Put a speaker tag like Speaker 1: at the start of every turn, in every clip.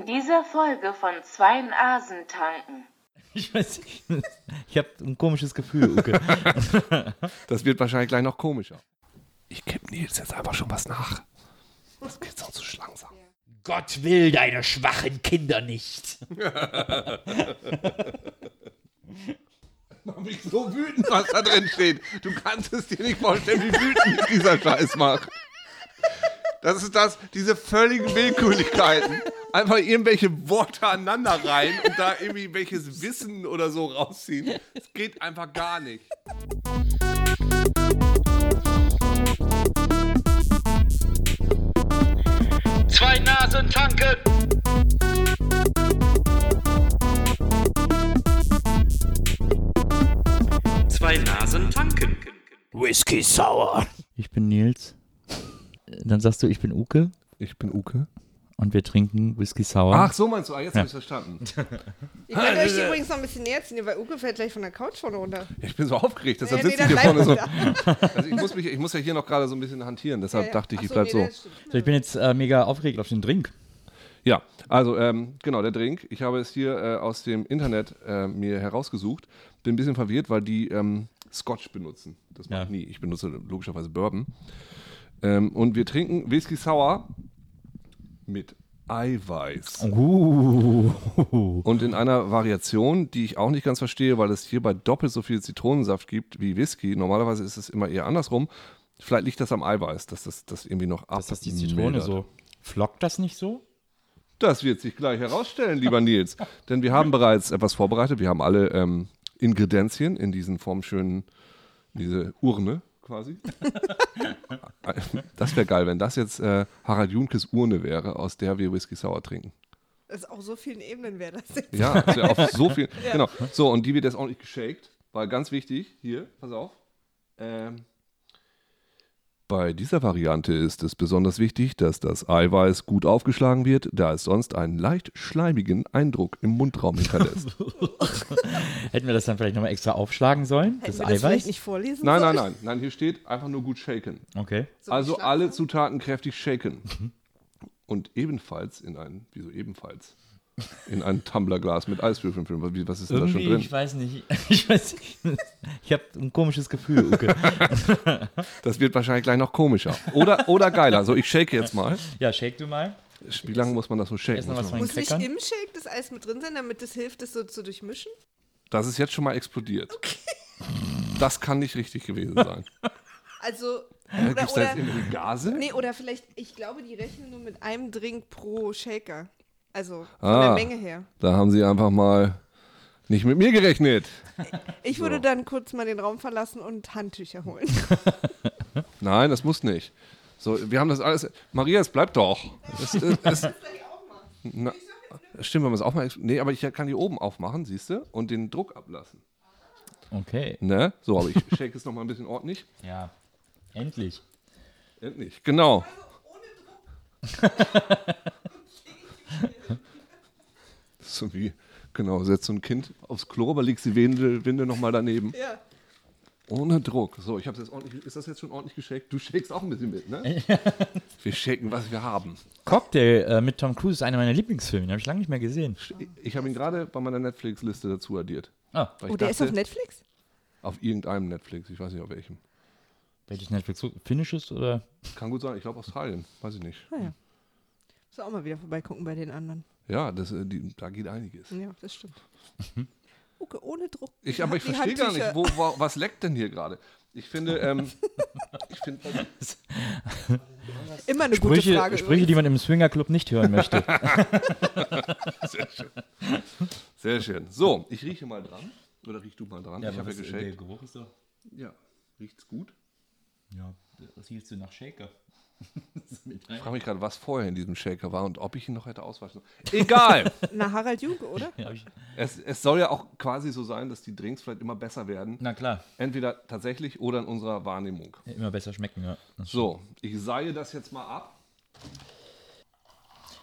Speaker 1: dieser Folge von Zweien Asen tanken.
Speaker 2: Ich weiß nicht. Ich habe ein komisches Gefühl, Uke.
Speaker 3: Das wird wahrscheinlich gleich noch komischer. Ich kipp Nils jetzt einfach schon was nach. Das geht sonst zu langsam.
Speaker 4: Gott will deine schwachen Kinder nicht.
Speaker 3: Mach mich so wütend, was da drin steht. Du kannst es dir nicht vorstellen, wie wütend mich dieser Scheiß macht. Das ist das, diese völligen Willkürlichkeiten. Einfach irgendwelche Worte aneinander rein und da irgendwie welches Wissen oder so rausziehen. Es geht einfach gar nicht.
Speaker 5: Zwei Nasen tanken. Zwei Nasen tanken.
Speaker 4: Whisky Sour.
Speaker 2: Ich bin Nils. Dann sagst du, ich bin Uke
Speaker 3: Ich bin Uke.
Speaker 2: und wir trinken Whisky Sour.
Speaker 3: Ach, so meinst du. Ah, jetzt hab ich's verstanden.
Speaker 6: Ihr könnt euch übrigens noch ein bisschen näher ziehen, weil Uke fällt gleich von der Couch vorne runter.
Speaker 3: Ich bin so aufgeregt, deshalb
Speaker 6: Ja, nee,
Speaker 3: sitze
Speaker 6: dann
Speaker 3: ich hier
Speaker 6: bleib
Speaker 3: vorne so.
Speaker 6: doch
Speaker 3: Also ich, muss mich, ich muss ja hier noch gerade so ein bisschen hantieren, deshalb dachte ich, ich
Speaker 6: Achso,
Speaker 3: bleib
Speaker 6: nee,
Speaker 3: so.
Speaker 6: das stimmt.
Speaker 2: So, ich bin jetzt äh, mega aufgeregt auf den Drink.
Speaker 3: Ja, also ähm, genau, der Drink. Ich habe es hier äh, aus dem Internet äh, mir herausgesucht. Bin ein bisschen verwirrt, weil die ähm, Scotch benutzen. Das mache
Speaker 2: Ja.
Speaker 3: ich nie. Ich benutze logischerweise Bourbon. Ähm, und wir trinken Whisky Sour mit
Speaker 2: Oh.
Speaker 3: Eiweiß.
Speaker 2: Uh.
Speaker 3: Und in einer Variation, die ich auch nicht ganz verstehe, weil es hierbei doppelt so viel Zitronensaft gibt wie Whisky. Normalerweise ist es immer eher andersrum. Vielleicht liegt das am Eiweiß, dass das, das irgendwie noch ab.
Speaker 2: Ist das die Zitrone so? Hm, Flockt das nicht so?
Speaker 3: Das wird sich gleich herausstellen, lieber Nils. Denn wir haben bereits etwas vorbereitet. Wir haben alle ähm, Ingredienzien in diesen formschönen, diese Urne quasi. Das wäre geil, wenn das jetzt äh, Harald Junkes Urne wäre, aus der wir Whisky Sour trinken.
Speaker 6: Das ist auf so vielen Ebenen wäre das jetzt.
Speaker 3: Ja, das wär auf so viel. Genau. So, und die wird jetzt auch nicht geshaked, weil ganz wichtig, hier, pass auf. Ähm, bei dieser Variante ist es besonders wichtig, dass das Eiweiß gut aufgeschlagen wird, da es sonst einen leicht schleimigen Eindruck im Mundraum hinterlässt.
Speaker 2: Hätten wir das dann vielleicht nochmal extra aufschlagen sollen?
Speaker 6: Hätten
Speaker 2: Das
Speaker 6: wir das vielleicht
Speaker 2: Eiweiß?
Speaker 6: nicht vorlesen
Speaker 3: Nein, nein,
Speaker 6: sollen?
Speaker 3: nein, nein, hier steht einfach nur gut shaken.
Speaker 2: Okay.
Speaker 6: So
Speaker 3: Also
Speaker 6: geschlagen.
Speaker 3: alle Zutaten kräftig shaken. Und ebenfalls in ein, wieso ebenfalls? In ein Tumblerglas mit Eiswürfeln füllen. Was- wie- Was ist denn da schon
Speaker 2: Irgendwie,
Speaker 3: drin?
Speaker 2: ich weiß nicht. Ich weiß nicht. Ich habe ein komisches Gefühl, Uke.
Speaker 3: Das wird wahrscheinlich gleich noch komischer. Oder, oder geiler. So, ich shake jetzt mal.
Speaker 2: Ja, shake du mal.
Speaker 3: Wie lange muss man das so shaken?
Speaker 2: Erst noch was von den
Speaker 6: Muss nicht
Speaker 2: Crackern.
Speaker 6: im Shake das Eis mit drin sein, damit das hilft, das so zu durchmischen?
Speaker 3: Das ist jetzt schon mal explodiert. Das kann nicht richtig gewesen sein.
Speaker 6: Also,
Speaker 3: Gibt
Speaker 6: oder,
Speaker 3: es da jetzt
Speaker 6: oder,
Speaker 3: irgendwie Gase?
Speaker 6: nee, oder vielleicht, ich glaube, die rechnen nur mit einem Drink pro Shaker. Also, von
Speaker 3: Ah.
Speaker 6: der Menge her.
Speaker 3: Da haben sie einfach mal nicht mit mir gerechnet.
Speaker 6: Ich würde dann kurz mal den Raum verlassen und Handtücher holen.
Speaker 3: Nein, das muss nicht. So, wir haben das alles. Maria, es bleibt doch. Es, es, es, na, stimmt, wenn man es auch mal. ex- Nee, aber ich kann hier oben aufmachen, siehst du? Und den Druck ablassen.
Speaker 2: Okay.
Speaker 3: Ne? So, aber ich shake es nochmal ein bisschen ordentlich.
Speaker 2: Ja. Endlich.
Speaker 3: Endlich, genau. so wie, genau, setzt so ein Kind aufs Klo, aber legst die Windel, Windel nochmal daneben.
Speaker 6: ja.
Speaker 3: Ohne Druck. So, ich habe jetzt ordentlich, ist das jetzt schon ordentlich geschickt? Du shakest auch ein bisschen mit, ne? wir shaken, was wir haben.
Speaker 2: Cocktail äh, mit Tom Cruise ist einer meiner Lieblingsfilme. Den habe ich lange nicht mehr gesehen.
Speaker 3: Ich- Ich habe ihn gerade bei meiner Netflix-Liste dazu addiert.
Speaker 2: Ah,
Speaker 3: Weil ich
Speaker 6: Oh, der ist auf
Speaker 3: dachte,
Speaker 6: Netflix?
Speaker 3: auf irgendeinem Netflix, ich weiß nicht auf welchem.
Speaker 2: welches Netflix? Finishes oder?
Speaker 3: Kann gut sein, ich glaube Australien, weiß ich nicht.
Speaker 6: Muss auch mal wieder vorbeigucken bei den anderen.
Speaker 3: Ja, das, äh, die, da geht einiges.
Speaker 6: Ja, das stimmt. Okay, ohne Druck.
Speaker 3: Mhm. Ich, aber ich
Speaker 6: Die
Speaker 3: verstehe gar
Speaker 6: Handtücher.
Speaker 3: nicht, wo, wo, was leckt denn hier gerade? Ich finde, ähm, ich finde,
Speaker 6: Immer eine gute
Speaker 2: Sprüche,
Speaker 6: Frage.
Speaker 2: Sprüche, die man im Swingerclub nicht hören möchte.
Speaker 3: sehr schön. So, ich rieche mal dran. Oder riech du mal dran. ich habe ja geschenkt.
Speaker 2: Geruch ist so.
Speaker 3: Ja, riecht's gut.
Speaker 2: Ja, das hielst du nach Shaker.
Speaker 3: Ich frage mich gerade, was vorher in diesem Shaker war und ob ich ihn noch hätte auswaschen sollen. Egal!
Speaker 6: Na, Harald Juke, oder?
Speaker 3: es, es soll ja auch quasi so sein, dass die Drinks vielleicht immer besser werden.
Speaker 2: Na klar,
Speaker 3: Entweder tatsächlich oder in unserer Wahrnehmung.
Speaker 2: immer besser schmecken, ja.
Speaker 3: So, ich seie das jetzt mal ab.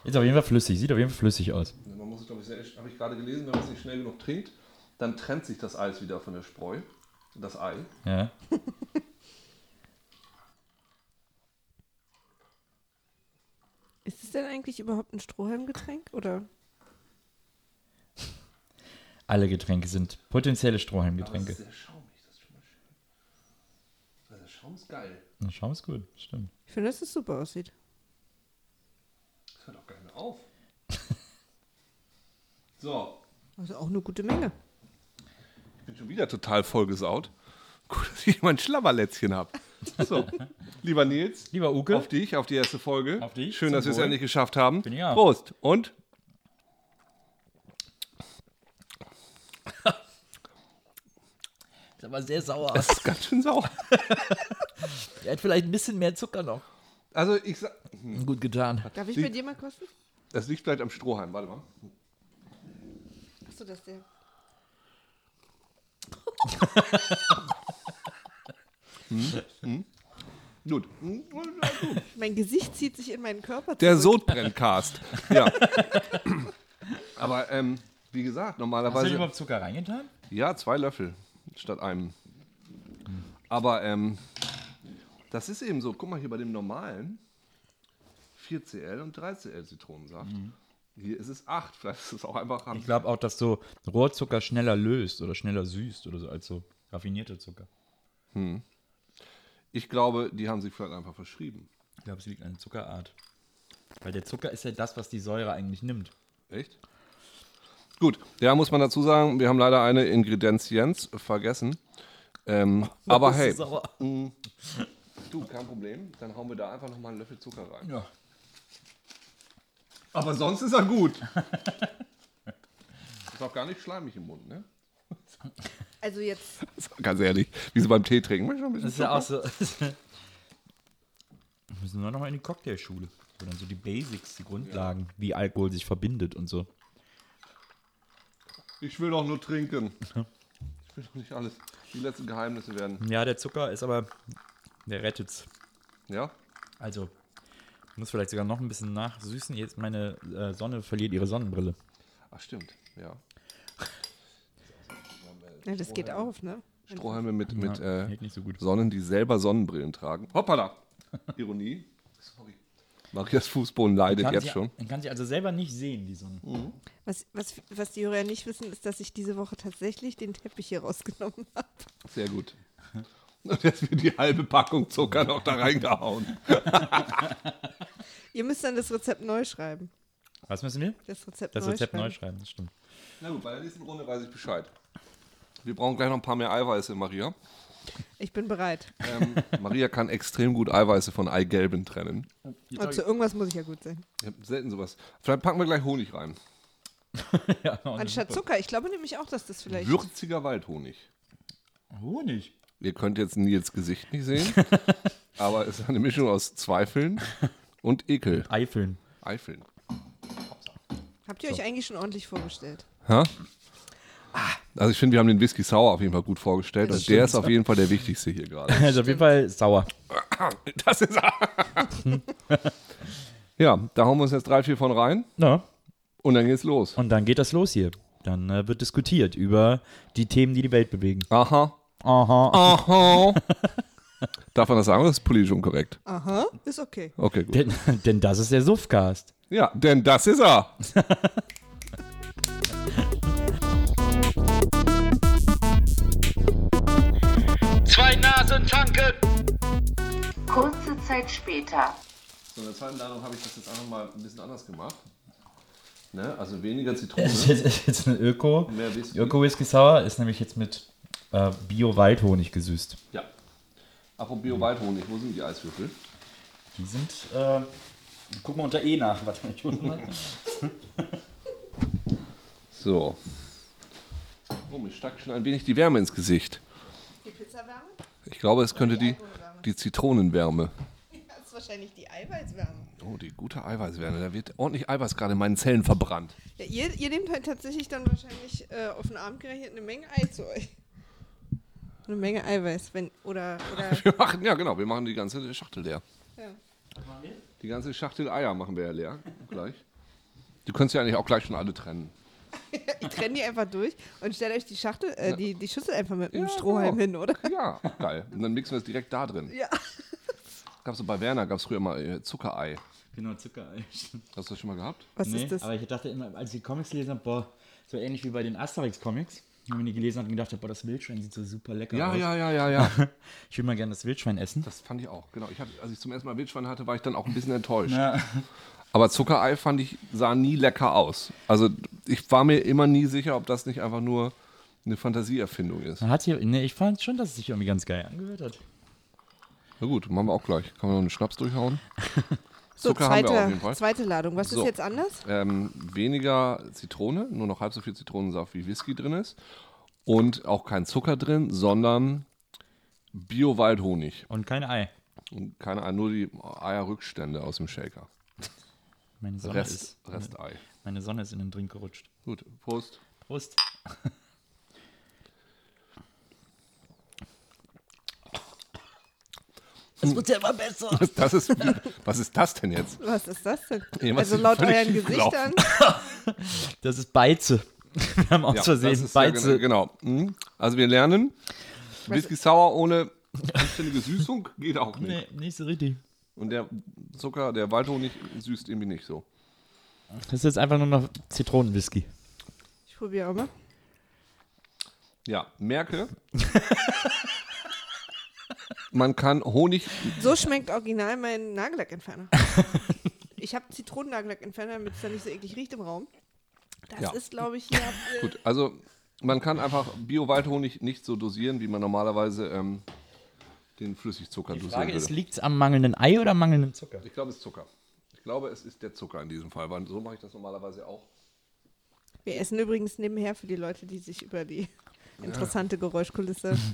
Speaker 2: Ist auf jeden Fall flüssig, sieht auf jeden Fall flüssig aus.
Speaker 3: Man muss es, glaube ich, sehr, habe ich gerade gelesen, wenn man es nicht schnell genug trinkt, dann trennt sich das Eis wieder von der Spreu. Das Ei.
Speaker 2: Ja.
Speaker 6: Ist es denn eigentlich überhaupt ein Strohhalmgetränk? Oder
Speaker 7: Alle Getränke sind potenzielle Strohhalmgetränke.
Speaker 3: sehr schaumig, das ist schon mal schön. Also, der Schaum ist geil.
Speaker 7: Na, Schaum ist gut, stimmt.
Speaker 6: Ich finde, dass es super aussieht.
Speaker 3: Das hört doch gar nicht auf. So,
Speaker 6: Also auch eine gute Menge.
Speaker 3: ich bin schon wieder total vollgesaut. Gut, dass ich mein Schlabberlätzchen habe. So, lieber Nils,
Speaker 7: Lieber Uke.
Speaker 3: auf dich, auf die erste Folge.
Speaker 7: Auf dich,
Speaker 3: Schön,
Speaker 7: zum
Speaker 3: dass wir es
Speaker 7: Wohl.
Speaker 3: endlich geschafft haben.
Speaker 7: Bin ich auch.
Speaker 3: Prost und
Speaker 7: Ist aber sehr sauer.
Speaker 3: das ist ganz schön sauer.
Speaker 7: Er hat vielleicht ein bisschen mehr Zucker noch.
Speaker 3: Also, ich sag,
Speaker 7: Gut getan.
Speaker 6: Darf ich bei dir mal kosten?
Speaker 3: das liegt vielleicht am Strohhalm. Warte mal.
Speaker 6: Achso, das ist der.
Speaker 3: Gut. Gut.
Speaker 6: Mein Gesicht zieht sich in meinen Körper
Speaker 3: Der
Speaker 6: zurück.
Speaker 3: Sodbrenncast. Ja. Aber ähm, wie gesagt,
Speaker 7: Hast du
Speaker 3: normalerweise.
Speaker 7: überhaupt Zucker reingetan?
Speaker 3: Ja, zwei Löffel statt einem. Aber ähm, das ist eben so. Guck mal hier bei dem normalen 4cl und 3cl Zitronensaft. Hier ist es 8. Vielleicht ist es auch einfach
Speaker 7: Ich glaube auch, dass so Rohrzucker schneller löst oder schneller süßt oder so als so raffinierter Zucker.
Speaker 3: Ich glaube, die haben sich vielleicht einfach verschrieben.
Speaker 7: Ich glaube, es liegt an der Zuckerart. Weil der Zucker ist ja das, was die Säure eigentlich nimmt.
Speaker 3: Echt? Gut, ja, muss man dazu sagen, wir haben leider eine Ingredienz vergessen. Ähm, aber hey, Du, kein Problem. Dann hauen wir da einfach nochmal einen Löffel Zucker rein.
Speaker 7: Ja.
Speaker 3: Aber sonst ist er gut. ist auch gar nicht schleimig im Mund, ne?
Speaker 6: Also jetzt,
Speaker 3: Ganz ehrlich, wie so beim Tee trinken. Möchtest du noch ein bisschen
Speaker 7: Das ist ja auch so. Wir müssen nur noch mal in die Cocktailschule. Wo dann so die Basics, die Grundlagen, wie Alkohol sich verbindet und so.
Speaker 3: Zucker? Ich will doch nur trinken. Ich will doch nicht alles. Die letzten Geheimnisse werden.
Speaker 7: Ja, der Zucker ist aber. Der rettet's.
Speaker 3: Ja?
Speaker 7: Also, muss vielleicht sogar noch ein bisschen nachsüßen. Jetzt meine äh, Sonne verliert ihre Sonnenbrille.
Speaker 3: Ach, stimmt. Ja.
Speaker 6: ja, das geht auf, ne?
Speaker 3: Strohhalme mit, mit
Speaker 7: Ja,
Speaker 3: äh,
Speaker 7: hält nicht so gut.
Speaker 3: Sonnen, die selber Sonnenbrillen tragen. Hoppala! Ironie. Sorry. Marias Fußboden leidet
Speaker 7: Kann
Speaker 3: jetzt
Speaker 7: sie,
Speaker 3: schon.
Speaker 7: Man kann sie also selber nicht sehen, die Sonne.
Speaker 6: Was, was, was die Hörer nicht wissen, ist, dass ich diese Woche tatsächlich den Teppich hier rausgenommen habe.
Speaker 3: Sehr gut. Und jetzt wird die halbe Packung Zucker noch da reingehauen.
Speaker 6: Ihr müsst dann das Rezept neu schreiben.
Speaker 7: Was müssen wir?
Speaker 6: Das Rezept,
Speaker 7: Das
Speaker 6: neu,
Speaker 7: Rezept
Speaker 6: schreiben.
Speaker 7: neu schreiben, das stimmt.
Speaker 3: Na gut, bei der nächsten Runde weiß ich Bescheid. Wir brauchen gleich noch ein paar mehr Eiweiße, Maria.
Speaker 6: Ich bin bereit.
Speaker 3: Ähm, Maria kann extrem gut Eiweiße von Eigelben trennen.
Speaker 6: Und zu irgendwas muss ich ja gut sein.
Speaker 3: Ich habe selten sowas. Vielleicht packen wir gleich Honig rein.
Speaker 7: Ja, und
Speaker 6: Anstatt Zucker. Ich glaube nämlich auch, dass das vielleicht.
Speaker 3: Würziger Waldhonig.
Speaker 7: Honig.
Speaker 3: Ihr könnt jetzt Nils Gesicht nicht sehen, aber es ist eine Mischung aus Zweifeln und Ekel.
Speaker 7: Eifeln.
Speaker 3: Eifeln.
Speaker 6: Habt ihr euch eigentlich schon ordentlich vorgestellt?
Speaker 3: Ha? Also ich finde, wir haben den Whisky Sour auf jeden Fall gut vorgestellt und der ist auf jeden Fall der wichtigste hier gerade.
Speaker 7: Also auf jeden Fall sauer.
Speaker 3: Das ist. ja, da hauen wir uns jetzt drei, vier von rein
Speaker 7: Ja.
Speaker 3: und dann geht's los.
Speaker 7: Und dann geht das los hier. Dann äh, wird diskutiert über die Themen, die die Welt bewegen.
Speaker 3: Aha.
Speaker 7: Aha.
Speaker 3: Aha. Darf man das sagen oder ist das politisch unkorrekt?
Speaker 6: Aha, ist okay.
Speaker 3: Okay, gut.
Speaker 7: Denn, denn das ist der Suffcast.
Speaker 3: Ja, denn das ist er.
Speaker 5: Zwei Nasen tanken.
Speaker 1: Kurze Zeit später.
Speaker 3: So, in der zweiten Ladung habe ich das jetzt einfach mal ein bisschen anders gemacht. Ne? Also weniger Zitrone.
Speaker 7: Das ist jetzt, ist jetzt ein Öko.
Speaker 3: Mehr Whisky.
Speaker 7: Öko Whisky Sour ist nämlich jetzt mit äh, Bio-Waldhonig gesüßt.
Speaker 3: ja. Apropos Waldhonig, wo sind die Eiswürfel?
Speaker 7: Die sind. Äh, guck mal unter E nach. Warte mal, ich hol mal.
Speaker 3: So. Oh, mir stackt schon ein wenig die Wärme ins Gesicht.
Speaker 6: Die Pizzawärme?
Speaker 3: Ich glaube, es könnte die, die Zitronenwärme.
Speaker 6: Das ist wahrscheinlich die Eiweißwärme.
Speaker 3: Oh, die gute Eiweißwärme. Da wird ordentlich Eiweiß gerade in meinen Zellen verbrannt.
Speaker 6: Ja, ihr, ihr nehmt halt tatsächlich dann wahrscheinlich äh, auf den Arm gerechnet eine Menge Ei zu euch. Eine Menge Eiweiß, wenn. Oder. oder
Speaker 3: Wir machen, ja genau, wir machen die ganze Schachtel leer.
Speaker 6: ja.
Speaker 3: Die ganze Schachtel Eier machen wir ja leer gleich. Du könntest ja eigentlich auch gleich schon alle trennen.
Speaker 6: Ich trenne die einfach durch und stelle euch die Schachtel, äh, die, die Schüssel einfach mit einem
Speaker 3: Ja,
Speaker 6: Strohhalm
Speaker 3: genau.
Speaker 6: hin, oder?
Speaker 3: Ja, geil. Und dann mixen wir es direkt da drin.
Speaker 6: Ja.
Speaker 3: Gab's so bei Werner gab's früher mal äh, Zuckerei.
Speaker 7: Genau, Zuckerei. stimmt.
Speaker 3: Hast du das schon mal gehabt?
Speaker 6: Was
Speaker 7: nee,
Speaker 6: ist das?
Speaker 7: aber ich dachte immer, als ich die Comics gelesen habe, boah, so ähnlich wie bei den Asterix-Comics. Wenn man die gelesen hat und gedacht hat, boah, das Wildschwein sieht so super lecker
Speaker 3: Ja,
Speaker 7: aus.
Speaker 3: ja, ja, ja, ja.
Speaker 7: Ich will mal gerne das Wildschwein essen.
Speaker 3: Das fand ich auch, genau. Ich hab, als ich zum ersten Mal Wildschwein hatte, war ich dann auch ein bisschen enttäuscht. Aber Zuckerei fand ich, sah nie lecker aus. Also ich war mir immer nie sicher, ob das nicht einfach nur eine Fantasieerfindung ist.
Speaker 7: Hat hier, nee, ich fand schon, dass es sich irgendwie ganz geil angehört hat.
Speaker 3: Na gut, machen wir auch gleich. Kann man noch einen Schnaps durchhauen?
Speaker 6: so,
Speaker 3: Zucker haben wir auf jeden
Speaker 6: zweite,
Speaker 3: Fall.
Speaker 6: zweite Ladung. Was
Speaker 3: So.
Speaker 6: ist jetzt anders?
Speaker 3: Ähm, weniger Zitrone, nur noch halb so viel Zitronensaft wie Whisky drin ist. Und auch kein Zucker drin, sondern Bio-Waldhonig.
Speaker 7: Und kein Ei.
Speaker 3: Und keine Ahnung, nur die Eierrückstände aus dem Shaker.
Speaker 7: Meine Sonne,
Speaker 3: Rest,
Speaker 7: ist, ne?
Speaker 3: Restei.
Speaker 7: meine Sonne ist in den Drink gerutscht.
Speaker 3: Gut, Prost.
Speaker 7: Prost. Es wird ja immer besser.
Speaker 3: Das ist, was ist das denn jetzt?
Speaker 6: Was ist das denn?
Speaker 3: Jemand
Speaker 6: also
Speaker 3: ist
Speaker 6: laut
Speaker 3: völlig
Speaker 6: euren
Speaker 3: schiefgelaufen.
Speaker 6: Gesichtern.
Speaker 7: Das ist Beize. Wir haben aus
Speaker 3: das
Speaker 7: Versehen
Speaker 3: ist ja
Speaker 7: Beize.
Speaker 3: gen- genau. Mhm. Also wir lernen, Whisky Sour ohne anständige Süßung geht auch nicht.
Speaker 7: Nee, nicht so richtig.
Speaker 3: Und der Zucker, der Waldhonig süßt irgendwie nicht so.
Speaker 7: Das ist jetzt einfach nur noch Zitronenwhisky.
Speaker 6: Ich probiere auch mal.
Speaker 3: Ja, merke, man kann Honig,
Speaker 6: So schmeckt original mein Nagellackentferner. ich habe Zitronen-Nagellackentferner, damit es dann nicht so eklig riecht im Raum. Das
Speaker 3: Ja.
Speaker 6: ist, glaube ich, hier. äh,
Speaker 3: gut, also man kann einfach Bio-Waldhonig nicht so dosieren, wie man normalerweise ähm, den Flüssigzucker
Speaker 7: Die
Speaker 3: dosieren
Speaker 7: Frage ist,
Speaker 3: würde.
Speaker 7: liegt es am mangelnden Ei oder mangelnden Zucker?
Speaker 3: Ich glaube, es ist Zucker. Ich glaube, es ist der Zucker in diesem Fall, weil so mache ich das normalerweise auch.
Speaker 6: Wir essen übrigens nebenher für die Leute, die sich über die interessante Geräuschkulisse.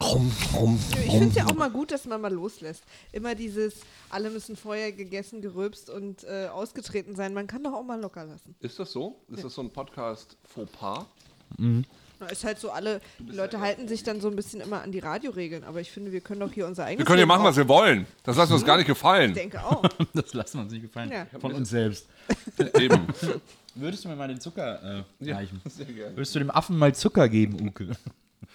Speaker 6: Ich finde es ja auch mal gut, dass man mal loslässt. Immer dieses, alle müssen vorher gegessen, gerülpst und äh, ausgetreten sein. Man kann doch auch mal locker lassen.
Speaker 3: Ist das so? Ist das so ein Podcast Fauxpas?
Speaker 6: Na, Ist halt so, alle die Leute halten sich dann so ein bisschen immer an die Radioregeln. Aber ich finde, wir können doch hier unser eigenes. Leben auch-
Speaker 3: wir wollen. Das lassen wir uns gar nicht gefallen.
Speaker 6: Ich denke auch.
Speaker 7: Das lassen wir uns nicht gefallen.
Speaker 6: Ja.
Speaker 7: Von uns selbst.
Speaker 3: Eben.
Speaker 7: Würdest du mir mal den Zucker äh, reichen?
Speaker 3: Sehr gerne.
Speaker 7: Würdest du dem Affen mal Zucker geben, Uke?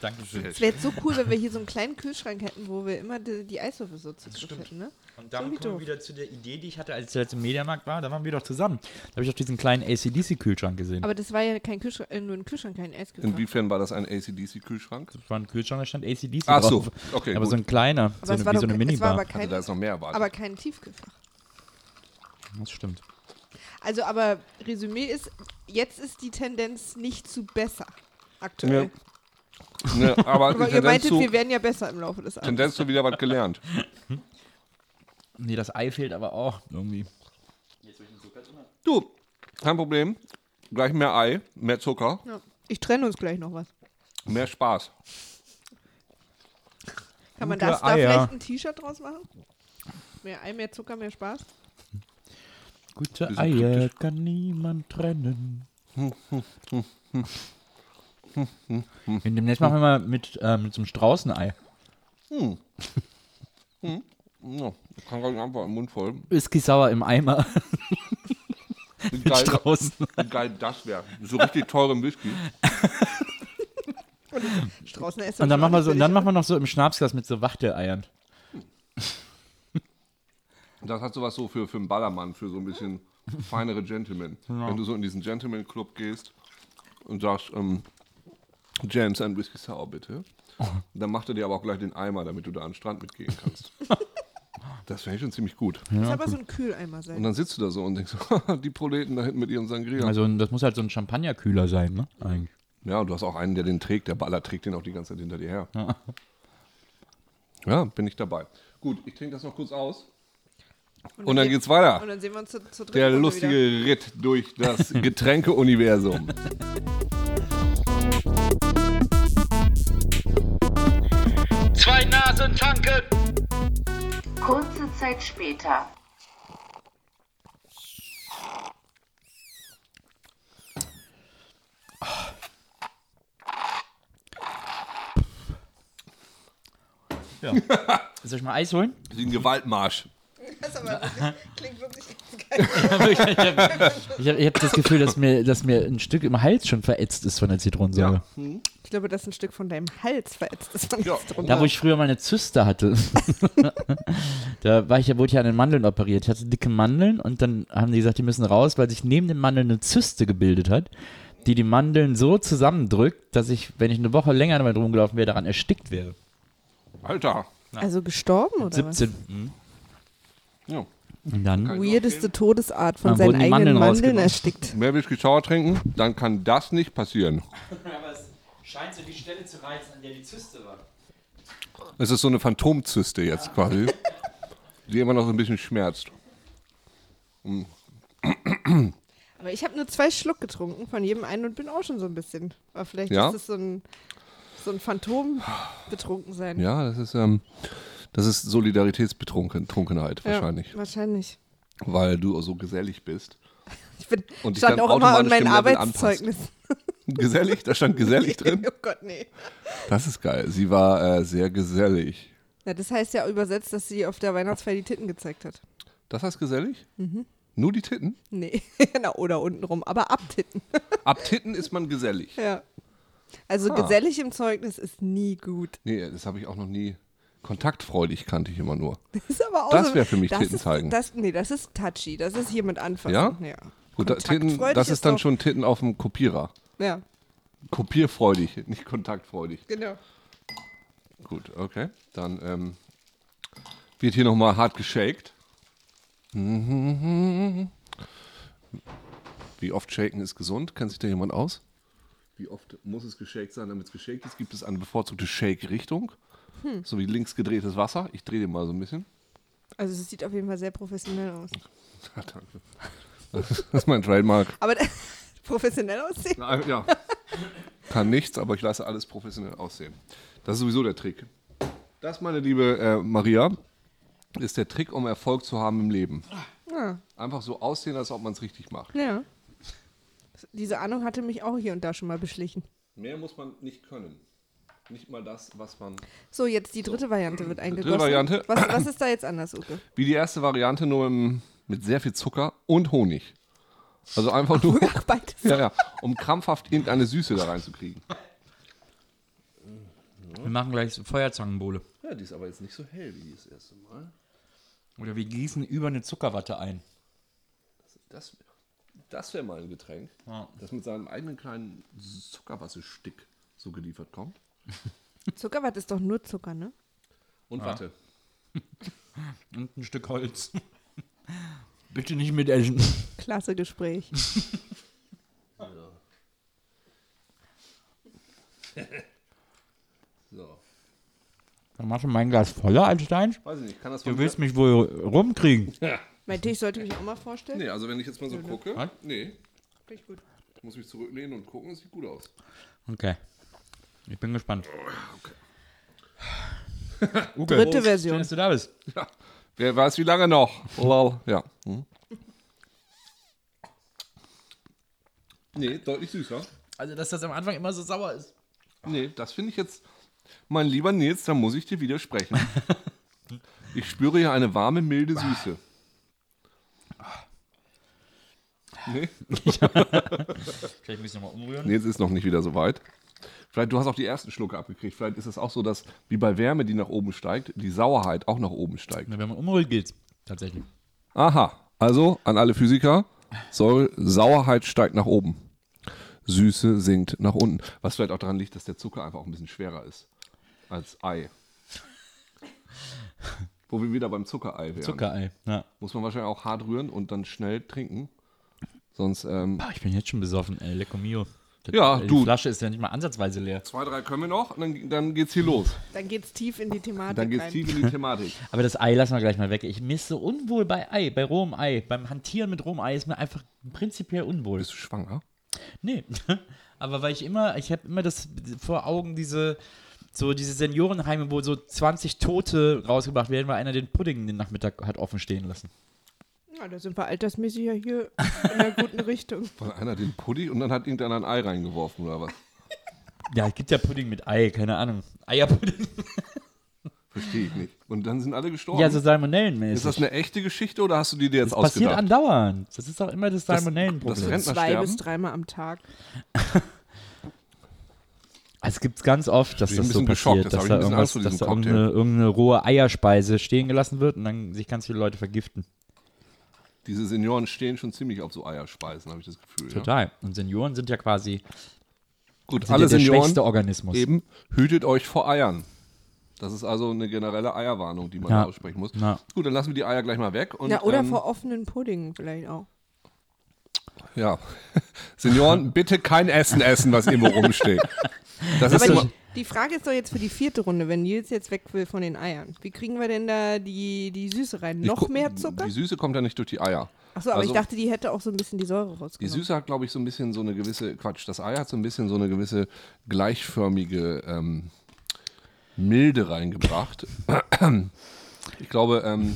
Speaker 7: Dankeschön.
Speaker 6: Es wäre jetzt so cool, wenn wir hier so einen kleinen Kühlschrank hätten, wo wir immer die, die Eiswürfel so zu dritt hätten. Ne?
Speaker 7: Und damit
Speaker 6: So wie
Speaker 7: kommen wir
Speaker 6: doof.
Speaker 7: wieder zu der Idee, die ich hatte, als ich jetzt im Mediamarkt war. Da waren wir doch zusammen. Da habe ich doch diesen kleinen ACDC-Kühlschrank gesehen.
Speaker 6: Aber das war ja kein Kühlschrank, äh, nur ein Kühlschrank, kein Eiskühlschrank.
Speaker 3: Inwiefern war das ein ACDC-Kühlschrank?
Speaker 7: das war ein Kühlschrank, da stand ACDC
Speaker 3: Ach so,
Speaker 7: drauf.
Speaker 3: okay,
Speaker 7: Aber
Speaker 3: gut.
Speaker 7: so ein kleiner, so
Speaker 6: es
Speaker 7: eine,
Speaker 6: war
Speaker 7: wie so
Speaker 6: doch
Speaker 7: eine
Speaker 6: ke- es war
Speaker 7: Minibar.
Speaker 6: aber
Speaker 3: Hatte
Speaker 6: kein,
Speaker 3: Also da ist noch mehr erwartet.
Speaker 6: aber kein Tiefkühlfach.
Speaker 7: Das stimmt.
Speaker 6: Also, aber Resümee ist, jetzt ist die Tendenz nicht zu besser. Aktuell.
Speaker 3: Ja. ne, aber die
Speaker 6: Aber ihr
Speaker 3: Tendenz
Speaker 6: meintet,
Speaker 3: zu,
Speaker 6: wir werden ja besser im Laufe des Abends.
Speaker 3: Tendenz zu wieder was gelernt.
Speaker 7: Nee, das Ei fehlt aber auch irgendwie.
Speaker 3: Du, kein Problem. Gleich mehr Ei, mehr Zucker,
Speaker 6: Ja. Ich trenne uns gleich noch was.
Speaker 3: mehr Spaß.
Speaker 6: Kann man
Speaker 7: Gute
Speaker 6: das da
Speaker 7: Eier.
Speaker 6: vielleicht ein T-Shirt draus machen? Mehr Ei, mehr Zucker, mehr Spaß.
Speaker 7: Gute
Speaker 3: sind
Speaker 7: Eier
Speaker 3: kritisch.
Speaker 7: kann niemand trennen. In demnächst machen wir mal mit, ähm, mit so einem Straußenei.
Speaker 3: Ja, ich kann gar nicht antworten, Mund voll.
Speaker 7: Whisky sauer im Eimer
Speaker 3: Wie
Speaker 7: mit
Speaker 3: geil,
Speaker 7: Straußen.
Speaker 3: wie geil das wäre. So richtig teurem Whisky.
Speaker 6: Straußen essen.
Speaker 7: Und dann machen wir so, und dann machen wir noch so im Schnapsglas mit so Wachteleiern.
Speaker 3: Das hat sowas so für, für einen Ballermann, für so ein bisschen feinere Gentlemen. Wenn du so in diesen Gentleman-Club gehst und sagst, ähm, James, ein Whisky Sour bitte, dann macht er dir aber auch gleich den Eimer, damit du da an den Strand mitgehen kannst. das wäre schon ziemlich gut.
Speaker 6: Das aber so ein Kühleimer sein.
Speaker 3: Und dann sitzt du da so und denkst, die Proleten da hinten mit ihrem Sangria.
Speaker 7: Also das muss halt so ein Champagnerkühler sein, ne? Eigentlich.
Speaker 3: ja, und du hast auch einen, der den trägt. Der Baller trägt den auch die ganze Zeit hinter dir her. ja, bin ich dabei. Gut, ich trinke das noch kurz aus. Und dann
Speaker 6: geht-
Speaker 3: geht's weiter.
Speaker 6: Und dann sehen wir uns zu, zu dritt
Speaker 3: Der
Speaker 6: Runde wieder.
Speaker 3: lustige Ritt durch das Getränkeuniversum.
Speaker 5: Zwei Nasen tanken.
Speaker 1: Kurze Zeit später.
Speaker 7: Soll ich mal Eis holen?
Speaker 3: Das ist ein Gewaltmarsch.
Speaker 6: Das aber wirklich, klingt wirklich geil.
Speaker 7: ich habe ich hab, ich hab das Gefühl, dass mir, dass mir ein Stück im Hals schon verätzt ist von der Zitronensäure.
Speaker 6: Ich glaube, das ist ein Stück von deinem Hals verätzt. Das war
Speaker 3: Ja.
Speaker 6: nichts drunter.
Speaker 7: Da, wo ich früher meine Zyste hatte, da war ich, ja- wurde ich an den Mandeln operiert. Ich hatte dicke Mandeln und dann haben die gesagt, die müssen raus, weil sich neben den Mandeln eine Zyste gebildet hat, die die Mandeln so zusammendrückt, dass ich, wenn ich eine Woche länger damit rumgelaufen wäre, daran erstickt wäre.
Speaker 3: Alter.
Speaker 6: also gestorben oder
Speaker 7: 17.
Speaker 3: Ja.
Speaker 7: Und dann
Speaker 6: was? Weirdeste Todesart von
Speaker 7: Dann
Speaker 6: seinen
Speaker 7: wurden die
Speaker 6: eigenen
Speaker 7: Mandeln
Speaker 6: Mandeln,
Speaker 7: rausgenommen.
Speaker 6: erstickt.
Speaker 3: Mehr Whisky Sour trinken, dann kann das nicht passieren.
Speaker 7: scheint so die Stelle zu reizen, an der die Zyste war.
Speaker 3: Es ist so eine Phantomzyste jetzt quasi, die immer noch so ein bisschen schmerzt.
Speaker 6: Aber ich habe nur zwei Schluck getrunken von jedem einen und bin auch schon so ein bisschen. Aber vielleicht
Speaker 3: Ja?
Speaker 6: ist das so ein, so ein Phantom betrunken sein.
Speaker 3: Ja, das ist, ähm, das ist Solidaritätsbetrunkenheit
Speaker 6: Ja,
Speaker 3: wahrscheinlich,
Speaker 6: Wahrscheinlich.
Speaker 3: weil du so gesellig bist.
Speaker 6: Ich bin
Speaker 3: Und dich
Speaker 6: stand
Speaker 3: dann
Speaker 6: auch immer an
Speaker 3: automatisch
Speaker 6: meinen
Speaker 3: dem Level
Speaker 6: Arbeitszeugnis.
Speaker 3: Gesellig? Da stand gesellig drin.
Speaker 6: oh Gott, nee.
Speaker 3: Das ist geil. Sie war äh, sehr gesellig.
Speaker 6: Na, das heißt ja übersetzt, dass sie auf der Weihnachtsfeier die Titten gezeigt hat.
Speaker 3: Das heißt gesellig?
Speaker 6: Mhm.
Speaker 3: Nur die Titten?
Speaker 6: Nee, Na, oder untenrum, aber ab Titten.
Speaker 3: Ab Titten ist man gesellig.
Speaker 6: Ja. Also gesellig im Zeugnis ist nie gut.
Speaker 3: Nee, das habe ich auch noch nie. Kontaktfreudig kannte ich immer nur.
Speaker 6: Das, ist aber auch
Speaker 3: Das
Speaker 6: so-
Speaker 3: wär für mich
Speaker 6: das
Speaker 3: Titten
Speaker 6: ist,
Speaker 3: zeigen.
Speaker 6: Das, nee, das ist touchy. Das ist jemand anfassen.
Speaker 3: Ja?
Speaker 6: Ja.
Speaker 3: Gut, da, Titten,
Speaker 6: Kontaktfreudig
Speaker 3: das ist dann
Speaker 6: doch-
Speaker 3: schon Titten auf dem Kopierer.
Speaker 6: Ja,
Speaker 3: Kopierfreudig, nicht kontaktfreudig.
Speaker 6: genau.
Speaker 3: Gut, okay. Dann ähm, wird hier nochmal hart geshaked. Wie oft shaken ist gesund? Kennt sich da jemand aus? Wie oft muss es geshaked sein, damit es geshaked ist? Gibt es eine bevorzugte Shake-Richtung? So wie links gedrehtes Wasser. Ich drehe dir mal so ein bisschen.
Speaker 6: Also es sieht auf jeden Fall sehr professionell aus.
Speaker 3: Ja, danke. Das ist mein Trademark.
Speaker 6: Aber professionell aussehen?
Speaker 3: Na, äh, Ja. Kann nichts, aber ich lasse alles professionell aussehen. Das ist sowieso der Trick. Das, meine liebe äh, Maria, ist der Trick, um Erfolg zu haben im Leben. Einfach so aussehen, als ob man es richtig macht.
Speaker 6: Ja. Diese Ahnung hatte mich auch hier und da schon mal beschlichen.
Speaker 3: Mehr muss man nicht können. Nicht mal das, was man.
Speaker 6: So, jetzt die dritte Variante wird eingegossen.
Speaker 3: Variante.
Speaker 6: Was, was ist da jetzt anders, Uke?
Speaker 3: Wie die erste Variante, nur im, mit sehr viel Zucker und Honig. Also einfach nur,
Speaker 6: Ach, beides.
Speaker 3: ja, ja, um krampfhaft irgendeine Süße da reinzukriegen.
Speaker 2: Wir machen gleich so Feuerzangenbowle.
Speaker 3: Ja, die ist aber jetzt nicht so hell wie das erste Mal.
Speaker 2: Oder wir gießen über eine Zuckerwatte ein.
Speaker 3: Das, das wäre mal ein Getränk, das mit seinem eigenen kleinen Zuckerwassestick so geliefert kommt.
Speaker 6: Zuckerwatte ist doch nur Zucker, ne?
Speaker 3: Und Watte.
Speaker 2: Und ein Stück Holz. Bitte nicht mitessen.
Speaker 6: Klasse Gespräch.
Speaker 3: So.
Speaker 2: Dann machst du mein Glas voller als deins.
Speaker 3: Weiß ich nicht, kann das
Speaker 2: Du willst mich wohl rumkriegen.
Speaker 6: Mein Tee sollte mich auch mal vorstellen.
Speaker 3: Nee, also wenn ich jetzt mal so gucke,
Speaker 2: Was?
Speaker 3: nee,
Speaker 6: Richtig gut.
Speaker 3: ich muss mich zurücklehnen und gucken, es sieht gut aus.
Speaker 2: Okay. Ich bin gespannt.
Speaker 7: Oh,
Speaker 2: Uke,
Speaker 6: Dritte
Speaker 2: Prost.
Speaker 6: Version.
Speaker 2: Schön, dass du da bist.
Speaker 3: Ja. Wer weiß, wie lange noch? Lol. Ja. Hm. Nee, deutlich süßer.
Speaker 7: Also, dass das am Anfang immer so sauer ist.
Speaker 3: Nee, das finde ich jetzt, mein lieber Nils, da muss ich dir widersprechen. Ich spüre hier eine warme, milde Süße. Nee,
Speaker 2: Vielleicht müssen wir nochmal umrühren.
Speaker 3: Nils ist noch nicht wieder so weit. Vielleicht, du hast auch die ersten Schlucke abgekriegt. Vielleicht ist es auch so, dass wie bei Wärme, die nach oben steigt, die Sauerheit auch nach oben steigt.
Speaker 2: Na, wenn man umrührt, geht's. Tatsächlich.
Speaker 3: Aha, also an alle Physiker, Sau- Sauerheit steigt nach oben. Süße sinkt nach unten. Was vielleicht auch daran liegt, dass der Zucker einfach auch ein bisschen schwerer ist als Ei. Wo wir wieder beim Zuckerei wären.
Speaker 2: Zuckerei. Ja.
Speaker 3: Muss man wahrscheinlich auch hart rühren und dann schnell trinken. Sonst, ähm,
Speaker 2: Ah, ich bin jetzt schon besoffen, ey. Lecco mio. Das-
Speaker 3: Ja,
Speaker 2: die
Speaker 3: du.
Speaker 2: Flasche ist ja nicht mal ansatzweise leer.
Speaker 3: zwei, drei können wir noch und dann, dann geht's hier los.
Speaker 6: Dann geht's tief in die Thematik
Speaker 3: Dann geht's
Speaker 6: rein.
Speaker 3: tief in die Thematik.
Speaker 7: Aber das Ei lassen wir gleich mal weg. Ich mir ist so unwohl bei Ei, bei rohem Ei. Beim Hantieren mit rohem Ei ist mir einfach prinzipiell unwohl.
Speaker 3: Bist du schwanger?
Speaker 7: Nee. Aber weil ich immer, ich habe immer das vor Augen, diese, so diese Seniorenheime, wo so 20 Tote rausgebracht werden, weil einer den Pudding den Nachmittag hat offen stehen lassen.
Speaker 6: Ja, da sind wir altersmäßig ja hier in einer guten Richtung.
Speaker 3: Weil einer den Pudding und dann hat irgendeiner ein Ei reingeworfen oder was?
Speaker 7: Ja, es gibt ja Pudding mit Ei, keine Ahnung. Eierpudding.
Speaker 3: Verstehe ich nicht. Und dann sind alle gestorben.
Speaker 7: Ja, so
Speaker 3: ist das
Speaker 7: Salmonellenmäßig.
Speaker 3: eine echte Geschichte oder hast du die dir jetzt
Speaker 7: Das passiert
Speaker 3: ausgedacht?
Speaker 7: andauernd. Das ist doch immer das
Speaker 3: das
Speaker 7: Salmonellenproblem.
Speaker 3: Rentner
Speaker 6: Zwei bis
Speaker 3: sterben.
Speaker 6: dreimal am Tag.
Speaker 7: Ah, Es gibt ganz oft, dass
Speaker 3: Ich bin
Speaker 7: das
Speaker 3: ein
Speaker 7: so
Speaker 3: bisschen geschockt,
Speaker 7: passiert,
Speaker 3: jetzt
Speaker 7: dass
Speaker 3: habe ich
Speaker 7: da,
Speaker 3: ein bisschen
Speaker 7: irgendwas,
Speaker 3: Angst vor
Speaker 7: dass da
Speaker 3: diesem Cocktail.
Speaker 7: irgendeine, irgendeine rohe Eierspeise stehen gelassen wird und dann sich ganz viele Leute vergiften.
Speaker 3: Diese Senioren stehen schon ziemlich auf so Eierspeisen, habe ich das Gefühl. Ja?
Speaker 7: Total. Und Senioren sind ja quasi
Speaker 3: Gut,
Speaker 7: sind
Speaker 3: alle
Speaker 7: ja der
Speaker 3: Senioren
Speaker 7: schwächste Organismus.
Speaker 3: eben, hütet euch vor Eiern. Das ist also eine generelle Eierwarnung, die man
Speaker 7: Ja.
Speaker 3: da aussprechen muss.
Speaker 7: Na.
Speaker 3: Gut, dann lassen wir die Eier gleich mal weg. Und,
Speaker 6: Ja, oder
Speaker 3: ähm,
Speaker 6: vor offenen Puddingen vielleicht auch.
Speaker 3: Ja. Senioren, bitte kein Essen essen, was irgendwo rumsteht. Das ist
Speaker 6: Aber
Speaker 3: immer,
Speaker 6: die, die Frage ist doch jetzt für die vierte Runde, wenn Nils jetzt weg will von den Eiern. Wie kriegen wir denn da die, die Süße rein?
Speaker 3: ich
Speaker 6: Noch
Speaker 3: guck-
Speaker 6: mehr Zucker?
Speaker 3: Die Süße kommt ja nicht durch die Eier.
Speaker 6: Achso, aber
Speaker 3: also-
Speaker 6: ich dachte, die hätte auch so ein bisschen die Säure
Speaker 3: Die
Speaker 6: rausgenommen.
Speaker 3: Süße hat, glaube ich, so ein bisschen so eine gewisse, Quatsch, das Ei hat so ein bisschen so eine gewisse gleichförmige ähm, Milde reingebracht. Ich glaube, ähm,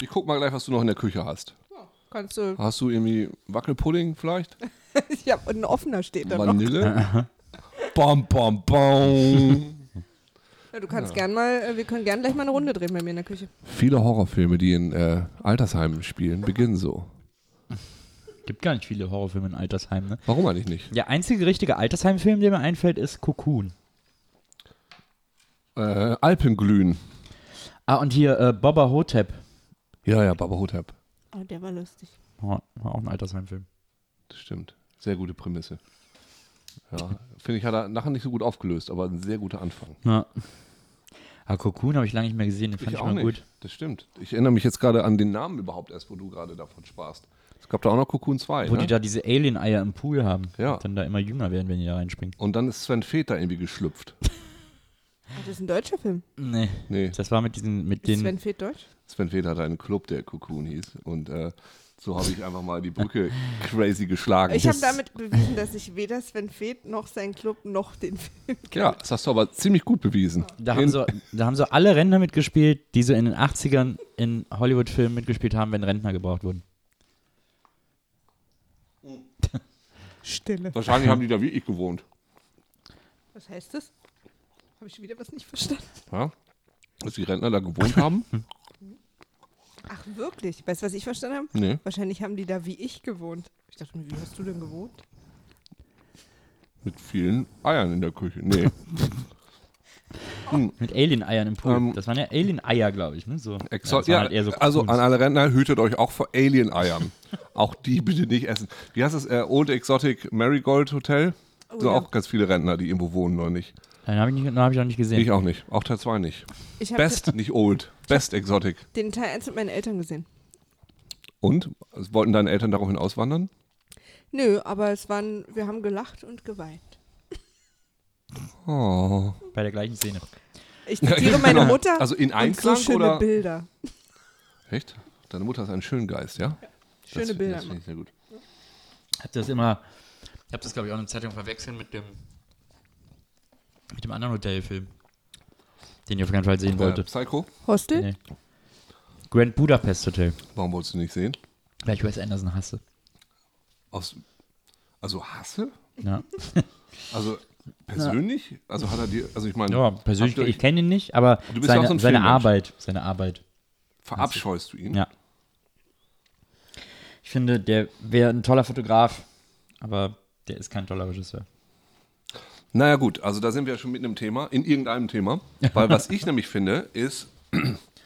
Speaker 3: ich guck mal gleich, was du noch in der Küche hast.
Speaker 6: Kannst du,
Speaker 3: Hast du irgendwie Wackelpudding vielleicht?
Speaker 6: ja, und ein offener steht da noch.
Speaker 3: Vanille? bom, bom, bom.
Speaker 6: Ja, du kannst gern mal, äh, wir können gern gleich mal eine Runde drehen bei mir in der Küche.
Speaker 3: Viele Horrorfilme, die in äh, Altersheimen spielen, beginnen so.
Speaker 7: Gibt gar nicht viele Horrorfilme in Altersheimen, ne?
Speaker 3: Warum eigentlich nicht?
Speaker 7: Der einzige richtige Altersheimfilm, der mir einfällt, ist Cocoon.
Speaker 3: Äh, Alpenglühen.
Speaker 7: Ah, und hier äh, Boba Hotep.
Speaker 3: Ja, ja, Baba Hotep.
Speaker 6: Oh, der war lustig.
Speaker 7: Oh, war auch ein Altersheimfilm.
Speaker 3: Das stimmt. Sehr gute Prämisse. Ja, finde ich, hat er nachher nicht so gut aufgelöst, aber ein sehr guter Anfang.
Speaker 7: Ja. Ah, Cocoon habe ich lange nicht mehr gesehen, den fand ich, mal gut.
Speaker 3: Das stimmt. Ich erinnere mich jetzt gerade an den Namen überhaupt erst, wo du gerade davon sprachst. Es gab da auch noch Cocoon 2.
Speaker 7: Wo
Speaker 3: ne?
Speaker 7: die da diese Alien-Eier im Pool haben.
Speaker 3: Ja.
Speaker 7: Und dann da immer jünger werden, wenn die da reinspringen.
Speaker 3: Und dann ist Sven Feth da irgendwie geschlüpft.
Speaker 6: Ah, das ist ein deutscher Film.
Speaker 7: Nee.
Speaker 3: Nee,
Speaker 7: Das war mit diesen, mit
Speaker 6: Ist
Speaker 7: den.
Speaker 6: Sven Feth deutsch?
Speaker 3: Sven Feth hatte einen Club, der Cocoon hieß. Und äh, so habe ich einfach mal die Brücke crazy geschlagen.
Speaker 6: Ich habe damit bewiesen, dass ich weder Sven Feth noch seinen Club noch den Film
Speaker 3: ja, das hast du aber ziemlich gut bewiesen.
Speaker 7: Da
Speaker 3: In-
Speaker 7: haben, so, da haben so alle Rentner mitgespielt, die so in den 80ern in Hollywood-Filmen mitgespielt haben, wenn Rentner gebraucht wurden.
Speaker 6: Stille.
Speaker 3: Wahrscheinlich haben die da wie ich gewohnt.
Speaker 6: Was heißt das? Habe ich schon wieder was nicht verstanden?
Speaker 3: Ja? Dass die Rentner da gewohnt haben?
Speaker 6: Ach, wirklich? Weißt du, was ich verstanden habe?
Speaker 3: Nee.
Speaker 6: Wahrscheinlich haben die da wie ich gewohnt. Ich dachte mir, wie hast du denn gewohnt?
Speaker 3: Mit vielen Eiern in der Küche. Nee.
Speaker 7: Mit Alien-Eiern im Pool.
Speaker 3: Ähm,
Speaker 7: das waren ja Alien-Eier, glaube ich, ne? So.
Speaker 3: Exo
Speaker 7: das waren
Speaker 3: ja,
Speaker 7: halt eher so
Speaker 3: also
Speaker 7: Cocoons.
Speaker 3: an alle Rentner, hütet euch auch vor Alien-Eiern. auch die bitte nicht essen. Wie heißt das? Äh, Old Exotic Marigold Hotel? so
Speaker 6: Oh, ja.
Speaker 3: auch ganz viele Rentner, die irgendwo wohnen oder nicht.
Speaker 7: Dann habe ich, nicht- dann hab ich noch nicht gesehen.
Speaker 3: Ich auch nicht. Auch Teil 2 nicht.
Speaker 6: Ich habe
Speaker 3: Best, nicht Old. Best Exotic.
Speaker 6: den Teil 1 mit meinen Eltern gesehen.
Speaker 3: Und? Wollten deine Eltern daraufhin auswandern?
Speaker 6: Nö, aber es waren, wir haben gelacht und geweint.
Speaker 3: Oh.
Speaker 7: Bei der gleichen Szene.
Speaker 6: Ich zitiere meine
Speaker 3: genau.
Speaker 6: Mutter.
Speaker 3: Also in
Speaker 6: und so
Speaker 3: Einklang
Speaker 6: schöne
Speaker 3: oder-
Speaker 6: Bilder.
Speaker 3: Echt? Deine Mutter ist ein Schöngeist, ja?
Speaker 6: Schöne
Speaker 3: das,
Speaker 6: Bilder.
Speaker 3: Das finde ich sehr gut.
Speaker 7: Hab das immer. Ich habe das, glaube ich, auch in der Zeitung verwechselt mit dem. Mit dem anderen Hotelfilm. Den ihr auf keinen Fall sehen
Speaker 3: Äh,
Speaker 7: wolltet.
Speaker 3: Psycho?
Speaker 6: Hostel?
Speaker 7: Nee. Grand Budapest Hotel.
Speaker 3: Warum wolltest du nicht sehen?
Speaker 7: Weil ich Wes Anderson hasse.
Speaker 3: Aus, also Hasse?
Speaker 7: Ja,
Speaker 3: Also persönlich? Also hat er dir, also ich meine,
Speaker 7: ja persönlich,
Speaker 3: habt ihr euch-
Speaker 7: ich kenne ihn nicht, aber
Speaker 3: Du bist ja auch
Speaker 7: seine,
Speaker 3: so ein
Speaker 7: seine
Speaker 3: Filmmensch.
Speaker 7: Arbeit. Seine Arbeit.
Speaker 3: verabscheust du ihn?
Speaker 7: Ja. Ich finde, der wäre ein toller Fotograf, aber der ist kein toller Regisseur.
Speaker 3: Naja gut, also da sind wir ja schon mit einem Thema, in irgendeinem Thema. Weil was ich nämlich finde, ist,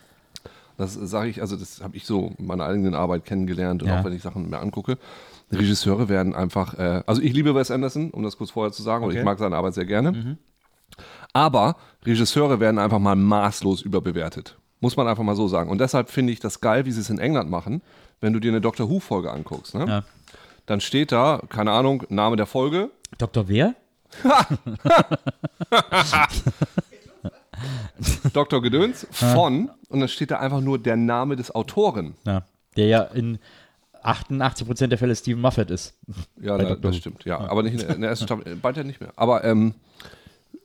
Speaker 3: das sage ich, also das habe ich so in meiner eigenen Arbeit kennengelernt und
Speaker 7: Ja.
Speaker 3: auch wenn ich Sachen mir angucke, Regisseure werden einfach, äh, also ich liebe Wes Anderson, um das kurz vorher zu sagen, und ich mag seine Arbeit sehr gerne.
Speaker 7: Mhm.
Speaker 3: Aber Regisseure werden einfach mal maßlos überbewertet. Muss man einfach mal so sagen. Und deshalb finde ich das geil, wie sie es in England machen, wenn du dir eine Doctor Who-Folge anguckst. Ne?
Speaker 7: Ja.
Speaker 3: Dann steht da, keine Ahnung, Name der Folge,
Speaker 7: Dr. Wer?
Speaker 3: Dr. Gedöns
Speaker 7: Ah.
Speaker 3: von und dann steht da einfach nur der Name des Autoren.
Speaker 7: Ja. Der ja in 88% der Fälle Steven Moffat ist.
Speaker 3: Ja,
Speaker 7: Bei
Speaker 3: da,
Speaker 7: Dr.
Speaker 3: das
Speaker 7: Who.
Speaker 3: stimmt. Ja, aber nicht in der, in der ersten Staffel, äh, bald ja nicht mehr. Aber ähm,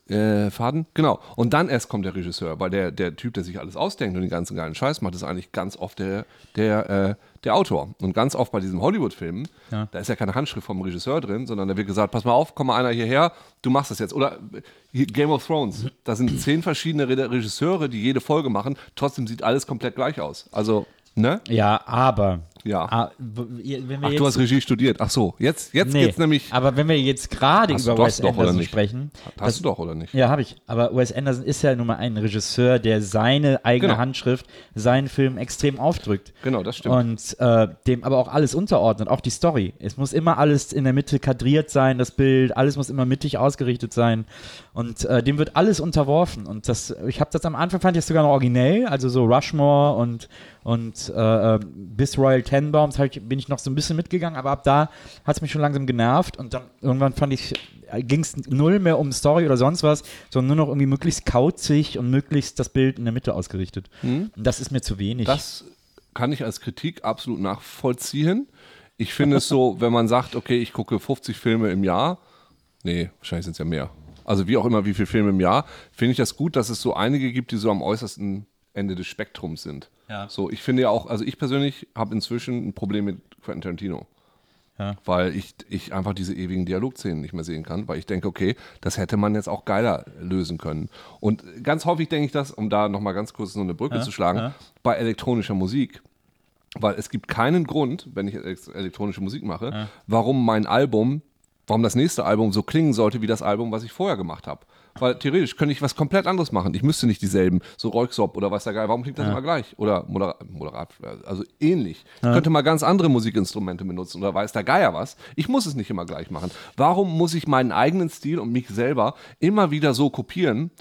Speaker 3: äh, Faden. Genau. Und dann erst kommt der Regisseur, weil der, der Typ, der sich alles ausdenkt und den ganzen geilen Scheiß macht, ist eigentlich ganz oft der, der, äh, der Autor. Und ganz oft bei diesen Hollywood-Filmen, da ist ja keine Handschrift vom Regisseur drin, sondern da wird gesagt, pass mal auf, komm mal einer hierher, du machst das jetzt. Oder äh, hier, Game of Thrones, da sind zehn verschiedene Re Regisseure, die jede Folge machen, trotzdem sieht alles komplett gleich aus. Also, ne?
Speaker 7: Ja, aber.
Speaker 3: Ja.
Speaker 7: Ah, w- ihr- wenn wir
Speaker 3: Ach,
Speaker 7: jetzt,
Speaker 3: du hast Regie studiert. Ach so, jetzt, jetzt
Speaker 7: nee,
Speaker 3: geht's nämlich.
Speaker 7: Aber wenn wir jetzt gerade
Speaker 3: Hast du
Speaker 7: über
Speaker 3: das
Speaker 7: Wes
Speaker 3: doch, oder
Speaker 7: Anderson
Speaker 3: nicht?
Speaker 7: sprechen. das-
Speaker 3: Hast du doch, oder nicht?
Speaker 7: Ja, habe ich. Aber Wes Anderson ist ja nun mal ein Regisseur, der seine eigene
Speaker 3: Genau.
Speaker 7: Handschrift seinen Film extrem aufdrückt.
Speaker 3: Genau, das stimmt.
Speaker 7: Und äh, dem aber auch alles unterordnet, auch die Story. Es muss immer alles in der Mitte kadriert sein, das Bild, alles muss immer mittig ausgerichtet sein. Und äh, dem wird alles unterworfen. Und das, ich habe das am Anfang fand ich das sogar noch originell, also so Rushmore und, und äh, äh, bis Royal Tenbaums hab ich, bin ich noch so ein bisschen mitgegangen, aber ab da hat es mich schon langsam genervt. Und dann irgendwann fand ich, ging es null mehr um Story oder sonst was, sondern nur noch irgendwie möglichst kauzig und möglichst das Bild in der Mitte ausgerichtet. Und Hm? das ist mir zu wenig.
Speaker 3: Das kann ich als Kritik absolut nachvollziehen. Ich finde es so, wenn man sagt, okay, ich gucke 50 Filme im Jahr, nee, wahrscheinlich sind es ja mehr. Also wie auch immer, wie viele Filme im Jahr, finde ich das gut, dass es so einige gibt, die so am äußersten Ende des Spektrums sind. So, ich finde ja auch, also ich persönlich habe inzwischen ein Problem mit Quentin Tarantino. Weil ich, ich einfach diese ewigen Dialogszenen nicht mehr sehen kann, weil ich denke, okay, das hätte man jetzt auch geiler lösen können. Und ganz häufig denke ich das, um da nochmal ganz kurz so eine Brücke zu schlagen, bei elektronischer Musik. Weil es gibt keinen Grund, wenn ich elek- elektronische Musik mache, warum mein Album, warum das nächste Album so klingen sollte wie das Album, was ich vorher gemacht habe. Weil theoretisch könnte ich was komplett anderes machen. Ich müsste nicht dieselben, so Roixop oder weiß der Geil, warum klingt das immer gleich? Oder Moderat, Moderat also ähnlich. Ich könnte mal ganz andere Musikinstrumente benutzen oder weiß der Geier was. Ich muss es nicht immer gleich machen. Warum muss ich meinen eigenen Stil und mich selber immer wieder so kopieren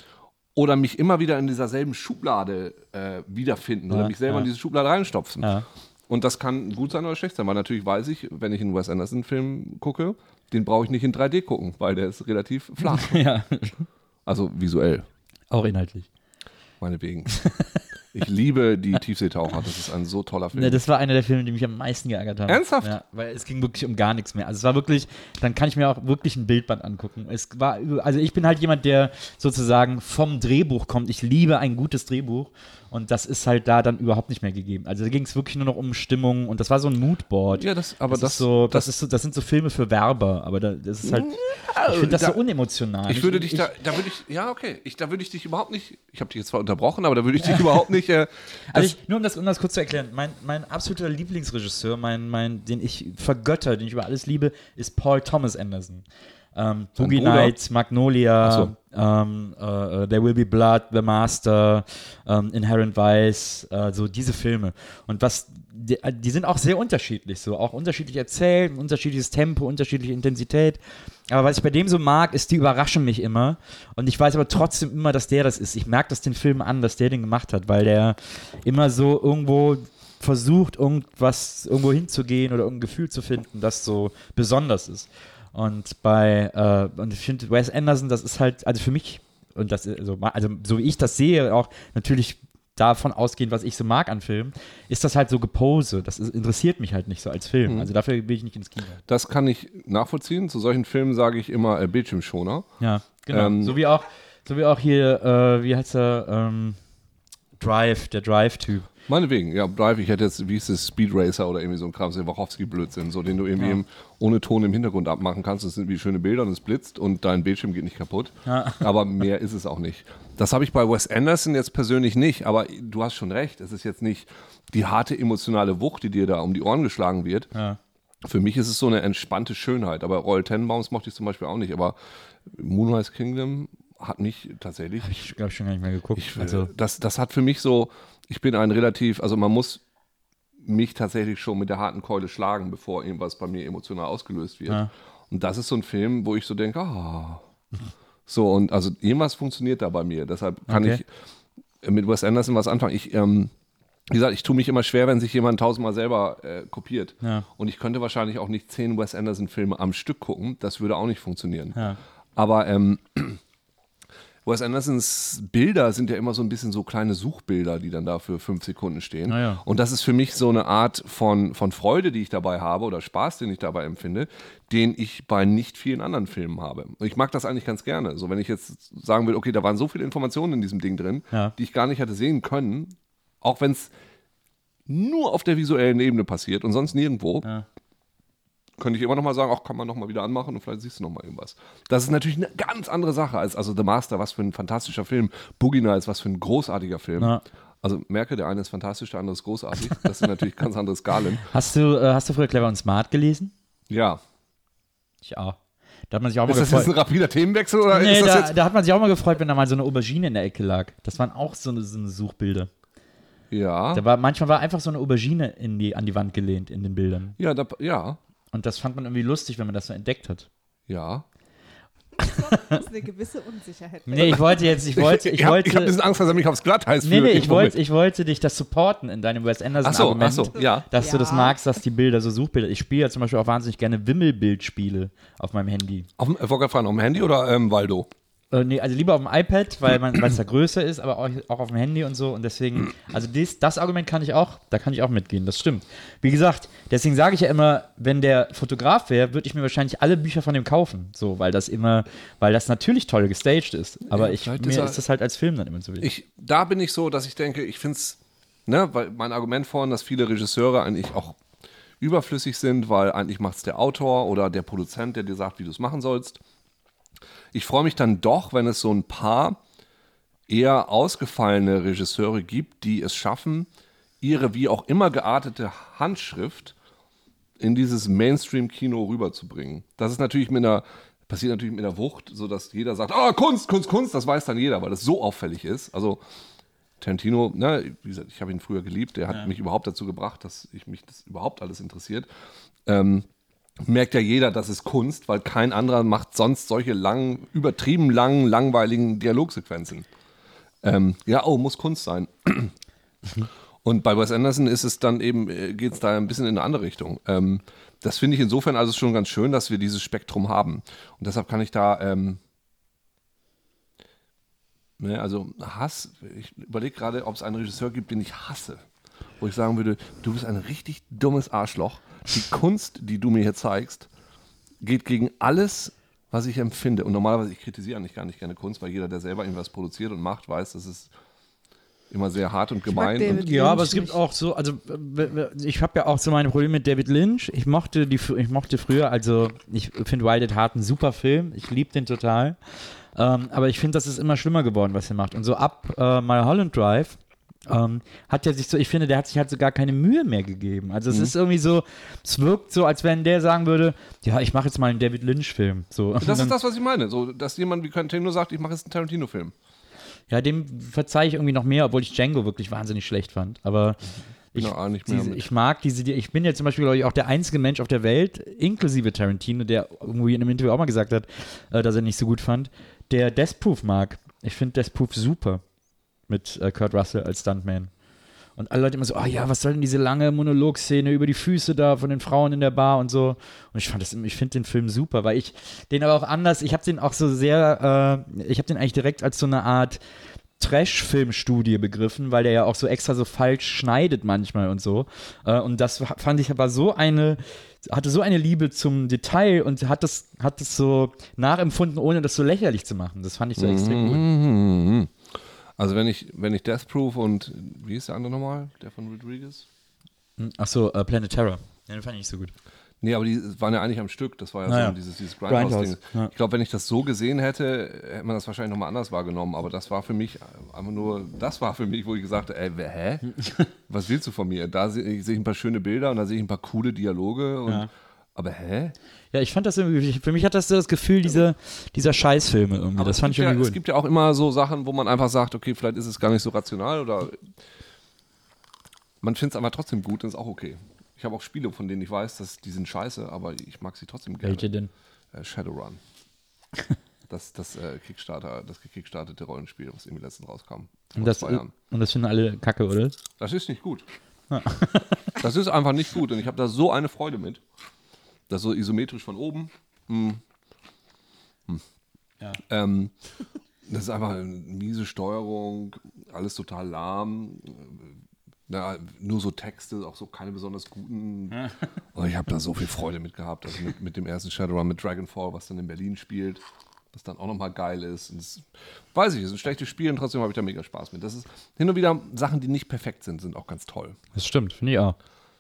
Speaker 3: oder mich immer wieder in dieser selben Schublade äh, wiederfinden oder mich selber in diese Schublade reinstopfen. Und das kann gut sein oder schlecht sein, weil natürlich weiß ich, wenn ich einen Wes Anderson-Film gucke, den brauche ich nicht in 3D gucken, weil der ist relativ flach.
Speaker 7: ja,
Speaker 3: Also visuell,
Speaker 7: auch inhaltlich.
Speaker 3: meinetwegen. Ich liebe die Tiefseetaucher, das ist ein so toller Film.
Speaker 7: Ne, das war einer der Filme, die mich am meisten geärgert haben.
Speaker 3: Ernsthaft?
Speaker 7: Ja, weil es ging wirklich um gar nichts mehr. Also es war wirklich, dann kann ich mir auch wirklich ein Bildband angucken. Es war, also ich bin halt jemand, der sozusagen vom Drehbuch kommt. Ich liebe ein gutes Drehbuch und das ist halt da dann überhaupt nicht mehr gegeben. Also da ging es wirklich nur noch um Stimmung und das war so ein Moodboard.
Speaker 3: Ja, das- aber das-
Speaker 7: ist so, das,
Speaker 3: das-
Speaker 7: ist so, das sind so Filme für Werber, aber da, das ist halt, ich finde das
Speaker 3: da-
Speaker 7: so unemotional.
Speaker 3: ich würde dich da, da würde ich, ja okay, ich, da würde ich dich überhaupt nicht, ich habe dich jetzt zwar unterbrochen, aber da würde ich dich überhaupt nicht, äh,
Speaker 7: Also ich, nur um das, um das kurz zu erklären, mein, mein absoluter Lieblingsregisseur, mein, mein, den ich vergötter, den ich über alles liebe, ist Paul Thomas Anderson. Ähm, Boogie
Speaker 3: Bruder?
Speaker 7: Nights, Magnolia,
Speaker 3: Ach
Speaker 7: ähm, äh, äh, There Will Be Blood, The Master, ähm, Inherent Vice, äh, so diese Filme. Und was, die, äh, die sind auch sehr unterschiedlich, so auch unterschiedlich erzählt, ein unterschiedliches Tempo, unterschiedliche Intensität. Aber was ich bei dem so mag, ist, die überraschen mich immer. Und ich weiß aber trotzdem immer, dass der das ist. Ich merke das den Film an, dass der den gemacht hat, weil der immer so irgendwo versucht, irgendwas irgendwo hinzugehen oder irgendein Gefühl zu finden, das so besonders ist. Und bei, äh, und ich finde, Wes Anderson, das ist halt, also für mich, und das, also, ma- also so wie ich das sehe, auch natürlich davon ausgehend, was ich so mag an Filmen, ist das halt so Gepose. Das ist, interessiert mich halt nicht so als
Speaker 3: Mhm.
Speaker 7: Film. Also dafür will ich nicht ins Kino.
Speaker 3: das kann ich nachvollziehen. Zu solchen Filmen sage ich immer äh, Bildschirmschoner.
Speaker 7: Ja, genau.
Speaker 3: Ähm,
Speaker 7: so wie auch, so wie auch hier, äh, wie heißt er, ähm, Drive, der Drive-Typ.
Speaker 3: Meinetwegen, ja, Drive, ich hätte jetzt, wie ist es, Speed Racer oder irgendwie so ein Kram, so Wachowski-Blödsinn, so den du irgendwie im, ohne Ton im Hintergrund abmachen kannst. Das sind wie schöne Bilder und es blitzt und dein Bildschirm geht nicht kaputt. Aber mehr ist es auch nicht. Das habe ich bei Wes Anderson jetzt persönlich nicht, aber du hast schon recht, es ist jetzt nicht die harte emotionale Wucht, die dir da um die Ohren geschlagen wird. Für mich ist es so eine entspannte Schönheit, aber Royal Tenenbaums mochte ich zum Beispiel auch nicht, aber Moonrise Kingdom hat mich tatsächlich
Speaker 7: Ich glaube, schon gar nicht mehr geguckt.
Speaker 3: ich, äh,
Speaker 7: also,
Speaker 3: das, das hat für mich so, ich bin ein relativ, also man muss mich tatsächlich schon mit der harten Keule schlagen, bevor irgendwas bei mir emotional ausgelöst wird. Und das ist so ein Film, wo ich so denke, ah. So, und also irgendwas funktioniert da bei mir. Deshalb kann
Speaker 7: Okay.
Speaker 3: ich mit Wes Anderson was anfangen. Ich, ähm, wie gesagt, ich tue mich immer schwer, wenn sich jemand tausendmal selber äh, kopiert. Und ich könnte wahrscheinlich auch nicht zehn Wes Anderson-Filme am Stück gucken. Das würde auch nicht funktionieren. Aber ähm, Wes Andersons Bilder sind ja immer so ein bisschen so kleine Suchbilder, die dann da für fünf Sekunden stehen.
Speaker 7: ja.
Speaker 3: Und das ist für mich so eine Art von, von Freude, die ich dabei habe oder Spaß, den ich dabei empfinde, den ich bei nicht vielen anderen Filmen habe. Und ich mag das eigentlich ganz gerne. So, wenn ich jetzt sagen will, okay, da waren so viele Informationen in diesem Ding drin,
Speaker 7: Ja.
Speaker 3: die ich gar nicht hatte sehen können, auch wenn es nur auf der visuellen Ebene passiert und sonst nirgendwo, könnte ich immer noch mal sagen, ach, kann man noch mal wieder anmachen und vielleicht siehst du noch mal irgendwas. Das ist natürlich eine ganz andere Sache als also The Master, was für ein fantastischer Film, Boogie Nights, was für ein großartiger Film.
Speaker 7: Ja.
Speaker 3: Also merke, der eine ist fantastisch, der andere ist großartig. Das sind natürlich ganz andere Skalen.
Speaker 7: Hast du, äh, hast du früher Clever und Smart gelesen?
Speaker 3: Ja.
Speaker 7: Ich auch. Da hat man sich auch mal
Speaker 3: Ist das jetzt ein
Speaker 7: gefreut.
Speaker 3: rapider Themenwechsel oder
Speaker 7: Nee,
Speaker 3: ist das
Speaker 7: da,
Speaker 3: jetzt?
Speaker 7: da hat man sich auch mal gefreut, wenn da mal so eine Aubergine in der Ecke lag. Das waren auch so eine, so eine Suchbilder.
Speaker 3: Oh. Ja.
Speaker 7: Da war, manchmal war einfach so eine Aubergine in die, an die Wand gelehnt in den Bildern.
Speaker 3: Ja, da, ja.
Speaker 7: Und das fand man irgendwie lustig, wenn man das so entdeckt hat.
Speaker 3: Ja.
Speaker 6: Das ist eine gewisse Unsicherheit.
Speaker 7: Nee, ich wollte jetzt, ich wollte, ich
Speaker 3: hab-
Speaker 7: wollte.
Speaker 3: ich habe ein bisschen Angst, dass er mich aufs Glatteis
Speaker 7: Nee,
Speaker 3: führt.
Speaker 7: nee, ich
Speaker 3: komm
Speaker 7: wollte,
Speaker 3: mit.
Speaker 7: ich wollte dich das supporten in deinem Wes Anderson
Speaker 3: Ach so, ach
Speaker 7: Argument,
Speaker 3: so, ja.
Speaker 7: dass du
Speaker 6: Ja.
Speaker 7: das magst, dass die Bilder so Suchbilder. Ich spiele ja zum Beispiel auch wahnsinnig gerne Wimmelbildspiele auf meinem Handy.
Speaker 3: Auf, dem- ich wollte gerade fragen, auf dem Handy oder ähm, Waldo?
Speaker 7: Äh, nee, also lieber auf dem iPad, weil man, weil es da größer ist, aber auch, auch auf dem Handy und so. Und deswegen, also dies, das Argument kann ich auch, da kann ich auch mitgehen, das stimmt. Wie gesagt, deswegen sage ich ja immer, wenn der Fotograf wäre, würde ich mir wahrscheinlich alle Bücher von dem kaufen. So, weil das immer, weil das natürlich toll gestaged ist. Aber
Speaker 3: Ja,
Speaker 7: ich,
Speaker 3: vielleicht
Speaker 7: mir
Speaker 3: ist
Speaker 7: ist,
Speaker 3: er-
Speaker 7: das halt als Film dann immer zu wenig.
Speaker 3: ich, da bin ich so, dass ich denke, ich finde es, ne, weil mein Argument vorhin, dass viele Regisseure eigentlich auch überflüssig sind, weil eigentlich macht es der Autor oder der Produzent, der dir sagt, wie du es machen sollst. Ich freue mich dann doch, wenn es so ein paar eher ausgefallene Regisseure gibt, die es schaffen, ihre wie auch immer geartete Handschrift in dieses Mainstream-Kino rüberzubringen. Das ist natürlich mit einer, passiert natürlich mit einer Wucht, sodass jeder sagt, ah, Kunst, Kunst, Kunst, das weiß dann jeder, weil das so auffällig ist. Also Tarantino, ne, wie gesagt, ich habe ihn früher geliebt, der hat mich überhaupt dazu gebracht, dass ich mich das überhaupt alles interessiert. Ähm, merkt ja jeder, das ist Kunst, weil kein anderer macht sonst solche langen, übertrieben langen, langweiligen Dialogsequenzen. Ähm, ja, oh, muss Kunst sein. Und bei Wes Anderson ist es dann eben, geht es da ein bisschen in eine andere Richtung. Ähm, das finde ich insofern also schon ganz schön, dass wir dieses Spektrum haben. Und deshalb kann ich da, ähm, ne, also Hass, ich überlege gerade, ob es einen Regisseur gibt, den ich hasse. Wo ich sagen würde, du bist ein richtig dummes Arschloch. Die Kunst, die du mir hier zeigst, geht gegen alles, was ich empfinde. Und normalerweise, ich kritisiere eigentlich gar nicht gerne Kunst, weil jeder, der selber irgendwas produziert und macht, weiß, das ist immer sehr hart und gemein.
Speaker 6: David
Speaker 3: und
Speaker 7: Ja,
Speaker 6: Lynch
Speaker 7: aber es gibt
Speaker 6: nicht.
Speaker 7: auch so, also äh, w- w- ich habe ja auch so meine Probleme mit David Lynch. Ich mochte die, fr- ich mochte früher, also ich finde Wild at Heart einen super Film. Ich liebe den total. Ähm, aber ich finde, das ist immer schlimmer geworden, was er macht. Und so ab äh, My Holland Drive ähm, hat er sich so, ich finde, der hat sich halt so gar keine Mühe mehr gegeben. Also es ist irgendwie so, es wirkt so, als wenn der sagen würde, ja, ich mache jetzt mal einen David Lynch-Film. So. Und
Speaker 3: Das
Speaker 7: dann-
Speaker 3: ist das, was ich meine. So, dass jemand wie Tarantino sagt, ich mache jetzt einen Tarantino-Film.
Speaker 7: Ja, dem verzeihe ich irgendwie noch mehr, obwohl ich Django wirklich wahnsinnig schlecht fand. Aber ich,
Speaker 3: Ja, auch nicht mehr
Speaker 7: diese,
Speaker 3: mit.
Speaker 7: ich mag diese, die, ich bin ja zum Beispiel, glaube ich, auch der einzige Mensch auf der Welt, inklusive Tarantino, der irgendwie in einem Interview auch mal gesagt hat, äh, dass er nicht so gut fand, der Death Proof mag. Ich finde Death Proof super mit äh, Kurt Russell als Stuntman. Und alle Leute immer so, ah ja, was soll denn diese lange Monologszene über die Füße da von den Frauen in der Bar und so. Und ich fand das, ich finde den Film super, weil ich den aber auch anders, ich habe den auch so sehr, äh, ich habe den eigentlich direkt als so eine Art Trash-Filmstudie begriffen, weil der ja auch so extra so falsch schneidet manchmal und so. Äh, und das fa- fand ich aber so eine, hatte so eine Liebe zum Detail und hat das, hat das so nachempfunden, ohne das so lächerlich zu machen. Das fand ich so extrem gut.
Speaker 3: Mhm. Also wenn ich, wenn ich Death Proof und wie ist der andere nochmal? Der von Rodriguez?
Speaker 7: Achso, äh, Planet Terror. Ja, den fand ich nicht so gut.
Speaker 3: Nee, aber die waren ja eigentlich am Stück. Das war ja
Speaker 7: Naja.
Speaker 3: so dieses, dieses
Speaker 7: Grindhouse,
Speaker 3: Grindhouse-Ding.
Speaker 7: ja.
Speaker 3: Ich glaube, wenn ich das so gesehen hätte, hätte man das wahrscheinlich nochmal anders wahrgenommen. Aber das war für mich einfach nur, das war für mich, wo ich gesagt habe, ey, wer- hä? Was willst du von mir? Da sehe ich, sehe ich ein paar schöne Bilder und da sehe ich ein paar coole Dialoge. Und, Aber hä?
Speaker 7: Ja, ich fand das irgendwie, für mich hat das so das Gefühl dieser, dieser Scheißfilme irgendwie. das
Speaker 3: es
Speaker 7: fand ich
Speaker 3: gibt ja,
Speaker 7: irgendwie
Speaker 3: Es
Speaker 7: gut.
Speaker 3: gibt ja auch immer so Sachen, wo man einfach sagt, okay, vielleicht ist es gar nicht so rational oder man findet es aber trotzdem gut und ist auch okay. Ich habe auch Spiele, von denen ich weiß, dass die sind scheiße, aber ich mag sie trotzdem gerne.
Speaker 7: Welche denn?
Speaker 3: Äh, Shadowrun. Das, das, äh, Kickstarter, das gekickstartete Rollenspiel, was irgendwie letztens rauskam. Vor
Speaker 7: Und das, äh,
Speaker 3: zwei Jahren.
Speaker 7: und das finden alle kacke, oder?
Speaker 3: Das ist nicht gut. Das ist einfach nicht gut. Und ich habe da so eine Freude mit. Das so isometrisch von oben. Hm. Hm. Ähm, Das ist einfach eine miese Steuerung, alles total lahm. Na, nur so Texte, auch so keine besonders guten. Aber ich habe da so viel Freude mit gehabt. Also mit, mit dem ersten Shadowrun, mit Dragonfall, was dann in Berlin spielt, was dann auch nochmal geil ist. Und das, weiß ich, es ist ein schlechtes Spiel und trotzdem habe ich da mega Spaß mit. Das ist hin und wieder Sachen, die nicht perfekt sind, sind auch ganz toll.
Speaker 7: Das stimmt, finde ich auch.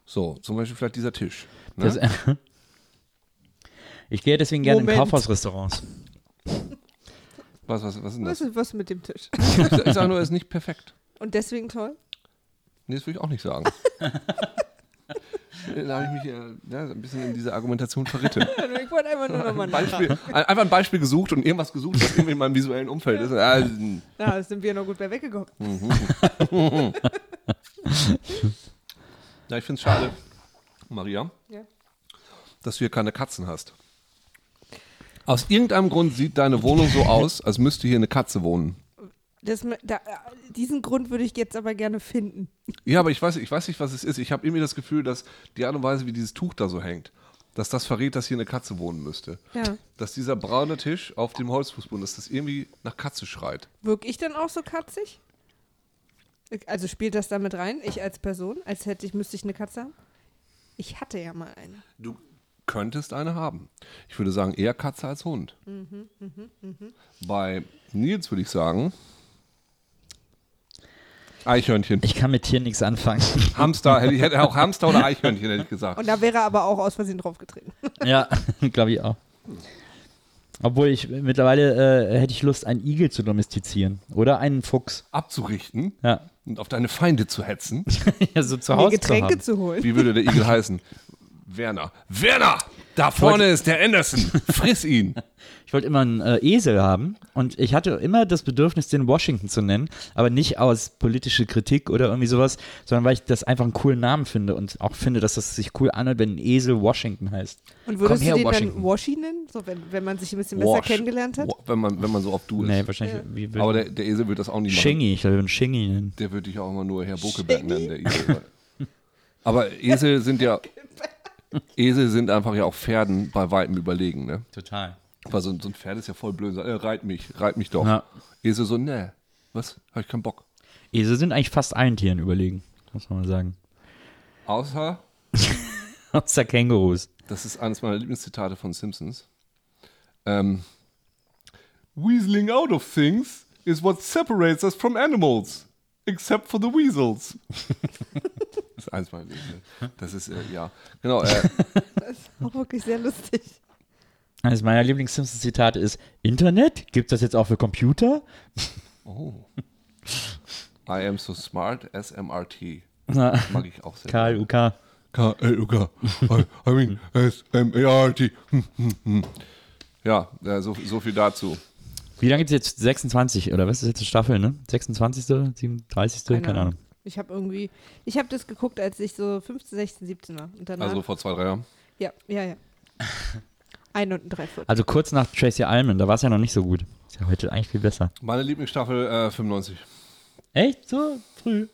Speaker 3: So, zum Beispiel vielleicht dieser Tisch. Ne?
Speaker 7: Das, ich gehe deswegen gerne in
Speaker 6: Moment.
Speaker 7: Kaufhausrestaurants.
Speaker 3: was, was, was ist denn
Speaker 6: Was
Speaker 3: das?
Speaker 6: ist was mit dem Tisch?
Speaker 3: Ich sage nur, es ist nicht perfekt.
Speaker 6: Und deswegen toll?
Speaker 3: Nee, das würde ich auch nicht sagen. da habe ich mich äh, ja, ein bisschen in diese Argumentation verritten.
Speaker 6: Ich wollte einfach nur nochmal nachfragen.
Speaker 3: Beispiel, ein- einfach ein Beispiel gesucht und irgendwas gesucht, was irgendwie in meinem visuellen Umfeld ist. Ja, n-
Speaker 6: Da sind wir noch gut bei weggekommen.
Speaker 3: ja, ich finde es schade, Maria,
Speaker 6: Ja.
Speaker 3: dass du hier keine Katzen hast. Aus irgendeinem Grund sieht deine Wohnung so aus, als müsste hier eine Katze wohnen.
Speaker 6: Das, da, äh, diesen Grund würde ich jetzt aber gerne finden.
Speaker 3: Ja, aber ich weiß, ich weiß nicht, was es ist. Ich habe irgendwie das Gefühl, dass die Art und Weise, wie dieses Tuch da so hängt, dass das verrät, dass hier eine Katze wohnen müsste.
Speaker 6: Ja.
Speaker 3: Dass dieser braune Tisch auf dem Holzfußboden, dass das irgendwie nach Katze schreit.
Speaker 6: Wirk ich dann auch so katzig? Also spielt das damit rein, ich als Person, als hätte ich, müsste ich eine Katze haben? Ich hatte ja mal eine.
Speaker 3: Du könntest eine haben. Ich würde sagen, eher Katze als Hund. Bei Nils würde ich sagen, Eichhörnchen.
Speaker 7: Ich kann mit Tieren nichts anfangen.
Speaker 3: Hamster, hätte ich hätte auch Hamster oder Eichhörnchen, hätte ich gesagt.
Speaker 6: Und da wäre aber auch aus Versehen draufgetreten.
Speaker 7: ja, glaube ich auch. Obwohl ich mittlerweile äh, hätte ich Lust, einen Igel zu domestizieren. Oder einen Fuchs.
Speaker 3: Abzurichten
Speaker 7: Ja,
Speaker 3: und auf deine Feinde zu hetzen.
Speaker 7: ja so zu
Speaker 6: Mir
Speaker 7: Hause
Speaker 6: Getränke
Speaker 7: zu haben.
Speaker 6: zu holen.
Speaker 3: Wie würde der Igel heißen? Werner. Werner! Da vorne ist der Anderson. Friss ihn.
Speaker 7: Ich wollte immer einen äh, Esel haben und ich hatte immer das Bedürfnis, den Washington zu nennen, aber nicht aus politischer Kritik oder irgendwie sowas, sondern weil ich das einfach einen coolen Namen finde und auch finde, dass das sich cool anhört, wenn ein Esel Washington heißt.
Speaker 6: Und würdest
Speaker 7: Komm her,
Speaker 6: du den
Speaker 7: Washington.
Speaker 6: dann Washi nennen? So, wenn, wenn man sich ein bisschen besser
Speaker 3: Wash.
Speaker 6: kennengelernt hat?
Speaker 3: Wa- Wenn man, wenn man so auf du ist.
Speaker 7: Nee, wahrscheinlich. Wie, wie,
Speaker 3: Aber der, der Esel wird das auch nicht machen.
Speaker 7: Schingi, ich glaube, ich würde ihn Schingi nennen.
Speaker 3: Der würde dich auch immer nur Herr Bokeberg nennen, der Esel. Aber Esel sind ja. Esel sind einfach ja auch Pferden bei Weitem überlegen, ne?
Speaker 7: Total.
Speaker 3: Weil so, ein- so ein Pferd ist ja voll blöd. und Sagt, äh, reit mich, reit mich doch.
Speaker 7: Ja.
Speaker 3: Esel so, ne, was? Hab ich keinen Bock.
Speaker 7: Esel sind eigentlich fast allen Tieren überlegen, muss man mal sagen.
Speaker 3: Außer,
Speaker 7: Außer Kängurus.
Speaker 3: das ist eines meiner Lieblingszitate von Simpsons. Ähm, Weaseling out of things is what separates us from animals. Except for the weasels. das ist eins meiner Lieblings. Das ist, äh, ja. Genau, äh,
Speaker 6: Auch Oh, wirklich sehr lustig.
Speaker 7: Eines meiner Lieblings-Simpsons-Zitate ist: Internet? Gibt das jetzt auch für Computer?
Speaker 3: I am so smart, SMRT.
Speaker 7: Na,
Speaker 3: Mag ich auch sehr.
Speaker 7: Karl, UK.
Speaker 3: K-L-U-K. I, I mean, S-M-A-R-T. Hm, hm, hm. Ja, äh, so, so viel dazu.
Speaker 7: Wie lange gibt es jetzt? 26 oder was ist jetzt die Staffel, ne? 26., 37., keine, Ahnung.
Speaker 6: Ich habe irgendwie, ich habe das geguckt, als ich so 15, 16, 17 war. Und danach,
Speaker 3: Also vor zwei, drei Jahren.
Speaker 6: ja, ja, ja. Ein und ein Dreiviertel.
Speaker 7: Also kurz nach Tracy Almond, da war es ja noch nicht so gut. Ist ja heute eigentlich viel besser.
Speaker 3: Meine Lieblingsstaffel äh, 95.
Speaker 7: Echt? So früh?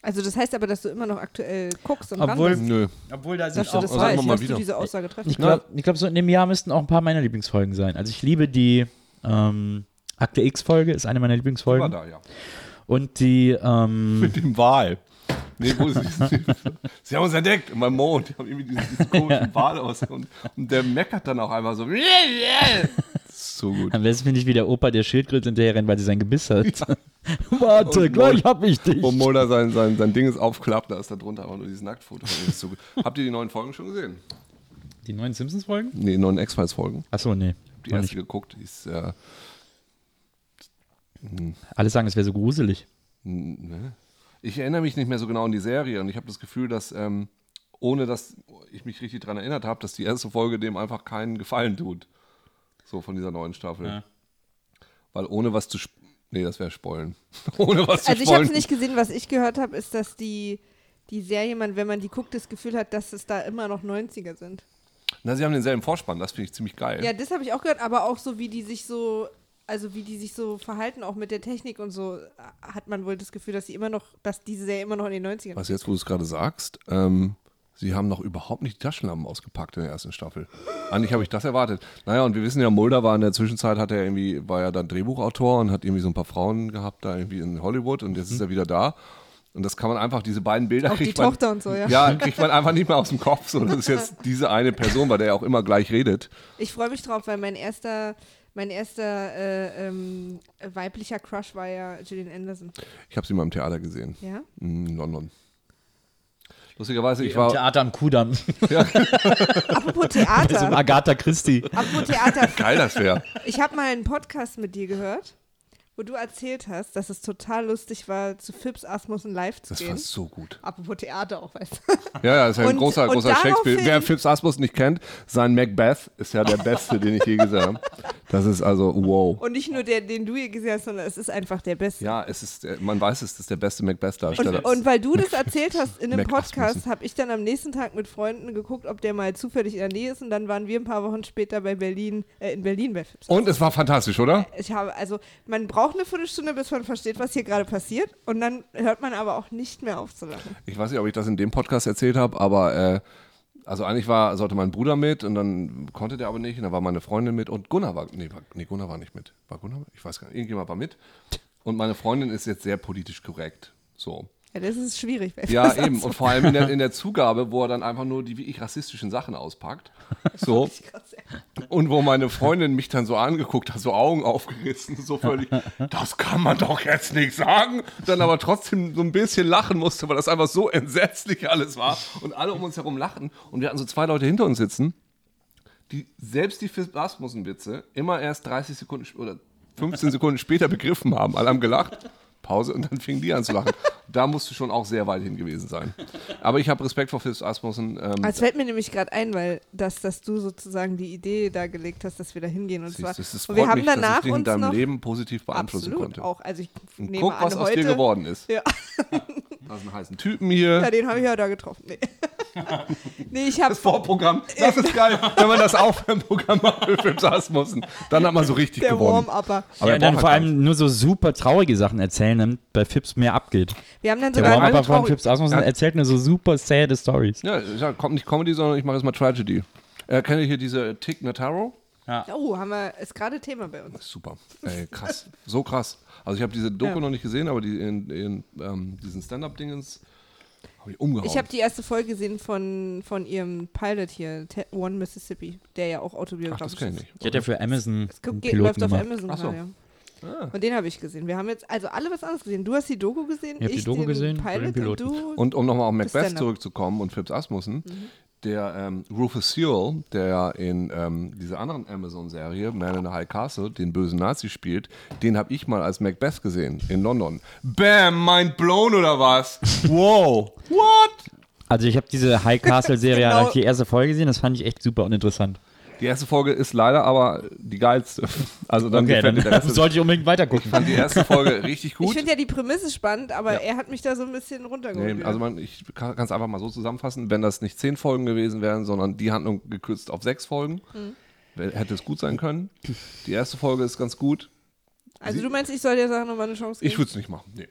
Speaker 6: Also das heißt aber, dass du immer noch aktuell guckst und
Speaker 7: Obwohl-
Speaker 6: dran
Speaker 3: Nö.
Speaker 7: Obwohl da
Speaker 6: bist. Dass du das
Speaker 3: sagen wir
Speaker 6: weißt,
Speaker 3: mal
Speaker 6: dass du
Speaker 3: wieder.
Speaker 6: diese Aussage treffen
Speaker 7: Ich glaube, glaub, so in dem Jahr müssten auch ein paar meiner Lieblingsfolgen sein. Also ich liebe die ähm, Akte X-Folge, ist eine meiner
Speaker 3: War
Speaker 7: Lieblingsfolgen.
Speaker 3: da, ja.
Speaker 7: Und die, ähm,
Speaker 3: Mit dem Wal. Nee, wo sie, sie haben uns entdeckt, in meinem Mond. Die haben irgendwie diesen, diesen komischen Wal aus. Und, und der meckert dann auch einmal so. so gut.
Speaker 7: am besten finde ich, wie der Opa der Schildkröte hinterher rennt, weil sie sein Gebiss hat. Warte,
Speaker 3: Und
Speaker 7: gleich
Speaker 3: Mol-
Speaker 7: hab ich dich.
Speaker 3: Wo Mulder sein, sein, sein Ding ist aufklappt, da ist da drunter aber nur dieses Nacktfoto. Das ist so gut. Habt ihr die neuen Folgen schon gesehen?
Speaker 7: Die neuen Simpsons-Folgen?
Speaker 3: Nee, die neuen X-Files-Folgen.
Speaker 7: Achso, nee.
Speaker 3: Die
Speaker 7: noch nicht.
Speaker 3: erste geguckt, die ist. Äh,
Speaker 7: Alle sagen, es wäre so gruselig.
Speaker 3: Ne? Ich erinnere mich nicht mehr so genau an die Serie und ich habe das Gefühl, dass, ähm, ohne dass ich mich richtig daran erinnert habe, dass die erste Folge dem einfach keinen Gefallen tut. So von dieser neuen Staffel. Weil ohne was zu. sp- Nee, das wäre Spoilen. ohne was zu
Speaker 6: Also ich habe
Speaker 3: spoilen.
Speaker 6: es nicht gesehen, was ich gehört habe, ist, dass die, die Serie, man, wenn man die guckt, das Gefühl hat, dass es da immer noch 90er sind.
Speaker 3: Na, sie haben denselben Vorspann, das finde ich ziemlich geil.
Speaker 6: Ja, das habe ich auch gehört, aber auch so, wie die sich so, also wie die sich so verhalten, auch mit der Technik und so, hat man wohl das Gefühl, dass sie immer noch, dass diese Serie immer noch in den 90ern
Speaker 3: Was jetzt, wo du es gerade sagst, ähm, Sie haben noch überhaupt nicht die Taschenlampen ausgepackt in der ersten Staffel. Eigentlich habe ich das erwartet. Naja, und wir wissen ja, Mulder war in der Zwischenzeit, hat er irgendwie, war ja dann Drehbuchautor und hat irgendwie so ein paar Frauen gehabt, da irgendwie in Hollywood und jetzt ist er wieder da. Und das kann man einfach, diese beiden Bilder
Speaker 6: Auch die
Speaker 3: kriegt man,
Speaker 6: Tochter und so, ja.
Speaker 3: Ja, kriegt man einfach nicht mehr aus dem Kopf. So, das ist jetzt diese eine Person, bei der er auch immer gleich redet.
Speaker 6: Ich freue mich drauf, weil mein erster, mein erster äh, ähm, weiblicher Crush war ja Gillian Anderson.
Speaker 3: Ich habe sie mal im Theater gesehen.
Speaker 6: Ja?
Speaker 3: In London. Lustigerweise, ich
Speaker 7: Im
Speaker 3: war.
Speaker 7: Theater am Kudamm.
Speaker 6: Apropos
Speaker 7: Also im
Speaker 6: Theater.
Speaker 7: Agatha Christie.
Speaker 6: Apropos Theater.
Speaker 3: Geil, das wäre.
Speaker 6: Ich habe mal einen Podcast mit dir gehört, wo du erzählt hast, dass es total lustig war, zu Phipps Asmussen live zu
Speaker 3: Das war
Speaker 6: gehen.
Speaker 3: so gut.
Speaker 6: Apropos Theater auch, weißt du.
Speaker 3: Ja, ja, ist ja ein
Speaker 6: Und-
Speaker 3: großer,
Speaker 6: und
Speaker 3: großer Shakespeare.
Speaker 6: daraufhin-
Speaker 3: Wer Phipps Asmus nicht kennt, sein Macbeth ist ja der beste, den ich je gesehen habe. Das ist also wow.
Speaker 6: Und nicht nur der, den du hier gesehen hast, sondern es ist einfach der Beste.
Speaker 3: Ja, es ist, der- man weiß es, das ist der beste
Speaker 6: Und,
Speaker 3: Macbeth-Darsteller.
Speaker 6: und weil du das erzählt hast in einem
Speaker 3: Mac
Speaker 6: Podcast,
Speaker 3: Asmussen.
Speaker 6: habe ich dann am nächsten Tag mit Freunden geguckt, ob der mal zufällig in der Nähe ist. Und dann waren wir ein paar Wochen später bei Berlin, äh, in Berlin bei Phipps.
Speaker 3: Und es war fantastisch, oder?
Speaker 6: Ich habe, also man braucht eine Viertelstunde, bis man versteht, was hier gerade passiert. Und dann hört man aber auch nicht mehr auf zu lachen.
Speaker 3: Ich weiß nicht, ob ich das in dem Podcast erzählt habe, aber äh, also eigentlich war, sollte mein Bruder mit und dann konnte der aber nicht und dann war meine Freundin mit und Gunnar war, nee, war, nee Gunnar war nicht mit. War Gunnar? mit? Ich weiß gar nicht, irgendjemand war mit. Und meine Freundin ist jetzt sehr politisch korrekt. So.
Speaker 6: Ja, das ist schwierig. bei
Speaker 3: Ja,
Speaker 6: Phipps
Speaker 3: eben. Und vor allem in der, in der Zugabe, wo er dann einfach nur die wirklich rassistischen Sachen auspackt. So. Und wo meine Freundin mich dann so angeguckt hat, so Augen aufgerissen, so völlig, das kann man doch jetzt nicht sagen. Dann aber trotzdem so ein bisschen lachen musste, weil das einfach so entsetzlich alles war. Und alle um uns herum lachten. Und wir hatten so zwei Leute hinter uns sitzen, die selbst die Philipp Asmussen-Witze immer erst 30 Sekunden sp- oder 15 Sekunden später begriffen haben. Alle haben gelacht. Pause und dann fingen die an zu lachen. Da musst du schon auch sehr weit hin gewesen sein. Aber ich habe Respekt vor Philipp Asmussen. Ähm,
Speaker 6: Es fällt mir nämlich gerade ein, weil das, dass du sozialsozusagen die Idee dargelegt hast, dass wir da hingehen und zwar.
Speaker 3: Siehst, du, es freut
Speaker 6: und wir haben
Speaker 3: mich, dass
Speaker 6: danach
Speaker 3: ich dich in
Speaker 6: uns
Speaker 3: deinem
Speaker 6: noch
Speaker 3: Leben positiv beeinflussen
Speaker 6: absolut
Speaker 3: konnte.
Speaker 6: auch. Also ich
Speaker 3: Und
Speaker 6: nehme
Speaker 3: guck,
Speaker 6: an,
Speaker 3: was aus
Speaker 6: heute,
Speaker 3: dir geworden ist.
Speaker 6: Ja.
Speaker 3: Das ist ein heißen Typen hier.
Speaker 6: Ja, den habe ich ja da getroffen. Nee, nee ich habe
Speaker 3: das Vorprogramm, das ist geil. Wenn man das Aufwärmprogramm macht für Philipp Asmussen, dann hat man so richtig
Speaker 6: der
Speaker 3: gewonnen.
Speaker 6: Warm-Upper.
Speaker 3: Aber
Speaker 7: ja,
Speaker 3: er
Speaker 7: und dann
Speaker 3: braucht
Speaker 7: vor
Speaker 3: halt gar
Speaker 7: allem nur so super traurige Sachen erzählen, damit bei Phipps mehr abgeht.
Speaker 6: Wir haben dann
Speaker 7: Der
Speaker 6: sogar
Speaker 7: Warm-Upper von
Speaker 3: traurig.
Speaker 7: Phipps Asmussen
Speaker 3: Ja.
Speaker 7: erzählt nur so super sad Stories.
Speaker 3: Ja, ich sag, kommt nicht Comedy, sondern ich mache jetzt mal Tragedy. Äh, kennt ihr hier diese Tick Notaro?
Speaker 6: Oh, haben wir, ist gerade Thema bei uns.
Speaker 3: Super. Ey, krass. So krass. Also ich habe diese Doku noch nicht gesehen, aber die in, in ähm, diesen Stand-Up-Dingens habe ich umgehauen.
Speaker 6: Ich habe die erste Folge gesehen von, von ihrem Pilot hier, Te- One Mississippi, der ja auch
Speaker 3: Ach,
Speaker 6: autobiografisch
Speaker 3: das kenne ich
Speaker 6: ist.
Speaker 3: nicht.
Speaker 7: Ich hätte ja für Amazon
Speaker 6: Es gibt,
Speaker 7: einen
Speaker 6: geht, läuft
Speaker 7: Piloten
Speaker 6: auf
Speaker 7: gemacht.
Speaker 6: Amazon
Speaker 3: Ach so. Ah.
Speaker 6: gerade. ja. Und den habe ich gesehen. Wir haben jetzt also alle was anderes gesehen. Du hast die Doku gesehen,
Speaker 7: Ich hab die Doku
Speaker 6: den
Speaker 7: gesehen, du
Speaker 6: Pilot
Speaker 7: den Piloten.
Speaker 6: und du.
Speaker 3: Und um nochmal auf Macbeth
Speaker 6: Stand-up.
Speaker 3: zurückzukommen und Phipps Asmussen, der ähm, Rufus Sewell, der ja in ähm, dieser anderen Amazon-Serie Man in the High Castle den bösen Nazi spielt, den habe ich mal als Macbeth gesehen in London. Bam, mind blown oder was? Wow. What?
Speaker 7: Also ich habe diese High Castle Serie
Speaker 6: Genau.
Speaker 7: hab ich die erste Folge gesehen, das fand ich echt super uninteressant.
Speaker 3: Die erste Folge ist leider aber die geilste. Also dann
Speaker 7: Okay,
Speaker 3: gefällt
Speaker 7: dann
Speaker 3: mir der Rest.
Speaker 7: sollte ich unbedingt
Speaker 3: Ich
Speaker 7: weitergucken.
Speaker 3: fand die erste Folge richtig
Speaker 6: Ich
Speaker 3: gut.
Speaker 6: finde ja die Prämisse spannend, aber er hat mich da so ein bisschen runtergeholt.
Speaker 3: Nee, also man, ich kann es einfach mal so zusammenfassen, wenn das nicht zehn Folgen gewesen wären, sondern die Handlung gekürzt auf sechs Folgen, wär- hätte es gut sein können. Die erste Folge ist ganz gut.
Speaker 6: also du meinst, ich soll der Sache nochmal eine Chance geben?
Speaker 3: Ich würde es nicht machen. Nee.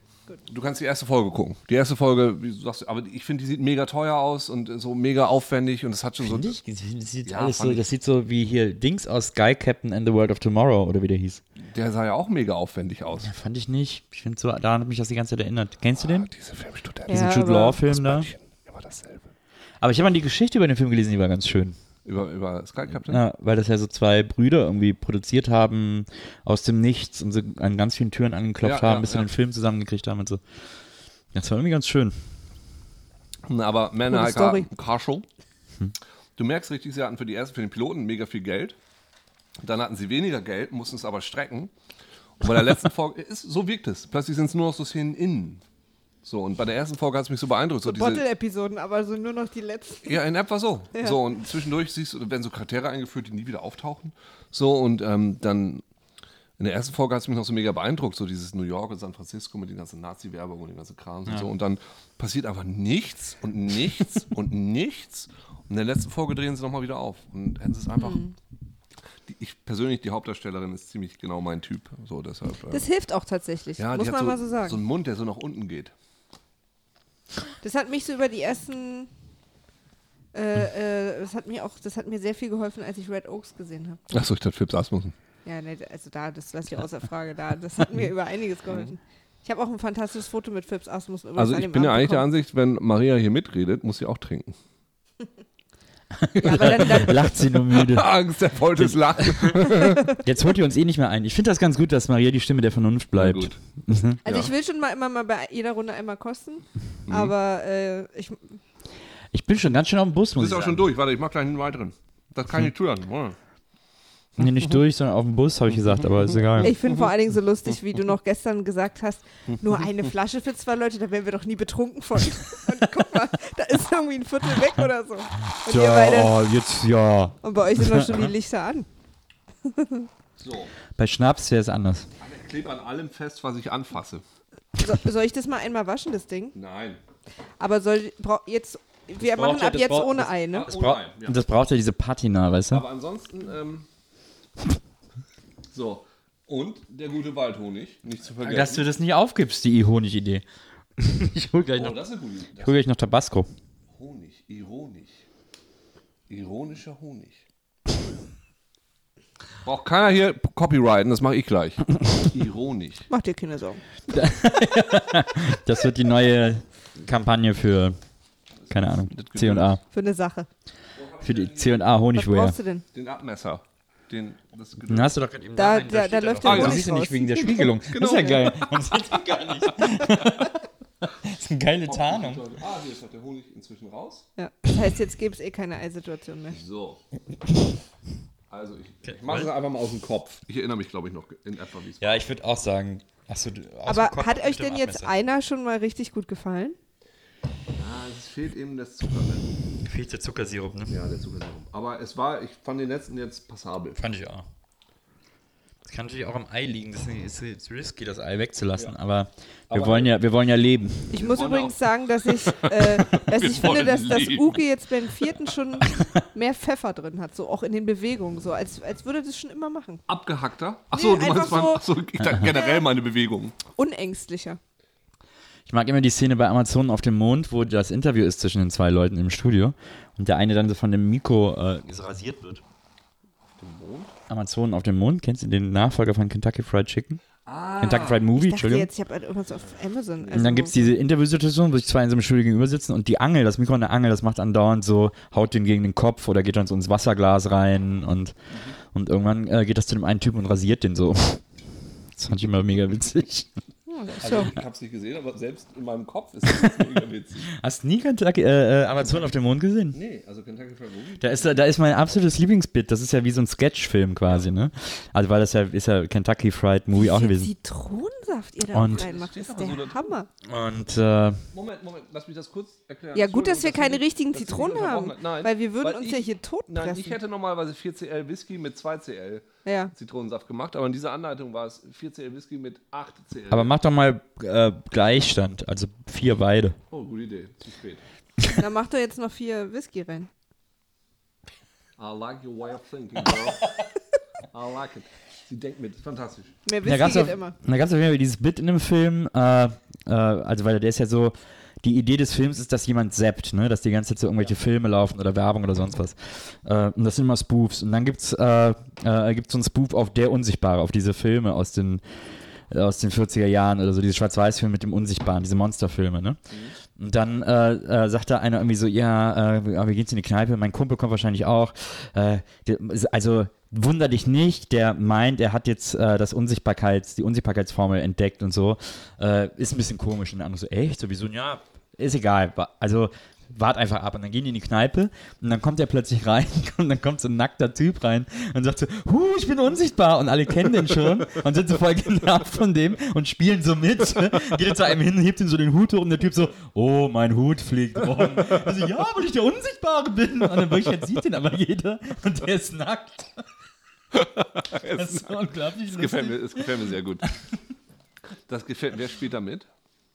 Speaker 3: Du kannst die erste Folge gucken. Die erste Folge, wie du sagst, aber ich finde, die sieht mega teuer aus und so mega aufwendig und es hat schon so.
Speaker 7: Das sieht,
Speaker 3: Ja,
Speaker 7: alles
Speaker 3: fand
Speaker 7: so,
Speaker 3: ich.
Speaker 7: das sieht so wie hier Dings aus Sky Captain and the World of Tomorrow oder wie der hieß.
Speaker 3: Der sah ja auch mega aufwendig aus.
Speaker 7: Fand ich nicht. Ich finde so, daran hat mich das die ganze Zeit erinnert. Kennst du
Speaker 3: Ah,
Speaker 7: den?
Speaker 3: diese Filmstudenten.
Speaker 6: Ja,
Speaker 7: Diesen Jude
Speaker 6: aber-
Speaker 7: Law Film da.
Speaker 3: Immer dasselbe.
Speaker 7: Aber ich habe mal die Geschichte über den Film gelesen, die war ganz schön.
Speaker 3: Über, über Sky Captain?
Speaker 7: Ja, weil das ja so zwei Brüder irgendwie produziert haben aus dem Nichts und so an ganz vielen Türen angeklopft
Speaker 3: Ja,
Speaker 7: haben,
Speaker 3: ja,
Speaker 7: bis sie
Speaker 3: ja.
Speaker 7: den Film zusammengekriegt haben und so. Das war irgendwie ganz schön.
Speaker 3: Aber Männer halt
Speaker 6: Gute
Speaker 3: Car Carshow.
Speaker 6: Story.
Speaker 3: Du merkst richtig, sie hatten für die ersten, für den Piloten mega viel Geld. Dann hatten sie weniger Geld, mussten es aber strecken. Und bei der letzten Folge, ist, so wirkt es. Plötzlich sind es nur noch so Szenen innen. So, und bei der ersten Folge hat es mich so beeindruckt. So diese,
Speaker 6: Bottle-Episoden, aber so nur noch die letzten.
Speaker 3: ja, in etwa so. So, und zwischendurch siehst du, werden so Charaktere eingeführt, die nie wieder auftauchen. So, und ähm, dann in der ersten Folge hat es mich noch so mega beeindruckt, so dieses New York und San Francisco mit den ganzen Nazi-Werbung und den ganzen Kram und so. Und dann passiert einfach nichts und nichts und nichts. Und in der letzten Folge drehen sie nochmal wieder auf. Und hätten sie es einfach.
Speaker 6: Mhm.
Speaker 3: Die, ich persönlich, die Hauptdarstellerin ist ziemlich genau mein Typ. So, deshalb. äh,
Speaker 6: Das hilft auch tatsächlich,
Speaker 3: ja,
Speaker 6: muss
Speaker 3: die
Speaker 6: man
Speaker 3: hat so,
Speaker 6: mal so sagen.
Speaker 3: so einen Mund, der so nach unten geht.
Speaker 6: das hat mich so über die ersten Äh, äh, das hat mir auch, das hat mir sehr viel geholfen, als ich Red Oaks gesehen habe.
Speaker 3: Achso, ich dachte Phipps Asmussen.
Speaker 6: Ja, ne, also da, das lasse ich außer Frage da. Das hat mir über einiges geholfen. Ich habe auch ein fantastisches Foto mit Phipps Asmussen. übrigens
Speaker 3: Also
Speaker 6: an
Speaker 3: ich
Speaker 6: dem
Speaker 3: bin ja
Speaker 6: Abend
Speaker 3: eigentlich der
Speaker 6: bekommen.
Speaker 3: Ansicht, wenn Maria hier mitredet, muss sie auch trinken.
Speaker 6: Ja, aber dann, dann,
Speaker 7: Lacht sie nur müde.
Speaker 3: Angst, er wollte es lachen.
Speaker 7: Jetzt holt ihr uns eh nicht mehr ein. Ich finde das ganz gut, dass Maria die Stimme der Vernunft bleibt.
Speaker 3: Gut.
Speaker 6: also
Speaker 3: Ja. Mhm.
Speaker 6: ich will schon mal immer mal bei jeder Runde einmal kosten, aber äh, ich,
Speaker 7: Ich bin schon ganz schön auf dem Bus,
Speaker 3: Du
Speaker 7: muss ich
Speaker 3: bist auch schon
Speaker 7: sagen. Hm.
Speaker 3: durch. Warte, ich mach gleich einen weiteren. Das kann ich nicht zulassen. Oh.
Speaker 7: Nee, nicht durch, sondern auf dem Bus, habe ich gesagt, aber ist egal.
Speaker 6: ich finde vor allen Dingen so lustig, wie du noch gestern gesagt hast, nur eine Flasche für zwei Leute, da wären wir doch nie betrunken von. Und guck mal, da ist irgendwie ein Viertel weg oder so. Und, ihr beide,
Speaker 7: oh, jetzt, ja.
Speaker 6: und bei euch sind doch schon die Lichter an.
Speaker 3: So,
Speaker 7: Bei Schnaps wäre es anders.
Speaker 3: ich klebe an allem fest, was ich anfasse.
Speaker 6: So, soll ich das mal einmal waschen, das Ding?
Speaker 3: Nein.
Speaker 6: Aber soll bra- jetzt, wir machen
Speaker 7: braucht ja-
Speaker 6: ab
Speaker 7: das
Speaker 6: jetzt
Speaker 7: braucht-
Speaker 6: ohne
Speaker 7: das-
Speaker 6: Ei, ne?
Speaker 3: Oh nein. Ja.
Speaker 7: Und das braucht ja diese Patina, weißt du?
Speaker 3: Aber ansonsten, ähm, so. Und der gute Waldhonig, nicht zu vergessen.
Speaker 7: Dass du das nicht aufgibst, die Honig-Idee. Ich hol gleich
Speaker 3: oh,
Speaker 7: noch,
Speaker 3: das ist eine gute Idee.
Speaker 7: hol gleich noch Tabasco.
Speaker 3: Honig, ironisch. Ironischer Honig. Braucht keiner hier copyrighten, das mache ich gleich. Ironisch.
Speaker 6: Mach dir keine Sorgen.
Speaker 7: Das wird die neue Kampagne für, keine Ahnung, C&A.
Speaker 6: Für eine Sache.
Speaker 7: Für die C&A
Speaker 6: Was
Speaker 7: Honigware.
Speaker 6: brauchst du denn?
Speaker 3: Den Abmesser. Den, das
Speaker 7: Den hast du doch gerade eben
Speaker 6: Da,
Speaker 7: Nein,
Speaker 6: da, da
Speaker 7: steht
Speaker 6: läuft
Speaker 7: doch.
Speaker 6: der
Speaker 3: Ah, ja,
Speaker 7: Das
Speaker 6: Honig
Speaker 7: siehst du
Speaker 6: raus.
Speaker 7: nicht wegen der Spiegelung. Das ist ja geil. Man sieht ihn gar nicht. Das ist eine
Speaker 6: Oh
Speaker 7: geile Tarnung.
Speaker 3: Ah, hier ist der Honig inzwischen raus.
Speaker 6: Ja. Das heißt, jetzt gäbe es eh keine Eisituation mehr.
Speaker 3: So. Also, ich, ich mache es einfach mal aus dem Kopf. Ich erinnere mich, glaube ich, noch in etwa, wie es
Speaker 7: Ja, ich würde auch sagen. Achso,
Speaker 6: Aber hat euch denn jetzt einer schon mal richtig gut gefallen?
Speaker 3: war. Es fehlt eben das Zucker. ne?
Speaker 7: Fehlt der Zuckersirup, ne?
Speaker 3: Ja, der Zucker. Aber es war, ich fand den letzten jetzt passabel.
Speaker 7: Fand ich auch. Das kann natürlich auch am Ei liegen. Das ist, ist risky, das Ei wegzulassen. Aber, wir, wollen ja, wir wollen ja leben.
Speaker 6: Ich muss übrigens sagen, dass ich, äh, dass ich finde, dass das Uke jetzt beim vierten schon mehr Pfeffer drin hat, so auch in den Bewegungen, so als, als würde das schon immer machen.
Speaker 3: Abgehackter? Achso,
Speaker 6: Nee,
Speaker 3: du meinst
Speaker 6: einfach
Speaker 3: mein,
Speaker 6: so.
Speaker 3: achso, ich dachte generell meine Bewegung.
Speaker 6: Unängstlicher.
Speaker 7: Ich mag immer die Szene bei Amazon auf dem Mond, wo das Interview ist zwischen den zwei Leuten im Studio und der eine dann so von dem Mikro äh, so rasiert wird. Amazon auf dem Mond, kennst du den Nachfolger von Kentucky Fried Chicken? Kentucky Fried Movie,
Speaker 6: Ich dachte
Speaker 7: Entschuldigung.
Speaker 6: jetzt, ich habe halt irgendwas auf Amazon. also
Speaker 7: Und dann gibt es diese Interviewsituation, wo sich zwei in so einem Stuhl gegenüber sitzen und die Angel, das Mikro an der Angel, das macht andauernd so, haut den gegen den Kopf oder geht dann so ins Wasserglas rein und, und irgendwann äh, geht das zu dem einen Typen und rasiert den so. Das fand ich immer mega witzig.
Speaker 3: Also, ich hab's nicht gesehen, aber selbst in meinem Kopf ist das mega witzig.
Speaker 7: Hast nie Kentucky, äh, äh, Amazon auf dem Mond gesehen?
Speaker 3: Nee, also Kentucky Fried Movie.
Speaker 7: Da ist, da ist mein absolutes Lieblingsbit. Das ist ja wie so ein Sketchfilm quasi, ne? Also, weil das ja ist ja Kentucky Fried Movie auch
Speaker 6: Wie
Speaker 7: gewesen.
Speaker 6: Zitronensaft ihr da
Speaker 7: Und-
Speaker 6: reinmacht, ist der Hammer.
Speaker 7: Und äh,
Speaker 3: Moment, Moment, lass mich das kurz erklären.
Speaker 6: Ja, gut, dass wir
Speaker 3: Entschuldigung,
Speaker 6: keine richtigen
Speaker 3: dass ich
Speaker 6: Zitronen
Speaker 3: unterbrochen
Speaker 6: haben,
Speaker 3: habe. Nein,
Speaker 6: weil wir würden uns ja hier totpressen.
Speaker 3: Nein, ich hätte normalerweise 4cl Whisky mit 2cl
Speaker 6: Ja.
Speaker 3: Zitronensaft gemacht, aber in dieser Anleitung war es 4cl Whisky mit 8cl.
Speaker 7: aber mach doch mal äh, Gleichstand, also vier beide.
Speaker 3: oh, gute Idee, zu spät.
Speaker 6: Da macht er jetzt noch vier Whisky rein.
Speaker 3: I like your way of thinking, girl. I like it. Sie denkt mit, fantastisch.
Speaker 6: Mehr
Speaker 7: Da
Speaker 6: Whisky
Speaker 7: gab's
Speaker 6: geht
Speaker 7: auf-
Speaker 6: immer.
Speaker 7: Da gab es auf jeden Fall dieses Bit in dem Film, äh, äh, also weil der ist ja so, die Idee des Films ist, dass jemand zappt, ne? dass die ganze Zeit so irgendwelche Filme laufen oder Werbung oder sonst was. Äh, und das sind immer Spoofs. Und dann gibt es äh, äh, gibt's so einen Spoof auf Der Unsichtbare, auf diese Filme aus den äh, aus den 40er Jahren oder so, diese Schwarz-Weiß-Filme mit dem Unsichtbaren, diese Monsterfilme, ne? Und dann äh, äh, sagt da einer irgendwie so, ja, äh, wir gehen jetzt in die Kneipe, mein Kumpel kommt wahrscheinlich auch. Äh, der, also wunder dich nicht, der meint, er hat jetzt äh, das Unsichtbarkeits, die Unsichtbarkeitsformel entdeckt und so. Äh, ist ein bisschen komisch. Und der andere so, echt? Sowieso, ja, ist egal. Wa- Also wart einfach ab. Und dann gehen die in die Kneipe und dann kommt er plötzlich rein und dann kommt so ein nackter Typ rein und sagt so, huh, ich bin unsichtbar. Und alle kennen den schon und sind so voll genervt von dem und spielen so mit. Geht zu einem hin, hebt ihm so den Hut hoch und der Typ so, oh, mein Hut fliegt rum. Also, ja, weil ich der Unsichtbare bin. Und in Wirklichkeit sieht den aber jeder und der ist nackt. Das ist so unglaublich
Speaker 3: Das gefällt
Speaker 7: lustig.
Speaker 3: mir, das gefällt mir sehr gut. Das gefällt, wer spielt da mit?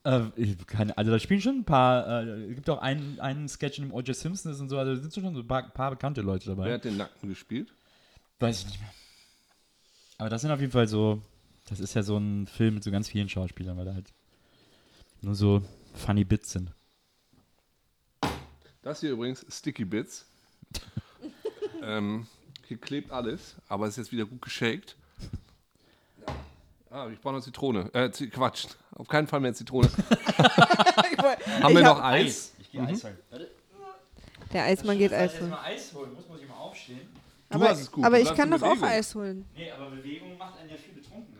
Speaker 7: Äh, ich- keine, also da spielen schon ein paar, äh, es gibt auch einen, einen Sketch in dem O.J. Simpson ist und so, also da sind schon so ein paar, paar bekannte Leute dabei.
Speaker 3: Wer hat den Nackten gespielt?
Speaker 7: Weiß ich nicht mehr. Aber das sind auf jeden Fall so, das ist ja so ein Film mit so ganz vielen Schauspielern, weil da halt nur so funny Bits sind.
Speaker 3: Das hier übrigens, Sticky Bits. ähm, hier klebt alles, aber es ist jetzt wieder gut geshaked. Ah, ich brauche noch Zitrone. Äh, Zi- Quatsch. Auf keinen Fall mehr Zitrone. Haben wir
Speaker 6: Ich hab-
Speaker 3: noch Eis?
Speaker 2: Ich gehe
Speaker 7: Mhm.
Speaker 2: Eis holen. Warte,
Speaker 6: Der Eismann geht Eis holen.
Speaker 2: mal Eis holen. Muss, muss ich mal aufstehen.
Speaker 3: Du
Speaker 6: aber
Speaker 3: hast es gut.
Speaker 6: aber
Speaker 3: Du
Speaker 6: ich
Speaker 3: hast
Speaker 6: kann
Speaker 3: eine
Speaker 6: doch auch
Speaker 3: Bewegung.
Speaker 6: Eis holen.
Speaker 2: Nee, aber Bewegung macht einen ja viel betrunkener.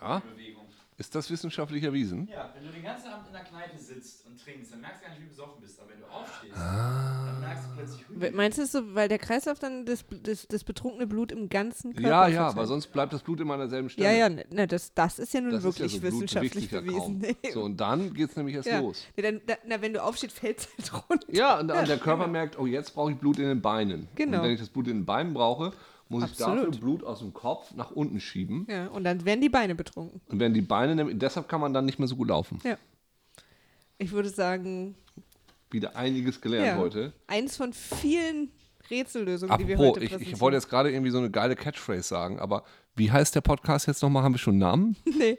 Speaker 3: Ja?
Speaker 2: Bewegung.
Speaker 3: Ist das wissenschaftlich erwiesen?
Speaker 2: Ja, wenn du den ganzen Abend in der Kneipe sitzt und trinkst, dann merkst du gar nicht, wie du besoffen bist. Aber wenn du aufstehst,
Speaker 3: Ah.
Speaker 2: dann merkst du plötzlich, hui,
Speaker 6: We- Meinst du, das so, weil der Kreislauf dann das, das, das betrunkene Blut im ganzen Körper
Speaker 3: Ja, ja, weil
Speaker 6: verteilt?
Speaker 3: sonst bleibt das Blut immer an derselben Stelle.
Speaker 6: Ja, ja, ne, ne, das, das ist ja nun
Speaker 3: Das ist ja
Speaker 6: wirklich
Speaker 3: so
Speaker 6: wissenschaftlich
Speaker 3: wissenschaftlich
Speaker 6: bewiesen.
Speaker 3: Kaum. So, und dann geht's nämlich erst
Speaker 6: ja.
Speaker 3: los.
Speaker 6: Nee, dann, da, na, wenn du aufstehst, fällt es halt runter.
Speaker 3: Ja, und, und der Körper merkt, oh, jetzt brauche ich Blut in den Beinen.
Speaker 6: Genau.
Speaker 3: Und wenn ich das Blut in den Beinen brauche, muss ich
Speaker 6: Absolut.
Speaker 3: dafür Blut aus dem Kopf nach unten schieben.
Speaker 6: Ja, und dann werden die Beine betrunken.
Speaker 3: Und wenn die Beine, nämlich- deshalb kann man dann nicht mehr so gut laufen.
Speaker 6: Ja. Ich würde sagen,
Speaker 3: Wieder einiges gelernt
Speaker 6: ja,
Speaker 3: heute.
Speaker 6: eins von vielen Rätsellösungen, die wir
Speaker 3: Apropos,
Speaker 6: heute
Speaker 3: ich, ich
Speaker 6: präsentieren.
Speaker 3: wollte jetzt gerade irgendwie so eine geile Catchphrase sagen, aber wie heißt der Podcast jetzt nochmal? Haben wir schon einen Namen?
Speaker 6: Nee,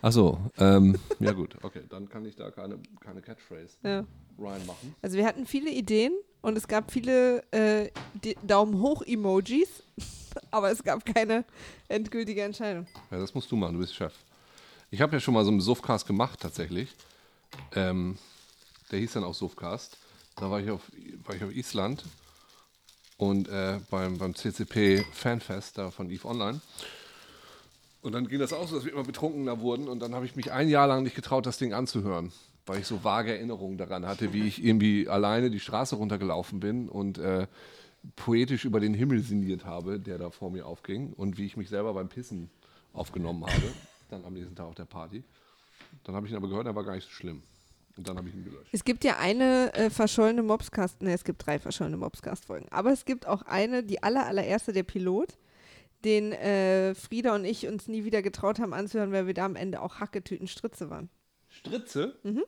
Speaker 3: Achso, ähm, ja gut, okay, dann kann ich da keine, keine Catchphrase
Speaker 6: ja.
Speaker 3: reinmachen.
Speaker 6: Also wir hatten viele Ideen und es gab viele äh, die- Daumen hoch Emojis, aber es gab keine endgültige Entscheidung.
Speaker 3: Ja, das musst du machen, du bist Chef. Ich habe ja schon mal so einen Suffcast gemacht, tatsächlich. Ähm, der hieß dann auch Suffcast. Da war ich auf, war ich auf Island und äh, beim, beim CCP Fanfest da von Eve Online. Und dann ging das auch so, dass wir immer betrunkener wurden. Und dann habe ich mich ein Jahr lang nicht getraut, das Ding anzuhören, weil ich so vage Erinnerungen daran hatte, wie ich irgendwie alleine die Straße runtergelaufen bin und äh, poetisch über den Himmel sinniert habe, der da vor mir aufging. Und wie ich mich selber beim Pissen aufgenommen habe. Dann am nächsten Tag auf der Party. Dann habe ich ihn aber gehört, er war gar nicht so schlimm. Und dann habe ich ihn gelöscht.
Speaker 6: Es gibt ja eine äh, verschollene Mobscast, ne, es gibt drei verschollene Mobscast-Folgen, aber es gibt auch eine, die aller, allererste, der Pilot, den äh, Frieda und ich uns nie wieder getraut haben anzuhören, weil wir da am Ende auch Hacketüten Stritze waren.
Speaker 3: Stritze?
Speaker 7: Mhm.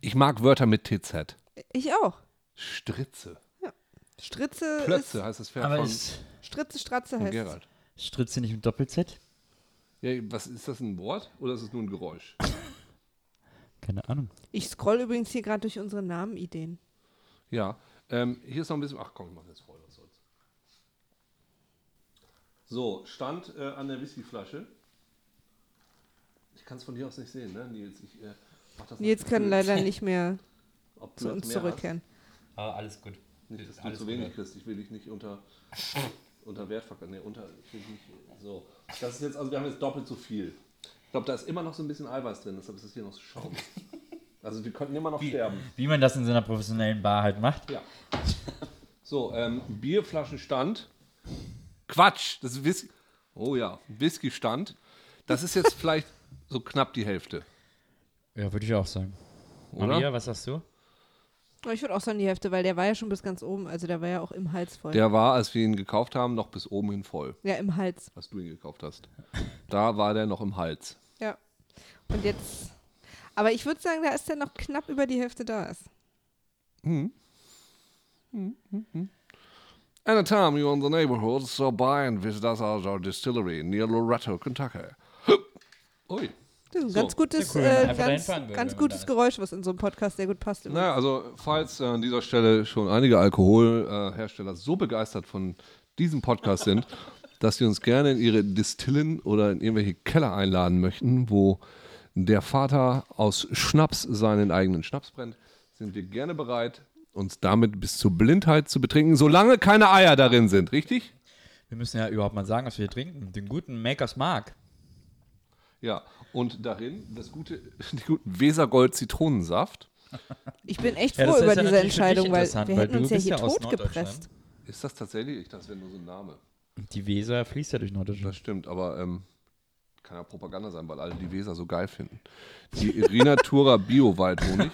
Speaker 3: Ich mag Wörter mit TZ.
Speaker 6: Ich auch.
Speaker 3: Stritze.
Speaker 6: Stritze
Speaker 3: Plötze heißt das Pferd
Speaker 7: Aber
Speaker 3: von,
Speaker 7: ist
Speaker 6: ist, Stritze, Stratze
Speaker 3: von
Speaker 6: heißt es.
Speaker 3: Gerald.
Speaker 7: Stritze nicht mit Doppel-Z?
Speaker 3: Ja, was ist das ein Wort oder ist es nur ein Geräusch?
Speaker 7: Keine Ahnung.
Speaker 6: Ich scroll übrigens hier gerade durch unsere Namenideen.
Speaker 3: Ja. Ähm, hier ist noch ein bisschen. Ach komm, ich mach jetzt voll, was soll's. So, stand äh, an der Whiskyflasche. Ich kann es von hier aus nicht sehen, ne, Nils? Ich äh, mach das
Speaker 6: Nils kann leider nicht mehr
Speaker 3: Ob du
Speaker 6: zu
Speaker 3: das
Speaker 6: uns
Speaker 3: mehr hast?
Speaker 6: zurückkehren.
Speaker 2: ah, alles gut.
Speaker 3: Nicht, dass du
Speaker 2: Alles
Speaker 3: zu
Speaker 2: gut,
Speaker 3: wenig
Speaker 2: ja.
Speaker 3: kriegst. Ich will dich nicht unter, unter Wert verkaufen. Nee, unter. ich will Nicht, so. Das ist jetzt, also wir haben jetzt doppelt so viel. Ich glaube, da ist immer noch so ein bisschen Eiweiß drin, deshalb ist es hier noch so schaumig. Also wir könnten immer noch sterben.
Speaker 7: Wie man das in so einer professionellen Bar halt macht.
Speaker 3: Ja. So, ähm, Bierflaschenstand. Quatsch! Das ist Whisky. Oh ja, Whiskystand. Das ist jetzt vielleicht so knapp die Hälfte.
Speaker 7: Ja, würde ich auch sagen.
Speaker 3: Oder?
Speaker 7: Maria, was sagst du?
Speaker 6: Aber Ich würde auch sagen die Hälfte, weil der war ja schon bis ganz oben, also der war ja auch im Hals voll.
Speaker 3: Der war, als wir ihn gekauft haben, noch bis oben hin voll,
Speaker 6: ja, im Hals.
Speaker 3: als du ihn gekauft hast. Da war der noch im Hals.
Speaker 6: Ja. Und jetzt. Aber ich würde sagen, da ist er noch knapp über die Hälfte da ist.
Speaker 3: Anytime you're in the neighborhood, stop by and visit us at our distillery near Loretto, Kentucky. Ui.
Speaker 6: Das ist ein ganz gutes,
Speaker 7: Ja, cool, wenn man
Speaker 6: äh,
Speaker 7: einfach
Speaker 6: ganz,
Speaker 7: reinfahren würde,
Speaker 6: ganz
Speaker 7: wenn man da
Speaker 6: gutes
Speaker 7: ist.
Speaker 6: Geräusch, was in so einem Podcast sehr gut passt. übrigens.
Speaker 3: Naja, also falls äh, an dieser Stelle schon einige Alkoholhersteller so begeistert von diesem Podcast sind, dass sie uns gerne in ihre Distillen oder in irgendwelche Keller einladen möchten, wo der Vater aus Schnaps seinen eigenen Schnaps brennt, sind wir gerne bereit, uns damit bis zur Blindheit zu betrinken, solange keine Eier darin sind, richtig?
Speaker 7: Wir müssen ja überhaupt mal sagen, was wir hier trinken. Den guten Makers Mark.
Speaker 3: Ja, und darin das gute, den guten Wesergold Zitronensaft.
Speaker 6: Ich bin echt
Speaker 7: Ja,
Speaker 6: froh
Speaker 7: das ist
Speaker 6: über
Speaker 7: ja
Speaker 6: diese
Speaker 7: natürlich für dich
Speaker 6: Entscheidung, weil
Speaker 7: interessant,
Speaker 6: wir
Speaker 7: weil
Speaker 6: hätten
Speaker 7: du
Speaker 6: uns ja
Speaker 7: bist
Speaker 6: hier
Speaker 7: ja aus
Speaker 6: totgepresst.
Speaker 3: Ist das tatsächlich? Ich dachte, das wäre nur so ein Name.
Speaker 7: Die Weser fließt ja durch
Speaker 3: Das
Speaker 7: Norddeutschland.
Speaker 3: stimmt, aber ähm, kann ja Propaganda sein, weil alle die Weser so geil finden. Die Rinatura Bio-Waldhonig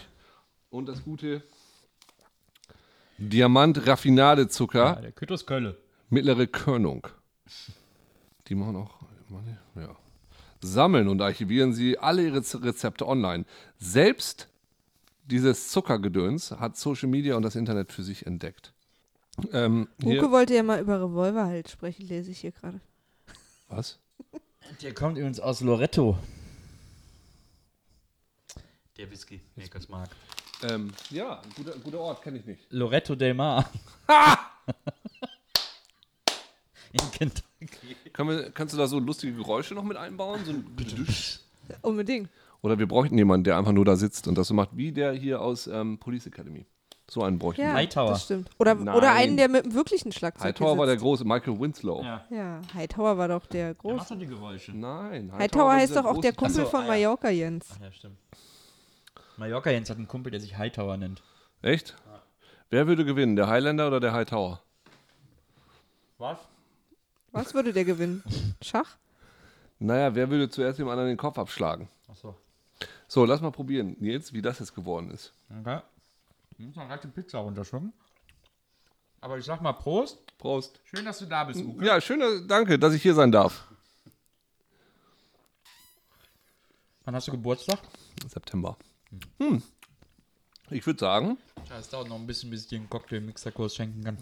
Speaker 3: und das gute Diamant-Raffinadezucker,
Speaker 2: der Kytos Kölle.
Speaker 3: mittlere Körnung. Die machen auch. machen die- Ja. Sammeln und archivieren Sie alle Ihre Z- Rezepte online. Selbst dieses Zuckergedöns hat Social Media und das Internet für sich entdeckt. Ähm,
Speaker 7: ne?
Speaker 6: Huke
Speaker 3: hier,
Speaker 6: wollte ja mal über Revolver halt sprechen, lese ich hier gerade.
Speaker 3: was?
Speaker 7: Der kommt übrigens aus Loretto. Der Whisky, Makers Mark.
Speaker 3: Ähm, ja, guter, guter Ort, kenne ich nicht.
Speaker 7: Loretto Del Mar. In Kentucky.
Speaker 3: Kann man, kannst du da so lustige Geräusche noch mit einbauen? So ein Düsch?
Speaker 6: Unbedingt.
Speaker 3: Oder wir bräuchten jemanden, der einfach nur da sitzt und das so macht, wie der hier aus ähm, Police Academy. So einen bräuchten wir.
Speaker 6: Ja,
Speaker 7: Hightower.
Speaker 6: das stimmt. Oder,
Speaker 3: Nein.
Speaker 6: oder einen, der mit einem wirklichen Schlagzeug
Speaker 3: Hightower war
Speaker 6: hier
Speaker 3: der
Speaker 6: sitzt.
Speaker 3: große, Michael Winslow.
Speaker 2: Ja.
Speaker 6: Ja, Hightower war doch der große.
Speaker 2: doch die Geräusche.
Speaker 3: Nein,
Speaker 6: Hightower
Speaker 3: war
Speaker 6: heißt
Speaker 3: dieser
Speaker 6: doch auch der
Speaker 3: große-
Speaker 6: Kumpel
Speaker 2: Ach so,
Speaker 6: von
Speaker 2: ah, ja.
Speaker 6: Mallorca, Jens.
Speaker 2: Ja, stimmt. Mallorca Jens hat einen Kumpel, der sich Hightower nennt.
Speaker 3: Echt? Wer würde gewinnen, der Highlander oder der Hightower?
Speaker 2: Was?
Speaker 6: Was würde der gewinnen? Schach?
Speaker 3: Naja, wer würde zuerst dem anderen den Kopf abschlagen?
Speaker 2: Achso.
Speaker 3: So, lass mal probieren, Nils, wie das jetzt geworden ist.
Speaker 2: Okay. Hm, Ich muss noch gerade die Pizza runterschlucken. Aber ich sag mal Prost.
Speaker 3: Prost.
Speaker 2: Schön, dass du da bist, Uke.
Speaker 3: Ja, schön, dass- danke, dass ich hier sein darf.
Speaker 2: Wann hast du Geburtstag?
Speaker 3: September. Hm. Ich würde sagen,
Speaker 2: Ja, es dauert noch ein bisschen, bis ich dir einen Cocktail-Mixerkurs schenken kann.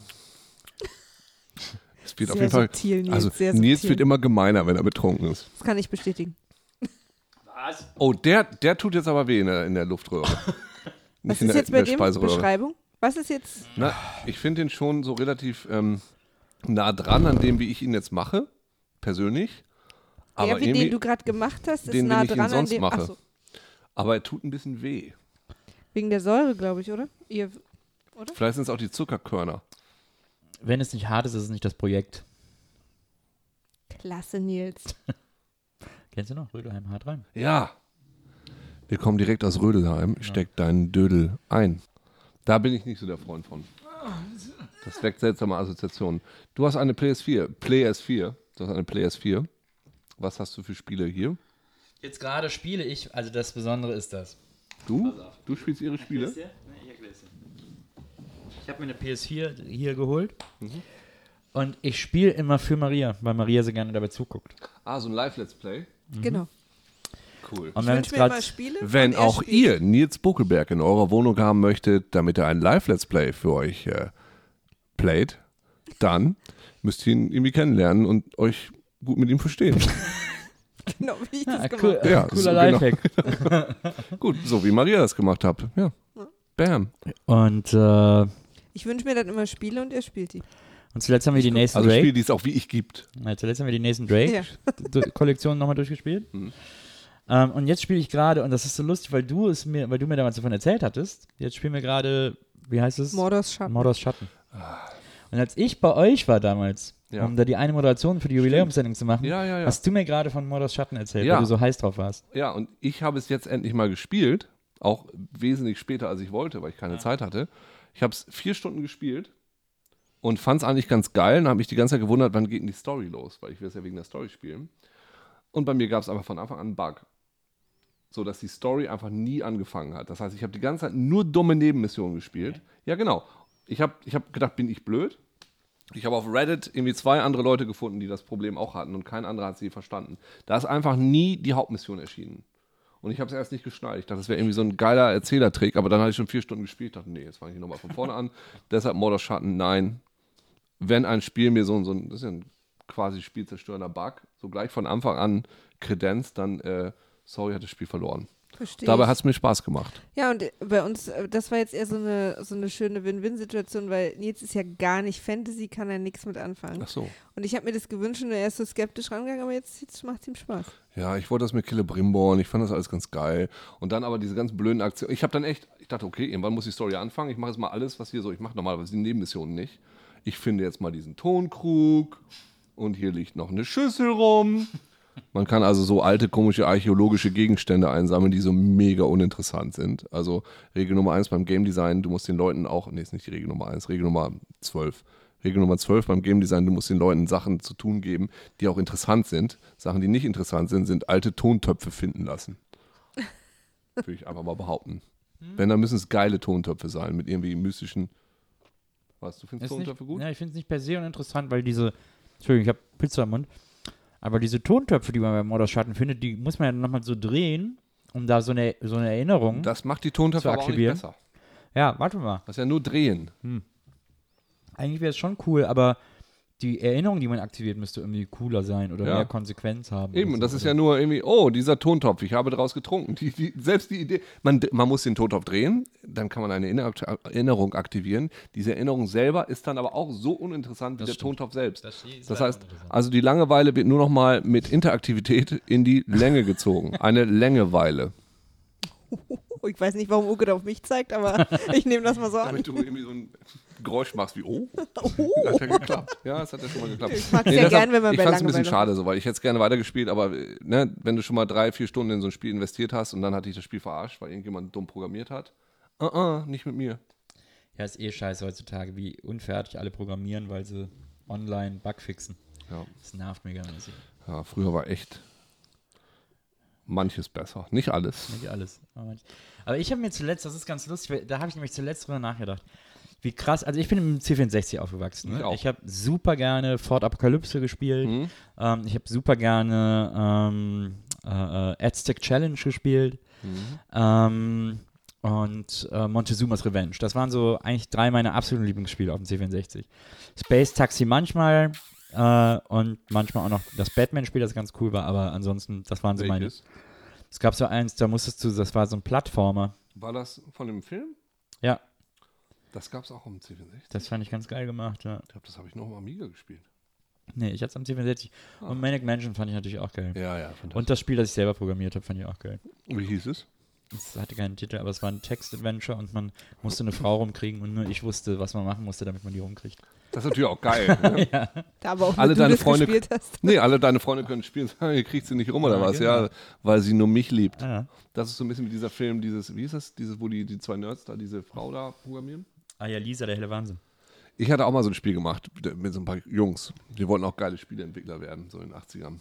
Speaker 3: es wird
Speaker 6: Sehr
Speaker 3: auf jeden Fall.
Speaker 6: subtil, Nils,
Speaker 3: also,
Speaker 6: sehr
Speaker 3: Nils
Speaker 6: subtil.
Speaker 3: wird immer gemeiner, wenn er betrunken ist.
Speaker 6: Das kann ich bestätigen.
Speaker 3: Oh, der, der tut jetzt aber weh in der, in der Luftröhre. Nicht
Speaker 6: Was
Speaker 3: in
Speaker 6: ist
Speaker 3: der-
Speaker 6: jetzt bei
Speaker 3: in der
Speaker 6: dem
Speaker 3: Speiseröhre.
Speaker 6: Beschreibung? Was ist jetzt?
Speaker 3: Na, ich finde den schon so relativ ähm, nah dran an dem, wie ich ihn jetzt mache, persönlich. Aber,
Speaker 6: der, wie
Speaker 3: irgendwie,
Speaker 6: den du gerade gemacht hast, ist
Speaker 3: den, den
Speaker 6: nah
Speaker 3: ich ihn
Speaker 6: dran an
Speaker 3: sonst
Speaker 6: dem.
Speaker 3: mache.
Speaker 6: Achso,
Speaker 3: aber er tut ein bisschen weh.
Speaker 6: wegen der Säure, glaube ich, oder? Ihr,
Speaker 3: Vielleicht sind es auch die Zuckerkörner.
Speaker 7: Wenn es nicht hart ist, ist es nicht das Projekt.
Speaker 6: klasse, Nils.
Speaker 7: Kennst du noch? Rödelheim hart rein.
Speaker 3: Ja. Wir kommen direkt aus Rödelheim. Steck deinen Dödel ein. Da bin ich nicht so der Freund von. Das weckt seltsame Assoziationen. Du hast eine PS4. PS4. Du hast eine PS4. Was hast du für Spiele hier?
Speaker 7: Jetzt gerade spiele ich, also das Besondere ist das.
Speaker 3: Du? Du spielst ihre Spiele?
Speaker 7: Ich habe mir eine PS4 hier geholt.
Speaker 3: Mhm.
Speaker 7: Und ich spiele immer für Maria, weil Maria so gerne dabei zuguckt.
Speaker 3: Ah, so ein Live-Let's Play.
Speaker 6: Genau.
Speaker 3: Cool.
Speaker 7: Und
Speaker 6: Ich
Speaker 7: wir haben
Speaker 6: wünsche
Speaker 7: Mhm. jetzt
Speaker 6: mir immer
Speaker 7: grad-
Speaker 6: Spiele.
Speaker 3: Wenn
Speaker 6: und er
Speaker 3: auch
Speaker 6: spielt.
Speaker 3: ihr Nils Buckelberg in eurer Wohnung haben möchtet, damit er ein Live-Let's Play für euch äh, playt, dann müsst ihr ihn irgendwie kennenlernen und euch gut mit ihm verstehen.
Speaker 6: Genau, wie ich das
Speaker 7: Ah,
Speaker 6: gemacht
Speaker 7: cool,
Speaker 3: Ja, so
Speaker 7: cooler
Speaker 3: genau.
Speaker 7: Lifehack.
Speaker 3: Gut, so wie Maria das gemacht hat. Ja. Bam.
Speaker 7: Und, äh,
Speaker 6: Ich wünsche mir dann immer Spiele und er spielt die.
Speaker 7: und zuletzt haben wir die nächsten
Speaker 3: Also
Speaker 7: Drake.
Speaker 3: Spiel, die es auch wie ich gibt.
Speaker 7: Na, zuletzt haben wir die Nathan Drake-Kollektion nochmal durchgespielt.
Speaker 3: Mhm.
Speaker 7: Ähm, und jetzt spiele ich gerade, und das ist so lustig, weil du es mir, weil du mir damals davon erzählt hattest, jetzt spielen wir gerade, wie heißt es?
Speaker 6: Mordors Schatten.
Speaker 7: Mordors Schatten. Und als ich bei euch war damals,
Speaker 3: Ah. Ja.
Speaker 7: um da die eine Moderation für die Jubiläumssendung zu machen,
Speaker 3: Ja, ja, ja.
Speaker 7: hast du mir gerade von Mordors Schatten erzählt,
Speaker 3: Ja.
Speaker 7: weil du so heiß drauf warst.
Speaker 3: Ja, und ich habe es jetzt endlich mal gespielt. Auch wesentlich später, als ich wollte, weil ich keine Zeit hatte. Ich habe es vier Stunden gespielt und fand es eigentlich ganz geil und habe mich die ganze Zeit gewundert, wann geht denn die Story los, weil ich will es ja wegen der Story spielen. Und bei mir gab es aber von Anfang an einen Bug. So dass die Story einfach nie angefangen hat. Das heißt, ich habe die ganze Zeit nur dumme Nebenmissionen gespielt. Ja, genau. Ich habe ich hab gedacht, bin ich blöd? Ich habe auf Reddit irgendwie zwei andere Leute gefunden, die das Problem auch hatten und kein anderer hat sie verstanden. Da ist einfach nie die Hauptmission erschienen. Und ich habe es erst nicht geschnallt. Ich dachte, das wäre irgendwie so ein geiler Erzählertrick, aber dann hatte ich schon vier Stunden gespielt. Ich dachte, nee, jetzt fange ich nochmal von vorne an. Deshalb Mordor Schatten, nein. Wenn ein Spiel mir so, ein- so ein, das ist ja ein quasi spielzerstörender Bug, so gleich von Anfang an Kredenz, dann, äh, sorry, hat das Spiel verloren.
Speaker 6: Verstehe
Speaker 3: Dabei
Speaker 6: ich.
Speaker 3: hat es mir Spaß gemacht.
Speaker 6: Ja, und äh, bei uns, äh, das war jetzt eher so eine, so eine schöne Win-Win-Situation, weil Nils ist ja gar nicht Fantasy, kann er nichts mit anfangen.
Speaker 3: Ach so.
Speaker 6: Und ich habe mir das gewünscht und er ist so skeptisch rangegangen, aber jetzt, jetzt macht ihm Spaß.
Speaker 3: Ja, ich wollte das mit Killebrimborn, ich fand das alles ganz geil. Und dann aber diese ganzen blöden Aktionen. Ich habe dann echt, ich dachte, okay, irgendwann muss die Story anfangen. Ich mache jetzt mal alles, was hier so, ich mache normalerweise die Nebenmissionen nicht. Ich finde jetzt mal diesen Tonkrug und hier liegt noch eine Schüssel rum. Man kann also so alte, komische archäologische Gegenstände einsammeln, die so mega uninteressant sind. Also Regel Nummer eins beim Game Design, du musst den Leuten auch, nee, ist nicht die Regel Nummer eins, Regel Nummer 12. Regel Nummer 12 beim Game Design, du musst den Leuten Sachen zu tun geben, die auch interessant sind. Sachen, die nicht interessant sind, sind alte Tontöpfe finden lassen. Würde ich einfach mal behaupten. Wenn, dann müssen es geile Tontöpfe sein, mit irgendwie mystischen. Was, du findest Tontöpfe gut?
Speaker 7: Ja, ich finde es nicht per se uninteressant, weil diese, Entschuldigung, ich habe Pizza im Mund, aber diese Tontöpfe, die man bei Mordors Schatten findet, die muss man ja nochmal so drehen, um da so eine, so eine Erinnerung.
Speaker 3: Das macht die Tontöpfe
Speaker 7: Zu
Speaker 3: aber auch nicht
Speaker 7: aktivieren.
Speaker 3: besser.
Speaker 7: ja, warte mal.
Speaker 3: Das ist ja nur drehen.
Speaker 7: Eigentlich wäre es schon cool, aber die Erinnerung, die man aktiviert, müsste irgendwie cooler sein oder
Speaker 3: Ja.
Speaker 7: mehr Konsequenz haben.
Speaker 3: Eben, und
Speaker 7: oder
Speaker 3: das
Speaker 7: so.
Speaker 3: ist ja nur irgendwie, oh, dieser Tontopf, ich habe daraus getrunken. Die, die, selbst die Idee, man, man muss den Tontopf drehen, dann kann man eine Erinnerung- Erinnerung aktivieren. Diese Erinnerung selber ist dann aber auch so uninteressant wie der Tontopf selbst. Das, heißt, also die Langeweile wird nur nochmal mit Interaktivität in die Länge gezogen. Eine Längeweile.
Speaker 6: Oh, ich weiß nicht, warum Uke da auf mich zeigt, aber ich nehme das mal so an.
Speaker 3: Damit du irgendwie so ein Geräusch machst wie, oh.
Speaker 6: Oh,
Speaker 3: Das hat ja geklappt. Ja, das hat ja schon mal geklappt.
Speaker 6: Ich mag's ja
Speaker 3: das-
Speaker 6: gern, wenn man
Speaker 3: Ich
Speaker 6: bei
Speaker 3: fand's ein
Speaker 6: Langeweile-
Speaker 3: bisschen schade so, weil ich hätte es gerne weitergespielt, aber äh, ne, wenn du schon mal drei, vier Stunden in so ein Spiel investiert hast und dann hatte ich das Spiel verarscht, weil irgendjemand dumm programmiert hat. Ah, ah, nicht mit mir.
Speaker 7: Ja, ist eh scheiße heutzutage, wie unfertig alle programmieren, weil sie online Bug fixen.
Speaker 3: Ja.
Speaker 7: Das nervt mega mäßig.
Speaker 3: Ja, früher war echt manches besser. Nicht alles.
Speaker 7: Nicht alles. aber manch- Aber ich habe mir zuletzt, das ist ganz lustig, weil da habe ich nämlich zuletzt drüber nachgedacht. Wie krass, also ich bin im C64 aufgewachsen.
Speaker 3: Ich
Speaker 7: Ne?
Speaker 3: auch. Mhm.
Speaker 7: Ich, habe super gerne Fort Apocalypse gespielt. Ähm, ich habe super gerne ähm, äh, äh, Aztec Challenge gespielt.
Speaker 3: Mhm.
Speaker 7: Ähm, und äh, Montezumas Revenge. Das waren so eigentlich drei meiner absoluten Lieblingsspiele auf dem C64. Space Taxi manchmal äh, und manchmal auch noch das Batman-Spiel, das ganz cool war, aber ansonsten, das waren so meine.
Speaker 3: Welches?
Speaker 7: Es gab so eins, da musstest du, das war so ein Plattformer.
Speaker 3: War das von dem Film?
Speaker 7: Ja,
Speaker 3: Das gab es auch am C64.
Speaker 7: das fand ich ganz geil gemacht, ja.
Speaker 3: Ich glaube, das habe ich noch am Amiga gespielt.
Speaker 7: Nee, ich hatte es am 67. Und Manic Mansion fand ich natürlich auch geil.
Speaker 3: Ja, ja, fantastisch.
Speaker 7: Und das Spiel, das ich selber programmiert habe, fand ich auch geil.
Speaker 3: Wie hieß es?
Speaker 7: Es hatte keinen Titel, aber es war ein Text-Adventure und man musste eine Frau rumkriegen und nur ich wusste, was man machen musste, damit man die rumkriegt.
Speaker 3: Das ist natürlich auch geil. Ne?
Speaker 6: da aber auch
Speaker 3: Alle
Speaker 6: nur du
Speaker 3: deine
Speaker 6: das
Speaker 3: Freunde-
Speaker 6: gespielt hast.
Speaker 3: Nee, alle deine Freunde können spielen. Ihr kriegt sie nicht rum oder was? Ja, weil sie nur mich liebt. Das ist so ein bisschen wie dieser Film, dieses, wie ist das, dieses, wo die, die zwei Nerds da, diese Frau da programmieren?
Speaker 7: Ah ja, Lisa, der helle Wahnsinn.
Speaker 3: Ich hatte auch mal so ein Spiel gemacht mit so ein paar Jungs. Die wollten auch geile Spieleentwickler werden, so in den 80ern.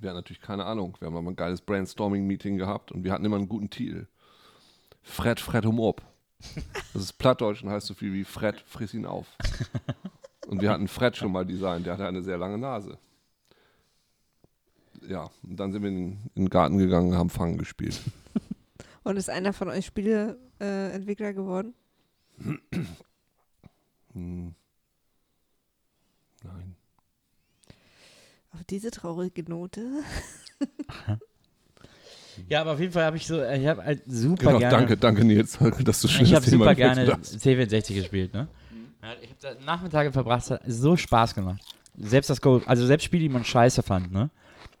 Speaker 3: Wir hatten natürlich keine Ahnung. Wir haben aber ein geiles Brainstorming-Meeting gehabt und wir hatten immer einen guten Titel. Fred, Fred, um ob. Das ist plattdeutsch und heißt so viel wie Fred, friss ihn auf. Und wir hatten Fred schon mal designt, der hatte eine sehr lange Nase. Ja, und dann sind wir in den, in den Garten gegangen und haben Fangen gespielt.
Speaker 6: Und ist einer von euch Spieleentwickler äh, Entwickler geworden?
Speaker 3: Hm. Nein.
Speaker 6: Auf diese traurige Note.
Speaker 7: Ja, aber auf jeden Fall habe ich so, ich habe halt super
Speaker 3: Genau,
Speaker 7: gerne.
Speaker 3: danke, danke Nils, dass du schön
Speaker 7: Ich habe super
Speaker 3: entwickelt
Speaker 7: gerne
Speaker 3: hast.
Speaker 7: C64 gespielt, ne? Ja, ich habe da Nachmittage verbracht, es hat so Spaß gemacht. Selbst das Go also selbst Spiele, die man scheiße fand, ne?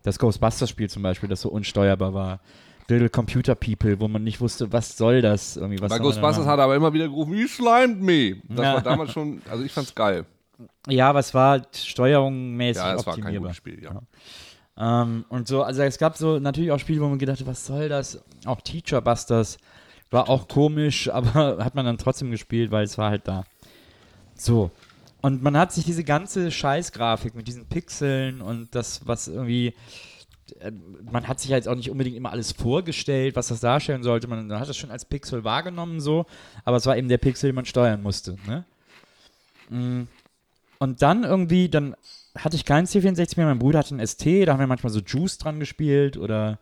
Speaker 7: Das Ghostbusters-Spiel zum Beispiel, das so unsteuerbar war. Little Computer People, wo man nicht wusste, was soll das irgendwie, was
Speaker 3: Bei
Speaker 7: soll man da
Speaker 3: Ghostbusters
Speaker 7: machen?
Speaker 3: hat er aber immer wieder gerufen, you slimed me. Das
Speaker 7: Ja.
Speaker 3: war damals schon, also ich fand's geil.
Speaker 7: Ja, aber es war halt steuerungsmäßig
Speaker 3: Ja, das war kein
Speaker 7: optimierbar.
Speaker 3: gutes Spiel, ja.
Speaker 7: ähm, und so, also es gab so natürlich auch Spiele, wo man gedacht hat, was soll das? Auch Teacher Busters war auch komisch, aber hat man dann trotzdem gespielt, weil es war halt da. So. Und man hat sich diese ganze Scheißgrafik mit diesen Pixeln und das, was irgendwie. äh, Man hat sich ja jetzt auch nicht unbedingt immer alles vorgestellt, was das darstellen sollte. Man hat das schon als Pixel wahrgenommen, so, aber es war eben der Pixel, den man steuern musste. Ne? Mm. Und dann irgendwie, dann hatte ich keinen C64 mehr, mein Bruder hatte einen ST, da haben wir manchmal so Juice dran gespielt oder,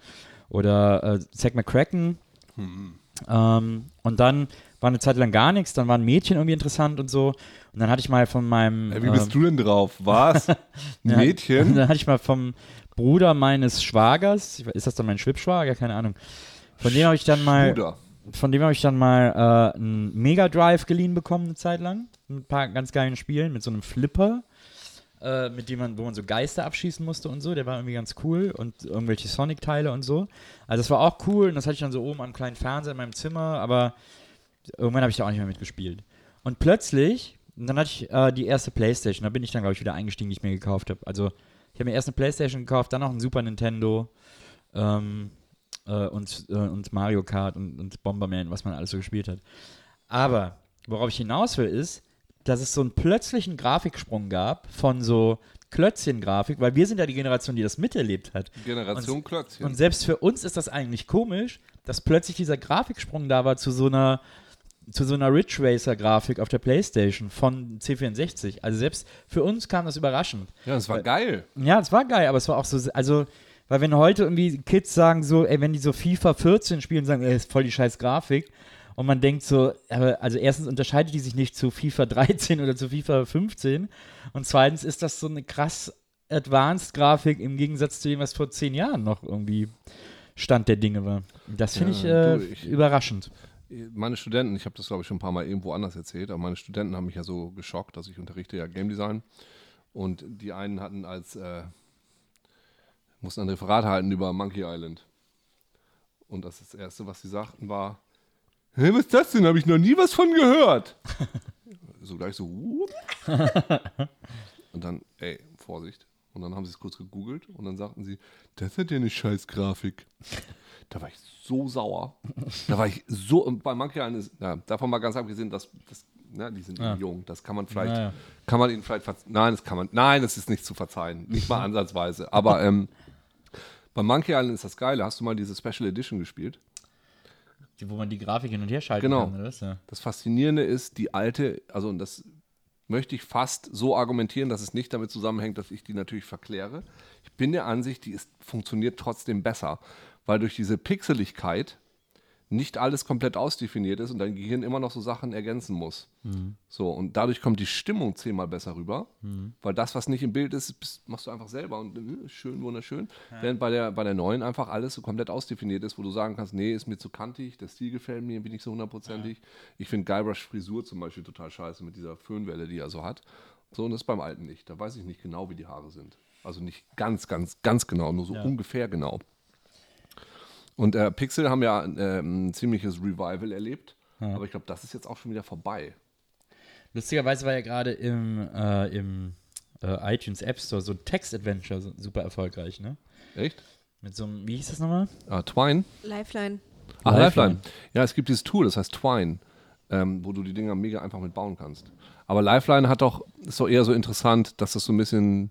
Speaker 7: oder äh, Zack McCracken.
Speaker 3: Hm.
Speaker 7: Ähm, und dann war eine Zeit lang gar nichts, dann waren Mädchen irgendwie interessant und so. Und dann hatte ich mal von meinem.
Speaker 3: Ey, wie
Speaker 7: ähm,
Speaker 3: bist du denn drauf? Was?
Speaker 7: ja, Also,
Speaker 3: Mädchen?
Speaker 7: Dann hatte ich mal vom Bruder meines Schwagers, ich weiß- ist das dann mein Schwibschwager? Keine Ahnung. Von dem habe ich dann mal,
Speaker 3: Bruder.
Speaker 7: von dem habe ich dann mal äh, einen Mega Drive geliehen bekommen eine Zeit lang, mit ein paar ganz geilen Spielen, mit so einem Flipper, äh, mit dem man, wo man so Geister abschießen musste und so. Der war irgendwie ganz cool und irgendwelche Sonic Teile und so. Also das war auch cool und das hatte ich dann so oben am kleinen Fernseher in meinem Zimmer, aber irgendwann habe ich da auch nicht mehr mitgespielt. Und plötzlich, und dann hatte ich äh, die erste Playstation, da bin ich dann, glaube ich, wieder eingestiegen, die ich mir gekauft habe. Also ich habe mir erst eine Playstation gekauft, dann noch ein Super Nintendo ähm, äh, und, äh, und Mario Kart und, und Bomberman, was man alles so gespielt hat. Aber worauf ich hinaus will, ist, dass es so einen plötzlichen Grafiksprung gab von so Klötzchen-Grafik, weil wir sind ja die Generation, die das miterlebt hat.
Speaker 3: Generation
Speaker 7: Und-
Speaker 3: Klötzchen.
Speaker 7: und selbst für uns ist das eigentlich komisch, dass plötzlich dieser Grafiksprung da war zu so einer zu so einer Ridge Racer Grafik auf der Playstation von C64. Also selbst für uns kam das überraschend.
Speaker 3: ja, das war geil.
Speaker 7: Ja, es war geil, aber es war auch so also weil wenn heute irgendwie Kids sagen so, ey, wenn die so FIFA 14 spielen, sagen, ey, ist voll die scheiß Grafik Und man denkt so, aber also erstens unterscheidet die sich nicht zu FIFA 13 oder zu FIFA 15. Und zweitens ist das so eine krass advanced Grafik im Gegensatz zu dem, was vor zehn Jahren noch irgendwie Stand der Dinge war. Das finde
Speaker 3: Ja,
Speaker 7: ich
Speaker 3: du,
Speaker 7: äh,
Speaker 3: ich-
Speaker 7: überraschend.
Speaker 3: Meine Studenten, ich habe das glaube ich schon ein paar Mal irgendwo anders erzählt, aber meine Studenten haben mich ja so geschockt, dass ich unterrichte ja Game Design. Und die einen hatten als, äh, mussten ein Referat halten über Monkey Island. Und das, ist das Erste, was sie sagten, war: Hä, was ist das denn? Habe ich noch nie was von gehört. so gleich so, "Whoop." Und dann, ey, Vorsicht. Und dann haben sie es kurz gegoogelt und dann sagten sie: Das hat ja eine Scheißgrafik. Da war ich so sauer. Da war ich so. Und bei Monkey Island ist, na, davon mal ganz abgesehen, dass, dass na, die sind jung. Das kann man vielleicht,
Speaker 7: Naja.
Speaker 3: kann man ihnen vielleicht verzeihen. Nein, das kann man. Nein, das ist nicht zu verzeihen. Nicht mal ansatzweise. Aber ähm, bei Monkey Island ist das Geile. Hast du mal diese Special Edition gespielt?
Speaker 7: Die, wo man die Grafik hin und her schalten
Speaker 3: Genau.
Speaker 7: kann, ne, oder was? Ja.
Speaker 3: Das Faszinierende ist, die alte, also und das möchte ich fast so argumentieren, dass es nicht damit zusammenhängt, dass ich die natürlich verkläre. Ich bin der Ansicht, die ist, funktioniert trotzdem besser, weil durch diese Pixeligkeit nicht alles komplett ausdefiniert ist und dein Gehirn immer noch so Sachen ergänzen muss. So, und dadurch kommt die Stimmung zehnmal besser rüber, weil das, was nicht im Bild ist, bist, machst du einfach selber und äh, schön, wunderschön. Während bei der, bei der neuen einfach alles so komplett ausdefiniert ist, wo du sagen kannst, nee, ist mir zu kantig, der Stil gefällt mir, bin ich so hundertprozentig. Ich finde Guybrush Frisur zum Beispiel total scheiße mit dieser Föhnwelle, die er so hat. So, und das ist beim alten nicht. Da weiß ich nicht genau, wie die Haare sind. Also nicht ganz, ganz, ganz genau, nur so ungefähr genau. Und äh, Pixel haben ja äh, ein ziemliches Revival erlebt. Aber ich glaube, das ist jetzt auch schon wieder vorbei.
Speaker 7: Lustigerweise war ja gerade im, äh, im äh, iTunes App Store so ein Text-Adventure so- super erfolgreich, ne?
Speaker 3: Echt?
Speaker 7: Mit so einem, wie hieß das nochmal?
Speaker 3: Ah, Twine?
Speaker 6: Lifeline.
Speaker 3: Ach,
Speaker 7: Lifeline.
Speaker 3: Lifeline. Ja, es gibt dieses Tool, das heißt Twine, ähm, wo du die Dinger mega einfach mit bauen kannst. Aber Lifeline hat doch, ist doch eher so interessant, dass das so ein bisschen,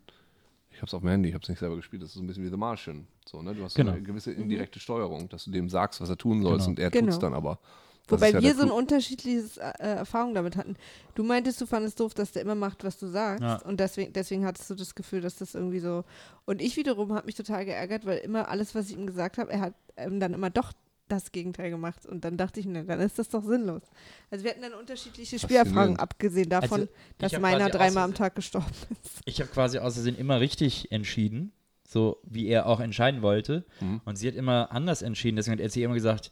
Speaker 3: ich hab's auf dem Handy, ich hab's nicht selber gespielt, das ist so ein bisschen wie The Martian. So, ne? Du hast
Speaker 7: Genau.
Speaker 3: so eine gewisse indirekte Steuerung, dass du dem sagst, was er tun sollst und er
Speaker 6: Genau.
Speaker 3: tut's dann aber. Das
Speaker 6: Wobei
Speaker 3: ist ja
Speaker 6: wir
Speaker 3: der
Speaker 6: so eine
Speaker 3: Clou.
Speaker 6: unterschiedliche äh, Erfahrung damit hatten. Du meintest, du fandest doof, dass der immer macht, was du sagst.
Speaker 7: Ja.
Speaker 6: Und deswegen, deswegen hattest du das Gefühl, dass das irgendwie so. Und ich wiederum habe mich total geärgert, weil immer alles, was ich ihm gesagt habe, er hat ähm, dann immer doch das Gegenteil gemacht. Und dann dachte ich, na, dann ist das doch sinnlos. Also wir hatten dann unterschiedliche
Speaker 3: Faszinierend.
Speaker 6: Spielerfahrungen, abgesehen davon,
Speaker 7: Also, ich
Speaker 6: dass
Speaker 7: hab
Speaker 6: meiner
Speaker 7: quasi
Speaker 6: dreimal
Speaker 7: außersehen-
Speaker 6: am Tag gestorben ist.
Speaker 7: Ich habe quasi aus Versehen immer richtig entschieden, so wie er auch entscheiden wollte.
Speaker 3: Mhm.
Speaker 7: Und sie hat immer anders entschieden. Deswegen hat er sie immer gesagt,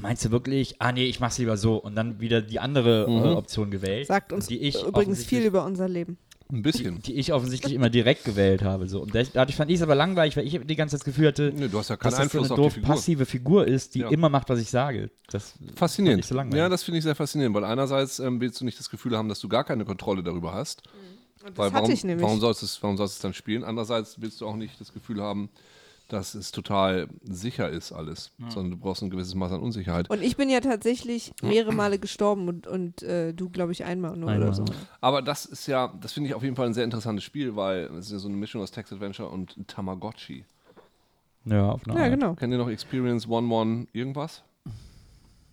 Speaker 7: meinst du wirklich? Ah nee, ich mach's lieber so. Und dann wieder die andere
Speaker 3: Mhm.
Speaker 7: äh, Option gewählt.
Speaker 6: Sagt uns
Speaker 7: die ich
Speaker 6: übrigens
Speaker 7: offensichtlich-
Speaker 6: viel über unser Leben.
Speaker 3: Ein bisschen.
Speaker 7: die ich offensichtlich immer direkt gewählt habe. So. Und das- dadurch fand ich es aber langweilig, weil ich die ganze Zeit das Gefühl hatte,
Speaker 3: Nee, du hast ja keinen
Speaker 7: dass das so
Speaker 3: Einfluss
Speaker 7: eine
Speaker 3: auf
Speaker 7: doof
Speaker 3: die Figur.
Speaker 7: passive Figur ist, die
Speaker 3: Ja.
Speaker 7: immer macht, was ich sage. Das
Speaker 3: Faszinierend.
Speaker 7: Nicht so langweilig.
Speaker 3: ja, das finde ich sehr faszinierend, weil einerseits ähm, willst du nicht das Gefühl haben, dass du gar keine Kontrolle darüber hast.
Speaker 6: Mhm. Und das
Speaker 3: Weil
Speaker 6: hatte
Speaker 3: warum,
Speaker 6: ich nämlich.
Speaker 3: Warum sollst, du es, warum sollst du es dann spielen? Andererseits willst du auch nicht das Gefühl haben, dass es total sicher ist alles, sondern du brauchst ein gewisses Maß an Unsicherheit.
Speaker 6: Und ich bin ja tatsächlich mehrere Male gestorben und, und äh, du, glaube ich, einmal nur
Speaker 7: Einmal.
Speaker 6: oder so.
Speaker 3: Aber das ist ja, das finde ich auf jeden Fall ein sehr interessantes Spiel, weil es ist ja so eine Mischung aus Text Adventure und Tamagotchi.
Speaker 7: ja, auf eine
Speaker 6: Ja,
Speaker 7: Art.
Speaker 6: genau.
Speaker 3: Kennt ihr noch Experience 11 irgendwas?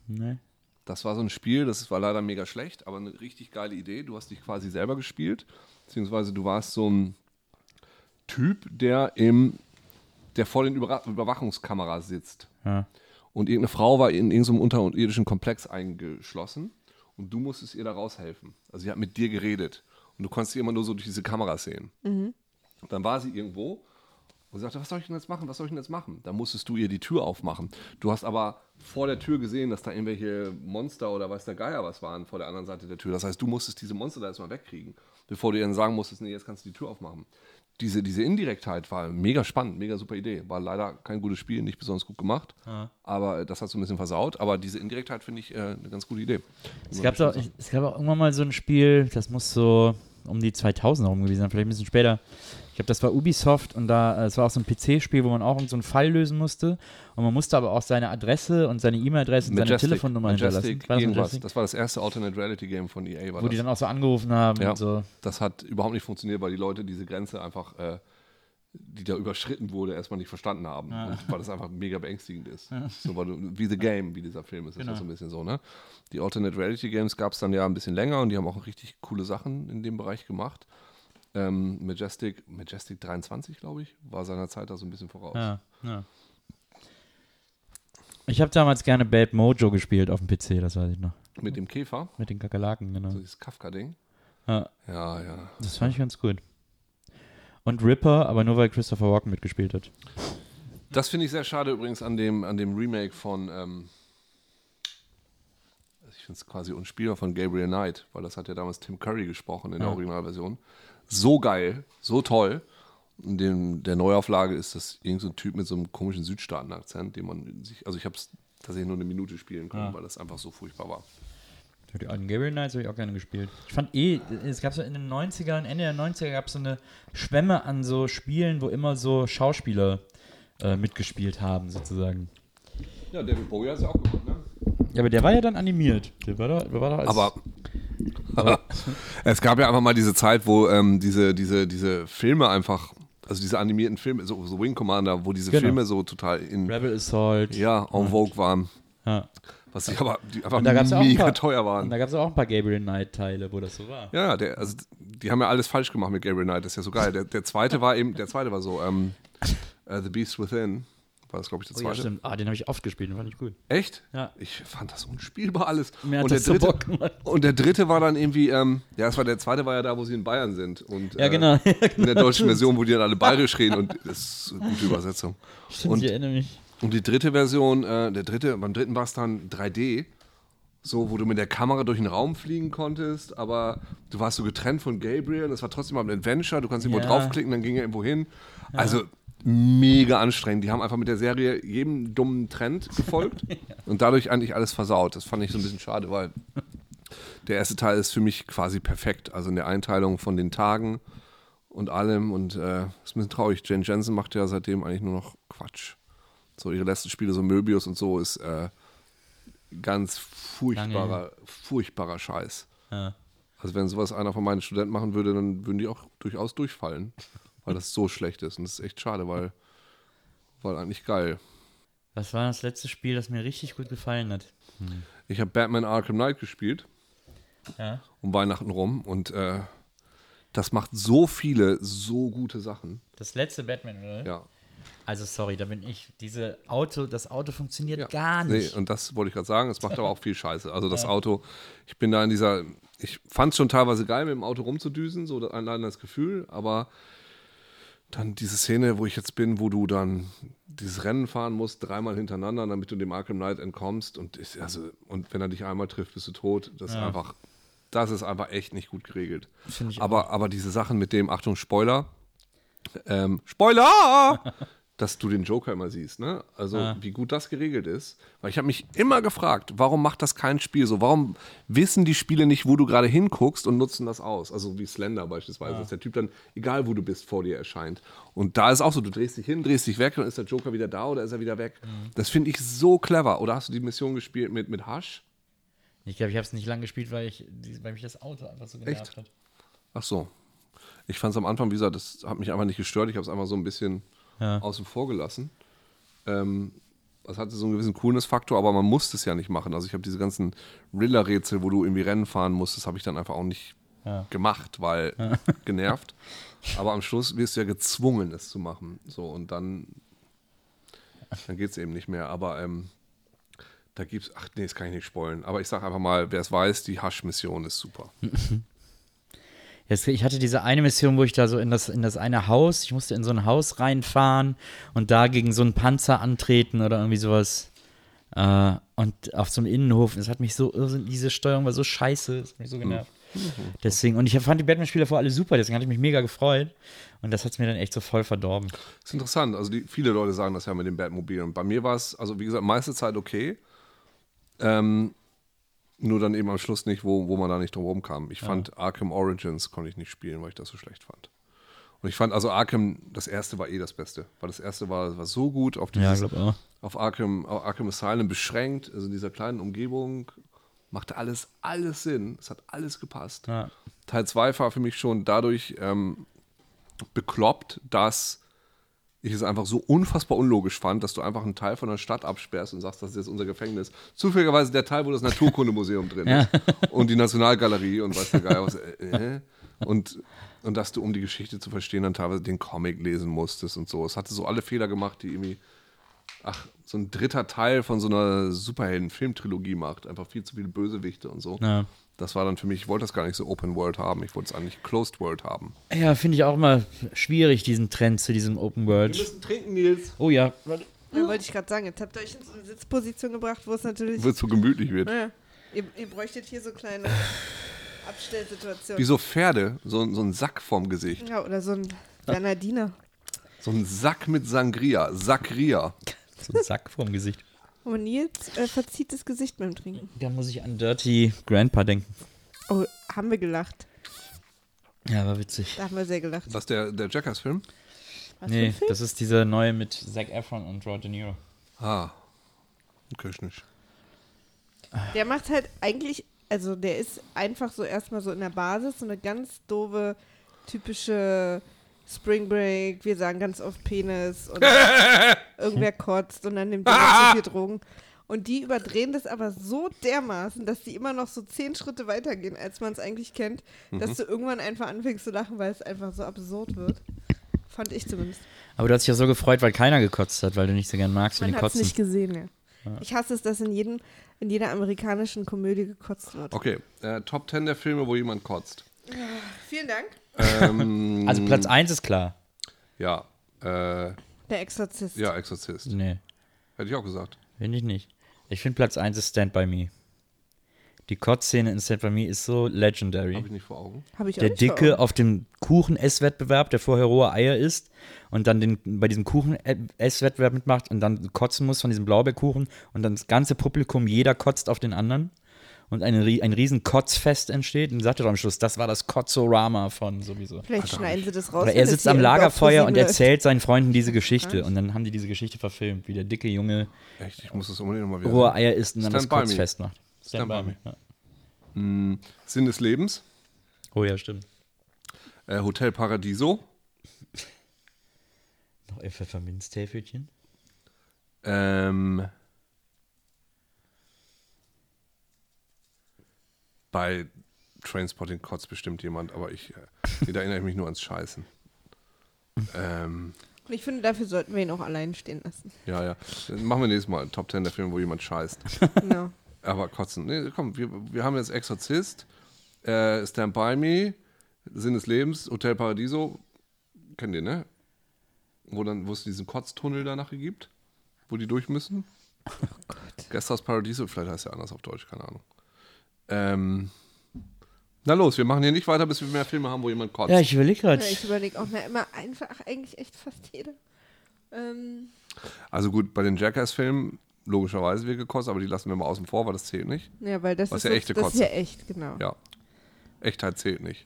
Speaker 7: Nee.
Speaker 3: Das war so ein Spiel, das war leider mega schlecht, aber eine richtig geile Idee. Du hast dich quasi selber gespielt, beziehungsweise du warst so ein Typ, der im, der vor den Überra Überwachungskamera sitzt.
Speaker 7: Ja.
Speaker 3: Und irgendeine Frau war in irgendeinem unterirdischen Komplex eingeschlossen und du musstest ihr da raushelfen. Also sie hat mit dir geredet und du konntest sie immer nur so durch diese Kamera sehen. Dann war sie irgendwo und sagte, was soll ich denn jetzt machen? Was soll ich denn jetzt machen? Dann musstest du ihr die Tür aufmachen. Du hast aber vor der Tür gesehen, dass da irgendwelche Monster oder weiß der Geier was waren vor der anderen Seite der Tür. Das heißt, du musstest diese Monster da erstmal wegkriegen, bevor du ihr dann sagen musstest, nee, jetzt kannst du die Tür aufmachen. Diese, diese Indirektheit war mega spannend, mega super Idee. War leider kein gutes Spiel, nicht besonders gut gemacht.
Speaker 7: Ah.
Speaker 3: Aber das hat so ein bisschen versaut. Aber diese Indirektheit finde ich äh, eine ganz gute Idee.
Speaker 7: Es gab, auch, es gab auch irgendwann mal so ein Spiel, das muss so um die 2000 herum gewesen sein, vielleicht ein bisschen später. Ich glaube, das war Ubisoft und da, äh, es war auch so ein PC-Spiel, wo man auch irgend so einen Fall lösen musste. Und man musste aber auch seine Adresse und seine E-Mail-Adresse und seine
Speaker 3: Majestic,
Speaker 7: Telefonnummer hinterlassen.
Speaker 3: Majestic,
Speaker 7: War das
Speaker 3: irgendwas.
Speaker 7: Majestic?
Speaker 3: Das war das erste Alternate Reality Game von EA. War
Speaker 7: wo
Speaker 3: das.
Speaker 7: die dann auch so angerufen haben
Speaker 3: Ja.
Speaker 7: und so.
Speaker 3: das hat überhaupt nicht funktioniert, weil die Leute diese Grenze einfach, äh, die da überschritten wurde, erstmal nicht verstanden haben. Und weil das einfach mega beängstigend ist. So, weil du, wie The Game, wie dieser Film ist, das ist so ein bisschen so, ne? Die Alternate Reality Games gab es dann ja ein bisschen länger und die haben auch richtig coole Sachen in dem Bereich gemacht. Ähm, Majestic, Majestic 23, glaube ich, war seiner Zeit da so ein bisschen voraus.
Speaker 7: Ja, ja. Ich habe damals gerne Bad Mojo gespielt auf dem PC, das weiß ich noch.
Speaker 3: Mit dem Käfer,
Speaker 7: Mit den Kakerlaken, genau.
Speaker 3: so dieses Kafka-Ding.
Speaker 7: Ja.
Speaker 3: Ja, ja.
Speaker 7: Das fand ich ganz gut. Und Ripper, aber nur weil Christopher Walken mitgespielt hat.
Speaker 3: Das finde ich sehr schade übrigens an dem, an dem Remake von, ähm, also ich finde es quasi unspielbar von Gabriel Knight, weil das hat ja damals Tim Curry gesprochen in der Originalversion. So geil, so toll. In dem, der Neuauflage ist das irgendein so ein Typ mit so einem komischen Südstaaten-Akzent, den man sich, also ich habe es tatsächlich nur eine Minute spielen können, weil das einfach so furchtbar war.
Speaker 7: Ja, Die alten Gabriel Knights habe ich auch gerne gespielt. Ich fand eh, es gab so in den 90ern, Ende der 90er gab es so eine Schwemme an so Spielen, wo immer so Schauspieler äh, mitgespielt haben, sozusagen.
Speaker 3: Ja, David Bowie hat es ja auch gemacht, ne?
Speaker 7: Ja, aber der war ja dann animiert. Der war da, der war da als
Speaker 3: Aber es gab ja einfach mal diese Zeit, wo ähm, diese, diese, diese Filme einfach, also diese animierten Filme, so, so Wing Commander, wo diese
Speaker 7: Genau.
Speaker 3: Filme so total in
Speaker 7: Rebel Assault.
Speaker 3: ja, en vogue waren.
Speaker 7: Ja.
Speaker 3: Was sich aber die einfach
Speaker 7: Und da gab's ja auch ein
Speaker 3: mega
Speaker 7: paar-
Speaker 3: teuer
Speaker 7: Und
Speaker 3: waren.
Speaker 7: da gab es auch ein paar Gabriel Knight-Teile, wo das so war.
Speaker 3: Ja, ja, der, also die haben ja alles falsch gemacht mit Gabriel Knight, das ist ja so geil. Der, der zweite war eben, der zweite war so, ähm, äh, The Beast Within. War das, glaube ich, der
Speaker 7: Oh, ja,
Speaker 3: zweite.
Speaker 7: stimmt. Ah, den habe ich oft gespielt, den fand ich gut.
Speaker 3: Echt?
Speaker 7: Ja.
Speaker 3: Ich fand das unspielbar alles.
Speaker 7: Mir hat
Speaker 3: und,
Speaker 7: das so
Speaker 3: der dritte,
Speaker 7: Bock gemacht.
Speaker 3: und der dritte war dann irgendwie, ähm, ja, es war der zweite war ja da, wo sie in Bayern sind. Und, äh,
Speaker 7: Ja, genau. Ja,
Speaker 3: In der deutschen Version, wo die dann alle bayerisch reden und das ist eine gute Übersetzung.
Speaker 7: Stimmt,
Speaker 3: Und-
Speaker 7: ich erinnere mich.
Speaker 3: Und die dritte Version, äh, der dritte, beim dritten war es dann 3D, so wo du mit der Kamera durch den Raum fliegen konntest, aber du warst so getrennt von Gabriel und es war trotzdem mal ein Adventure, du kannst irgendwo
Speaker 7: Ja.
Speaker 3: draufklicken, dann ging er irgendwo hin. Also mega anstrengend. Die haben einfach mit der Serie jedem dummen Trend gefolgt und dadurch eigentlich alles versaut. Das fand ich so ein bisschen schade, weil der erste Teil ist für mich quasi perfekt. Also in der Einteilung von den Tagen und allem und äh, ist ein bisschen traurig. Jane Jensen macht ja seitdem eigentlich nur noch Quatsch. So ihre letzten Spiele, so Möbius und so, ist äh, ganz furchtbarer, furchtbarer Scheiß.
Speaker 7: Ja.
Speaker 3: Also wenn sowas einer von meinen Studenten machen würde, dann würden die auch durchaus durchfallen, weil das so schlecht ist. Und das ist echt schade, weil, weil eigentlich geil.
Speaker 7: Was war das letzte Spiel, das mir richtig gut gefallen hat?
Speaker 3: Ich habe Batman Arkham Knight gespielt.
Speaker 7: Ja.
Speaker 3: um Weihnachten rum und äh, das macht so viele, so gute Sachen.
Speaker 7: Das letzte Batman, oder?
Speaker 3: Ja.
Speaker 7: Also sorry, da bin ich. Diese Auto, das Auto funktioniert
Speaker 3: ja.
Speaker 7: gar nicht.
Speaker 3: und das wollte ich gerade sagen, es macht aber auch viel Scheiße. Also das Auto, ich bin da in dieser, ich fand es schon teilweise geil, mit dem Auto rumzudüsen, so allein das Gefühl, aber dann diese Szene, wo ich jetzt bin, wo du dann dieses Rennen fahren musst, dreimal hintereinander, damit du dem Arkham Knight entkommst und ich, also, und wenn er dich einmal trifft, bist du tot. Das ist einfach, das ist einfach echt nicht gut geregelt.
Speaker 7: Finde ich
Speaker 3: aber, aber diese Sachen mit dem, Achtung, Spoiler, ähm, Spoiler, dass du den Joker immer siehst, ne? Also wie gut das geregelt ist. Weil ich habe mich immer gefragt, warum macht das kein Spiel so? Warum wissen die Spiele nicht, wo du gerade hinguckst und nutzen das aus? Also wie Slender beispielsweise, dass der Typ dann, egal wo du bist, vor dir erscheint. Und da ist auch so, du drehst dich hin, drehst dich weg und ist der Joker wieder da oder ist er wieder weg? Das finde ich so clever. Oder hast du die Mission gespielt mit, mit Hasch?
Speaker 7: Ich glaube, ich habe es nicht lang gespielt, weil, ich, die- weil mich das Auto einfach so genervt
Speaker 3: Echt?
Speaker 7: hat.
Speaker 3: Ach so. Ich fand es am Anfang, wie gesagt, das hat mich einfach nicht gestört. Ich habe es einfach so ein bisschen außen vor gelassen. Ähm, das hatte so einen gewissen Coolness-Faktor, aber man musste es ja nicht machen. Also ich habe diese ganzen Riller-Rätsel, wo du irgendwie Rennen fahren musstest, habe ich dann einfach auch nicht gemacht, weil genervt. Aber am Schluss wirst du ja gezwungen, es zu machen. So, und dann, dann geht es eben nicht mehr. Aber ähm, da gibt's. Ach nee, das kann ich nicht spoilen. Aber ich sage einfach mal, wer es weiß, die Hasch-Mission ist super.
Speaker 7: Jetzt, ich hatte diese eine Mission, wo ich da so in das, in das eine Haus, ich musste in so ein Haus reinfahren und da gegen so einen Panzer antreten oder irgendwie sowas. Äh, und auf so einem Innenhof. Das hat mich so, irrsinn- diese Steuerung war so scheiße, das hat
Speaker 3: Mhm.
Speaker 7: mich so genervt. Deswegen, und ich fand die Batman-Spiele vor alle super, deswegen hatte ich mich mega gefreut. Und das hat es mir dann echt so voll verdorben.
Speaker 3: Ist interessant. Also die, viele Leute sagen das ja mit dem Batmobil. Und bei mir war es, also wie gesagt, meiste Zeit okay. Ähm, nur dann eben am Schluss nicht, wo, wo man da nicht drum rumkam. Ich fand Arkham Origins konnte ich nicht spielen, weil ich das so schlecht fand. Und ich fand also Arkham, das erste war eh das Beste. Weil das erste war, war so gut auf dieses,
Speaker 7: glaub auch.
Speaker 3: auf Arkham, auf Arkham Asylum beschränkt, also in dieser kleinen Umgebung, machte alles, alles Sinn. Es hat alles gepasst.
Speaker 7: Ja.
Speaker 3: Teil 2 war für mich schon dadurch ähm, bekloppt, dass ich es einfach so unfassbar unlogisch fand, dass du einfach einen Teil von der Stadt absperrst und sagst, das ist jetzt unser Gefängnis. Zufälligerweise der Teil, wo das Naturkundemuseum drin ist und die Nationalgalerie und weiß der Geier was. Äh, äh. und, und dass du, um die Geschichte zu verstehen, dann teilweise den Comic lesen musstest und so. Es hatte so alle Fehler gemacht, die irgendwie ach, so ein dritter Teil von so einer Superhelden-Filmtrilogie macht. Einfach viel zu viele Bösewichte und so.
Speaker 7: Ja.
Speaker 3: Das war dann für mich, ich wollte das gar nicht so Open World haben. Ich wollte es eigentlich Closed World haben.
Speaker 7: Ja, finde ich auch immer schwierig, diesen Trend zu diesem Open World.
Speaker 3: müssen trinken, Nils.
Speaker 7: Oh ja.
Speaker 6: Da wollte ich gerade sagen, jetzt habt ihr euch in so eine Sitzposition gebracht, wo es natürlich.
Speaker 3: Wird so gemütlich wird.
Speaker 6: Ja, ihr, ihr bräuchtet hier so kleine Abstellsituationen.
Speaker 3: Wie so Pferde, so, ein- so ein Sack vorm Gesicht.
Speaker 6: Ja, oder so ein Bernardiner.
Speaker 3: So ein Sack mit Sangria. Sackria.
Speaker 7: So ein Sack vorm Gesicht.
Speaker 6: Und Nils äh, verzieht das Gesicht beim Trinken.
Speaker 7: Da muss ich an Dirty Grandpa denken.
Speaker 6: Oh, haben wir gelacht.
Speaker 7: Ja, war witzig.
Speaker 6: Da haben wir sehr gelacht.
Speaker 3: Was der, der Jackass-Film?
Speaker 6: Was
Speaker 7: Nee,
Speaker 6: für ein Film?
Speaker 7: das ist dieser neue mit Zac Efron und Robert De Niro.
Speaker 3: Ah. Kenn ich nicht.
Speaker 6: Der macht halt eigentlich, also der ist einfach so erstmal so in der Basis so eine ganz doofe, typische Spring Break. Wir sagen ganz oft Penis und irgendwer kotzt und dann nimmt er zu viel Drogen. Und die überdrehen das aber so dermaßen, dass die immer noch so zehn Schritte weitergehen, als man es eigentlich kennt, dass du irgendwann einfach anfängst zu lachen, weil es einfach so absurd wird. Fand ich zumindest.
Speaker 7: Aber du hast dich ja so gefreut, weil keiner gekotzt hat, weil du nicht so gern magst, wenn
Speaker 6: Man
Speaker 7: die
Speaker 6: hat es
Speaker 7: kotzen.
Speaker 6: nicht gesehen, ja. Ich hasse es, dass in, jedem, in jeder amerikanischen Komödie gekotzt wird.
Speaker 3: Okay, äh, Top 10 der Filme, wo jemand kotzt.
Speaker 6: Vielen Dank.
Speaker 7: Also Platz
Speaker 6: Mm.
Speaker 7: 1 ist klar.
Speaker 3: Ja. Äh,
Speaker 6: Der Exorzist.
Speaker 3: ja, Exorzist.
Speaker 7: Also, Nee,
Speaker 3: Hätte ich auch gesagt.
Speaker 7: finde ich nicht. Ich finde Platz 1 ist Stand By Me. Die Kotzszene in Stand By Me ist so legendary.
Speaker 3: Habe ich nicht vor Augen.
Speaker 6: Habe ich auch
Speaker 7: der
Speaker 6: nicht vor
Speaker 7: Dicke auf dem Kuchen-Ess-Wettbewerb, der vorher rohe Eier isst und dann den, bei diesem Kuchen-Ess-Wettbewerb mitmacht und dann kotzen muss von diesem Blaubeerkuchen und dann das ganze Publikum, jeder kotzt auf den anderen und eine, rie- ein riesen Kotzfest entsteht und sagt er doch am Schluss, das war das Kotzorama von sowieso.
Speaker 6: Vielleicht schneiden sie das raus.
Speaker 7: Oder
Speaker 6: wenn
Speaker 7: er
Speaker 6: das
Speaker 7: sitzt
Speaker 6: hier
Speaker 7: am
Speaker 6: im
Speaker 7: Lagerfeuer
Speaker 6: Dorf
Speaker 7: und
Speaker 6: ProSieben läuft.
Speaker 7: erzählt seinen Freunden diese Geschichte und dann haben die diese Geschichte verfilmt, wie der dicke Junge
Speaker 3: Echt, ich muss das unbedingt nochmal wieder.
Speaker 7: rohe Eier isst und dann
Speaker 3: Stand
Speaker 7: das
Speaker 3: by
Speaker 7: Kotzfest macht. Stand,
Speaker 3: Stand by
Speaker 7: me. Ja.
Speaker 3: Sinn des Lebens.
Speaker 7: Oh ja, stimmt.
Speaker 3: Äh, Hotel Paradiso.
Speaker 7: Noch ein Pfefferminztäfelchen.
Speaker 3: Ähm, bei Trainspotting kotzt bestimmt jemand, aber ich, äh, nee, da erinnere ich mich nur ans Scheißen. Ähm,
Speaker 6: Und ich finde, dafür sollten wir ihn auch allein stehen lassen.
Speaker 3: ja, ja. Dann Machen wir nächstes Mal einen Top 10 der Filme, wo jemand scheißt.
Speaker 6: Genau.
Speaker 3: Aber kotzen. Nee, komm, wir, wir haben jetzt Exorzist, äh, Stand By Me, Sinn des Lebens, Hotel Paradiso. Kennt ihr, ne? Wo, dann, wo es diesen Kotztunnel danach gibt, wo die durch müssen. Oh Gott. Gasthaus Paradiso, vielleicht heißt er anders auf Deutsch, keine Ahnung. Ähm, na los, wir machen hier nicht weiter, bis wir mehr Filme haben, wo jemand kotzt.
Speaker 7: Ja, ich überlege gerade.
Speaker 6: Ja, ich überlege auch mal immer einfach, eigentlich echt fast jede. Ähm,
Speaker 3: also gut, bei den Jackass-Filmen logischerweise wird gekotzt, aber die lassen wir mal außen vor, weil das zählt nicht.
Speaker 6: ja, weil das
Speaker 3: Was
Speaker 6: ist
Speaker 3: ja
Speaker 6: so-
Speaker 3: echte
Speaker 6: das
Speaker 3: Kotze.
Speaker 6: ist ja echt, genau.
Speaker 3: Ja. Echtheit zählt nicht.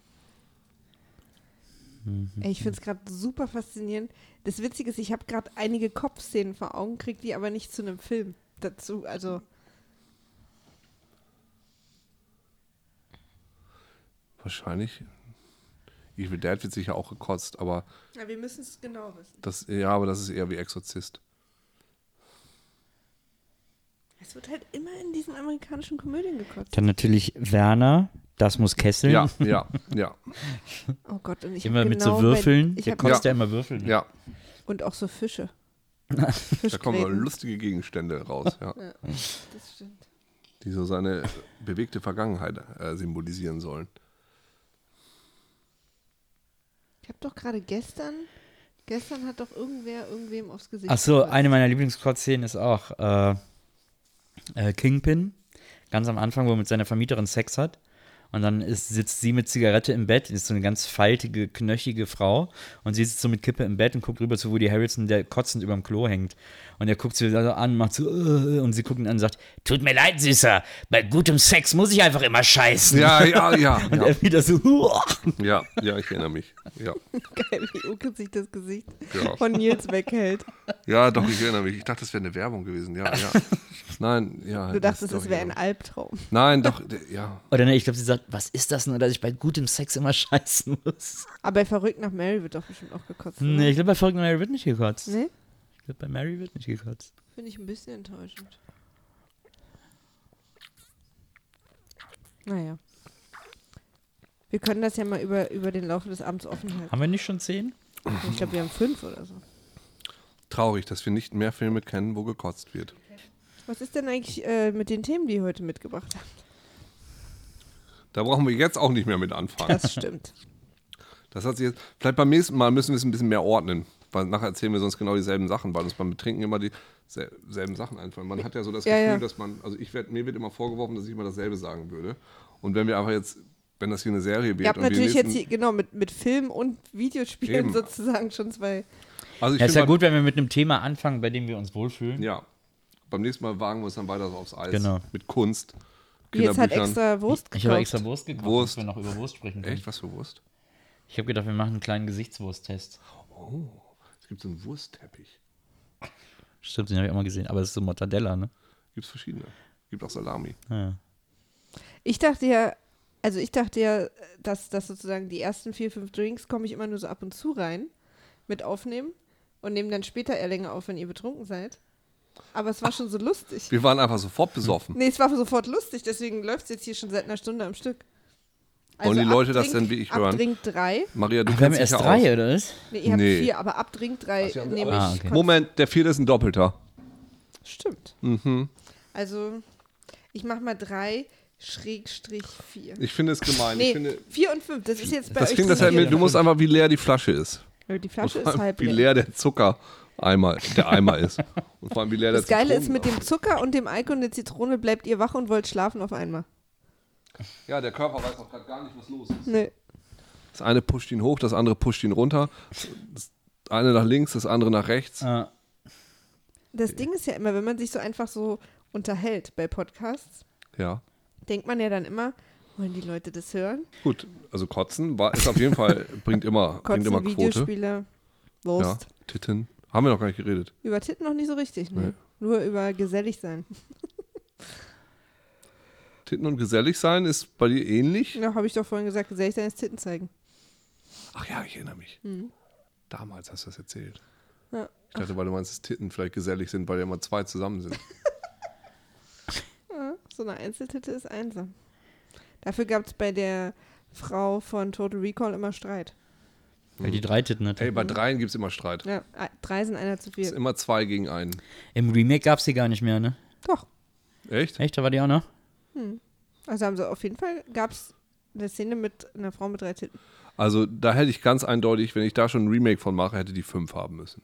Speaker 6: Ey, Ich finde es gerade super faszinierend. Das Witzige ist, ich habe gerade einige Kopfszenen vor Augen, kriege die aber nicht zu einem Film dazu. Also,
Speaker 3: Wahrscheinlich. Evil Dead wird sicher auch gekotzt, aber
Speaker 6: ja, wir müssen es genau wissen.
Speaker 3: das, ja, aber das ist eher wie Exorzist.
Speaker 6: Es wird halt immer in diesen amerikanischen Komödien gekotzt.
Speaker 7: Dann natürlich Werner, das muss Kesseln.
Speaker 3: Ja, ja, ja,
Speaker 6: Oh Gott, und ich hab
Speaker 7: Immer mit
Speaker 6: genau
Speaker 7: so Würfeln.
Speaker 6: Mein, ich
Speaker 7: Der
Speaker 6: hab-
Speaker 7: kotzt ja.
Speaker 3: Ja.
Speaker 7: immer Würfeln.
Speaker 3: ja.
Speaker 6: und auch so Fische.
Speaker 3: Da kommen aber
Speaker 6: Fischgräten.
Speaker 3: lustige Gegenstände raus, ja,
Speaker 6: Das stimmt.
Speaker 3: die so seine bewegte Vergangenheit äh, symbolisieren sollen.
Speaker 6: Ich habe doch gerade gestern, gestern hat doch irgendwer irgendwem aufs Gesicht.
Speaker 7: Achso,
Speaker 6: gekotzt.
Speaker 7: eine meiner Lieblingskotzszenen ist auch äh, äh, Kingpin. Ganz am Anfang, wo er mit seiner Vermieterin Sex hat. Und dann ist, sitzt sie mit Zigarette im Bett, ist so eine ganz faltige, knöchige Frau. Und sie sitzt so mit Kippe im Bett und guckt rüber zu Woody Harrelson, der kotzend überm Klo hängt. Und er guckt sie so an, macht so, äh, und sie guckt ihn an und sagt,
Speaker 4: Tut mir leid, Süßer. Bei gutem Sex muss ich einfach immer scheißen.
Speaker 3: Ja, ja, ja,
Speaker 7: und
Speaker 3: ja,
Speaker 7: er wieder so, huah.
Speaker 3: ja, ja, ich erinnere mich. Ja,
Speaker 6: Geil, wie Uke sich das Gesicht
Speaker 3: Ja.
Speaker 6: von Nils weghält.
Speaker 3: ja doch, ich erinnere mich. Ich dachte, das wäre eine Werbung gewesen. Ja, ja. Nein, ja.
Speaker 6: Du dachtest,
Speaker 3: das
Speaker 6: es wäre ein Albtraum.
Speaker 3: Nein, doch, d- ja.
Speaker 7: Oder ne, ich glaube, sie sagt, was ist das nur, dass ich bei gutem Sex immer scheißen muss?
Speaker 6: Aber bei verrückt nach Mary wird doch bestimmt auch gekotzt. oder?
Speaker 7: Nee, ich glaube, bei Folgen Mary wird nicht gekotzt.
Speaker 6: Nee?
Speaker 7: Ich glaube, bei Mary wird nicht gekotzt.
Speaker 6: Finde ich ein bisschen enttäuschend. Naja. Wir können das ja mal über, über den Laufe des Abends offen halten.
Speaker 7: Haben wir nicht schon zehn?
Speaker 6: Ich glaube, wir haben fünf oder so.
Speaker 3: Traurig, dass wir nicht mehr Filme kennen, wo gekotzt wird.
Speaker 6: Was ist denn eigentlich äh, mit den Themen, die ihr heute mitgebracht habt?
Speaker 3: Da brauchen wir jetzt auch nicht mehr mit anfangen.
Speaker 6: Das stimmt.
Speaker 3: Das hat sich jetzt, vielleicht beim nächsten Mal müssen wir es ein bisschen mehr ordnen, weil nachher erzählen wir sonst genau dieselben Sachen, weil uns beim Betrinken immer dieselben Sachen einfallen. Man hat ja so das
Speaker 6: Ja,
Speaker 3: Gefühl,
Speaker 6: ja.
Speaker 3: dass man, also ich werd, mir wird immer vorgeworfen, dass ich immer dasselbe sagen würde. Und wenn wir einfach jetzt, wenn das hier eine Serie wird,
Speaker 6: Ihr habt
Speaker 3: und wir
Speaker 6: natürlich jetzt
Speaker 3: nächsten-
Speaker 6: hier, genau, mit, mit Film und Videospielen
Speaker 3: Eben.
Speaker 6: sozusagen schon zwei.
Speaker 3: also ich
Speaker 7: Ja, ist ja
Speaker 3: find mal-
Speaker 7: gut, wenn wir mit einem Thema anfangen, bei dem wir uns wohlfühlen.
Speaker 3: Ja, beim nächsten Mal wagen wir es dann weiter so aufs Eis.
Speaker 7: Genau.
Speaker 3: Mit Kunst,
Speaker 6: Jetzt hat
Speaker 3: Kinderbüchern.
Speaker 6: extra Wurst gekauft.
Speaker 7: Ich habe extra Wurst gekauft,
Speaker 3: Wurst.
Speaker 7: dass wir noch über Wurst sprechen können.
Speaker 3: Echt, was für Wurst?
Speaker 7: Ich habe gedacht, wir machen einen kleinen Gesichtswursttest.
Speaker 3: Es gibt so einen Wurstteppich.
Speaker 7: Stimmt, den habe ich auch mal gesehen, aber es ist so Mortadella, ne?
Speaker 3: Gibt es verschiedene. Gibt auch Salami.
Speaker 6: Ich dachte ja, also ich dachte ja, dass, dass sozusagen die ersten vier, fünf Drinks komme ich immer nur so ab und zu rein mit aufnehmen und nehme dann später eher länger auf, wenn ihr betrunken seid. Aber es war schon so lustig.
Speaker 3: Wir waren einfach sofort besoffen.
Speaker 6: Nee, es war sofort lustig, deswegen läuft es jetzt hier schon seit einer Stunde am Stück. Also
Speaker 3: Wollen die
Speaker 6: ab
Speaker 3: Leute das denn
Speaker 6: Drink-
Speaker 3: wie ich
Speaker 6: ab
Speaker 3: hören?
Speaker 6: Drink 3.
Speaker 3: Maria, du
Speaker 7: Wir haben
Speaker 3: kennst dich
Speaker 7: erst
Speaker 3: ja
Speaker 7: drei,
Speaker 3: aus.
Speaker 7: oder ist?
Speaker 6: Nee, ihr habt
Speaker 3: Nee.
Speaker 6: vier, aber ab Drink 3 nehme ich.
Speaker 7: Ah, okay.
Speaker 6: Kon-
Speaker 3: Moment, der vierte ist ein Doppelter.
Speaker 6: Stimmt.
Speaker 3: Mhm.
Speaker 6: Also, ich mach mal 3 Schrägstrich 4.
Speaker 3: Ich finde es gemein. ich
Speaker 6: Nee,
Speaker 3: finde,
Speaker 6: 4 und 5, das ist jetzt bei
Speaker 3: das
Speaker 6: euch
Speaker 3: klingt, das
Speaker 6: zu
Speaker 3: halt
Speaker 6: viel.
Speaker 3: mit, du musst einfach, wie leer die Flasche ist.
Speaker 6: Aber Die Flasche ist halb
Speaker 3: wie leer
Speaker 6: leer.
Speaker 3: der Zucker einmal, der Eimer ist. Und vor allem, wie leer
Speaker 6: Das
Speaker 3: der
Speaker 6: Geile ist, mit
Speaker 3: Zitronen-
Speaker 6: dem Zucker und dem Alkohol und der Zitrone bleibt ihr wach und wollt schlafen auf einmal.
Speaker 3: Ja, der Körper weiß auch gerade gar nicht, was los ist.
Speaker 6: Nee.
Speaker 3: Das eine pusht ihn hoch, das andere pusht ihn runter. Das eine nach links, das andere nach rechts.
Speaker 7: Ah,
Speaker 6: Das Ding ist ja immer, wenn man sich so einfach so unterhält bei Podcasts,
Speaker 3: Ja.
Speaker 6: denkt man ja dann immer, wollen die Leute das hören?
Speaker 3: Gut, also Kotzen war, ist auf jeden Fall, bringt immer, bringt immer
Speaker 6: Kotzen,
Speaker 3: Quote.
Speaker 6: Videospiele,
Speaker 3: Ja,
Speaker 6: Wurst.
Speaker 3: Titten. Haben wir noch gar nicht geredet.
Speaker 6: Über Titten noch nicht so richtig, ne?
Speaker 3: Nee.
Speaker 6: Nur über gesellig sein.
Speaker 3: Titten und gesellig sein ist bei dir ähnlich.
Speaker 6: Ja, habe ich doch vorhin gesagt, gesellig sein ist Titten zeigen.
Speaker 3: Ach ja, ich erinnere mich. Damals hast du das erzählt.
Speaker 6: Hm. Ja.
Speaker 3: Ich dachte, weil du meinst, dass Titten vielleicht gesellig sind, weil ja immer zwei zusammen sind.
Speaker 6: So eine Einzeltitte ist einsam. Dafür gab es bei der Frau von Total Recall immer Streit.
Speaker 7: weil die drei Titten ne? hatte.
Speaker 3: Hey, bei dreien gibt es immer Streit.
Speaker 6: Mhm. Ja, drei sind einer zu
Speaker 3: Es ist
Speaker 6: viel.
Speaker 3: immer zwei gegen einen.
Speaker 7: Im Remake gab es die gar nicht mehr, ne?
Speaker 6: Doch.
Speaker 3: Echt?
Speaker 7: Echt, da war die auch noch?
Speaker 6: Also haben sie auf jeden Fall gab es eine Szene mit einer Frau mit drei Titten.
Speaker 3: Also da hätte ich ganz eindeutig, wenn ich da schon ein Remake von mache, hätte die fünf haben müssen.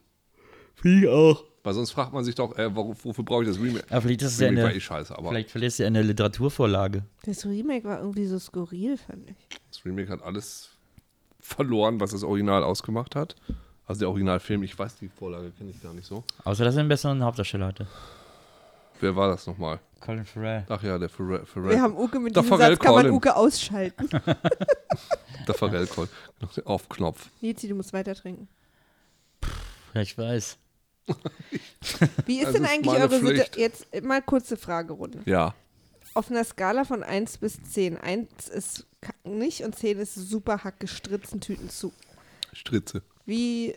Speaker 7: Wie auch.
Speaker 3: Weil sonst fragt man sich doch, äh, warum, wofür brauche ich das Remake?
Speaker 7: Aber vielleicht ist es ja
Speaker 3: Remake war
Speaker 7: eine,
Speaker 3: eh scheiße, aber
Speaker 7: vielleicht verlässt sie eine Literaturvorlage.
Speaker 6: Das Remake war irgendwie so skurril, fand ich.
Speaker 3: das Remake hat alles verloren, was das Original ausgemacht hat. Also der Originalfilm, ich weiß die Vorlage, kenne ich gar nicht so.
Speaker 7: Außer, dass er einen besseren Hauptdarsteller hatte.
Speaker 3: Wer war das nochmal?
Speaker 7: Colin Farrell.
Speaker 3: Ach ja, der Pharrell,
Speaker 6: Wir haben Uke mit
Speaker 3: Doch,
Speaker 6: diesem
Speaker 3: Pharrell
Speaker 6: Satz, kann man
Speaker 3: Collins.
Speaker 6: Uke ausschalten.
Speaker 3: der Pharrell Call. Auf Knopf.
Speaker 6: Nizi, du musst weiter trinken.
Speaker 7: Ja, ich weiß.
Speaker 6: Wie ist
Speaker 3: Also Das
Speaker 6: denn
Speaker 3: ist
Speaker 6: eigentlich
Speaker 3: meine
Speaker 6: eure
Speaker 3: Pflicht.
Speaker 6: Situation? Jetzt mal kurze Fragerunde.
Speaker 3: Ja.
Speaker 6: Auf einer Skala von 1 bis 10. 1 ist kacken nicht und 10 ist super hack gestritzen Tüten zu.
Speaker 3: Stritze.
Speaker 6: Wie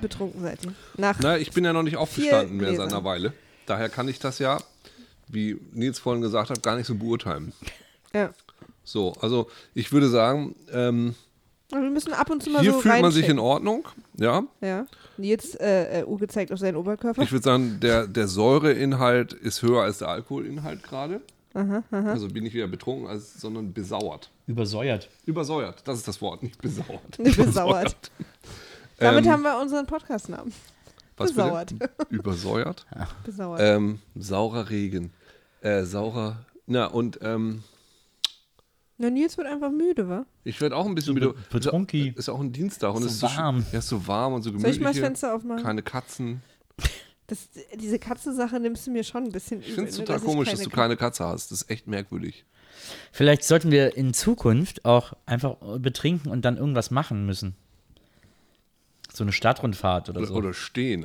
Speaker 6: betrunken seid ihr? Nach
Speaker 3: Na, ich bin ja noch nicht aufgestanden mehr seit
Speaker 6: Gläser.
Speaker 3: einer Weile. Daher kann ich das ja, wie Nils vorhin gesagt hat, gar nicht so beurteilen.
Speaker 6: ja.
Speaker 3: So, also ich würde sagen, ähm,
Speaker 6: Aber Also Wir müssen ab und zu mal
Speaker 3: hier
Speaker 6: so
Speaker 3: fühlt man sich in
Speaker 6: reinchecken.
Speaker 3: Ordnung. Ja,
Speaker 6: Ja. Jetzt äh, äh, Uke zeigt auf seinen Oberkörper.
Speaker 3: ich würde sagen, der, der Säureinhalt ist höher als der Alkoholinhalt gerade. Also bin ich wieder betrunken, als, sondern besauert.
Speaker 7: Übersäuert.
Speaker 3: Übersäuert, das ist das Wort, nicht besauert.
Speaker 6: Nicht besauert. Damit
Speaker 3: Ähm,
Speaker 6: haben wir unseren Podcastnamen.
Speaker 3: was bitte?
Speaker 6: besauert.
Speaker 3: Übersäuert?
Speaker 6: Besauert.
Speaker 3: Ähm, saurer Regen. Äh, saurer. Na, und ähm,
Speaker 6: Na, Nils wird einfach müde, wa?
Speaker 3: ich werde auch ein bisschen
Speaker 7: be-
Speaker 3: wieder.
Speaker 7: betrunki.
Speaker 3: Ist auch ein Dienstag und
Speaker 7: So
Speaker 3: es ist
Speaker 7: warm.
Speaker 3: So, sch- ja, ist so warm und so
Speaker 6: Soll
Speaker 3: gemütlich.
Speaker 6: ich mal das
Speaker 3: hier.
Speaker 6: Fenster aufmachen?
Speaker 3: Keine Katzen.
Speaker 6: Das, diese Katzensache nimmst du mir schon ein bisschen
Speaker 3: Ich finde es
Speaker 6: ne,
Speaker 3: total
Speaker 6: dass
Speaker 3: komisch, dass du
Speaker 6: Katze-
Speaker 3: keine Katze hast. Das ist echt merkwürdig.
Speaker 7: Vielleicht sollten wir in Zukunft auch einfach betrinken und dann irgendwas machen müssen. So eine Stadtrundfahrt oder
Speaker 3: Oder,
Speaker 7: so.
Speaker 3: oder stehen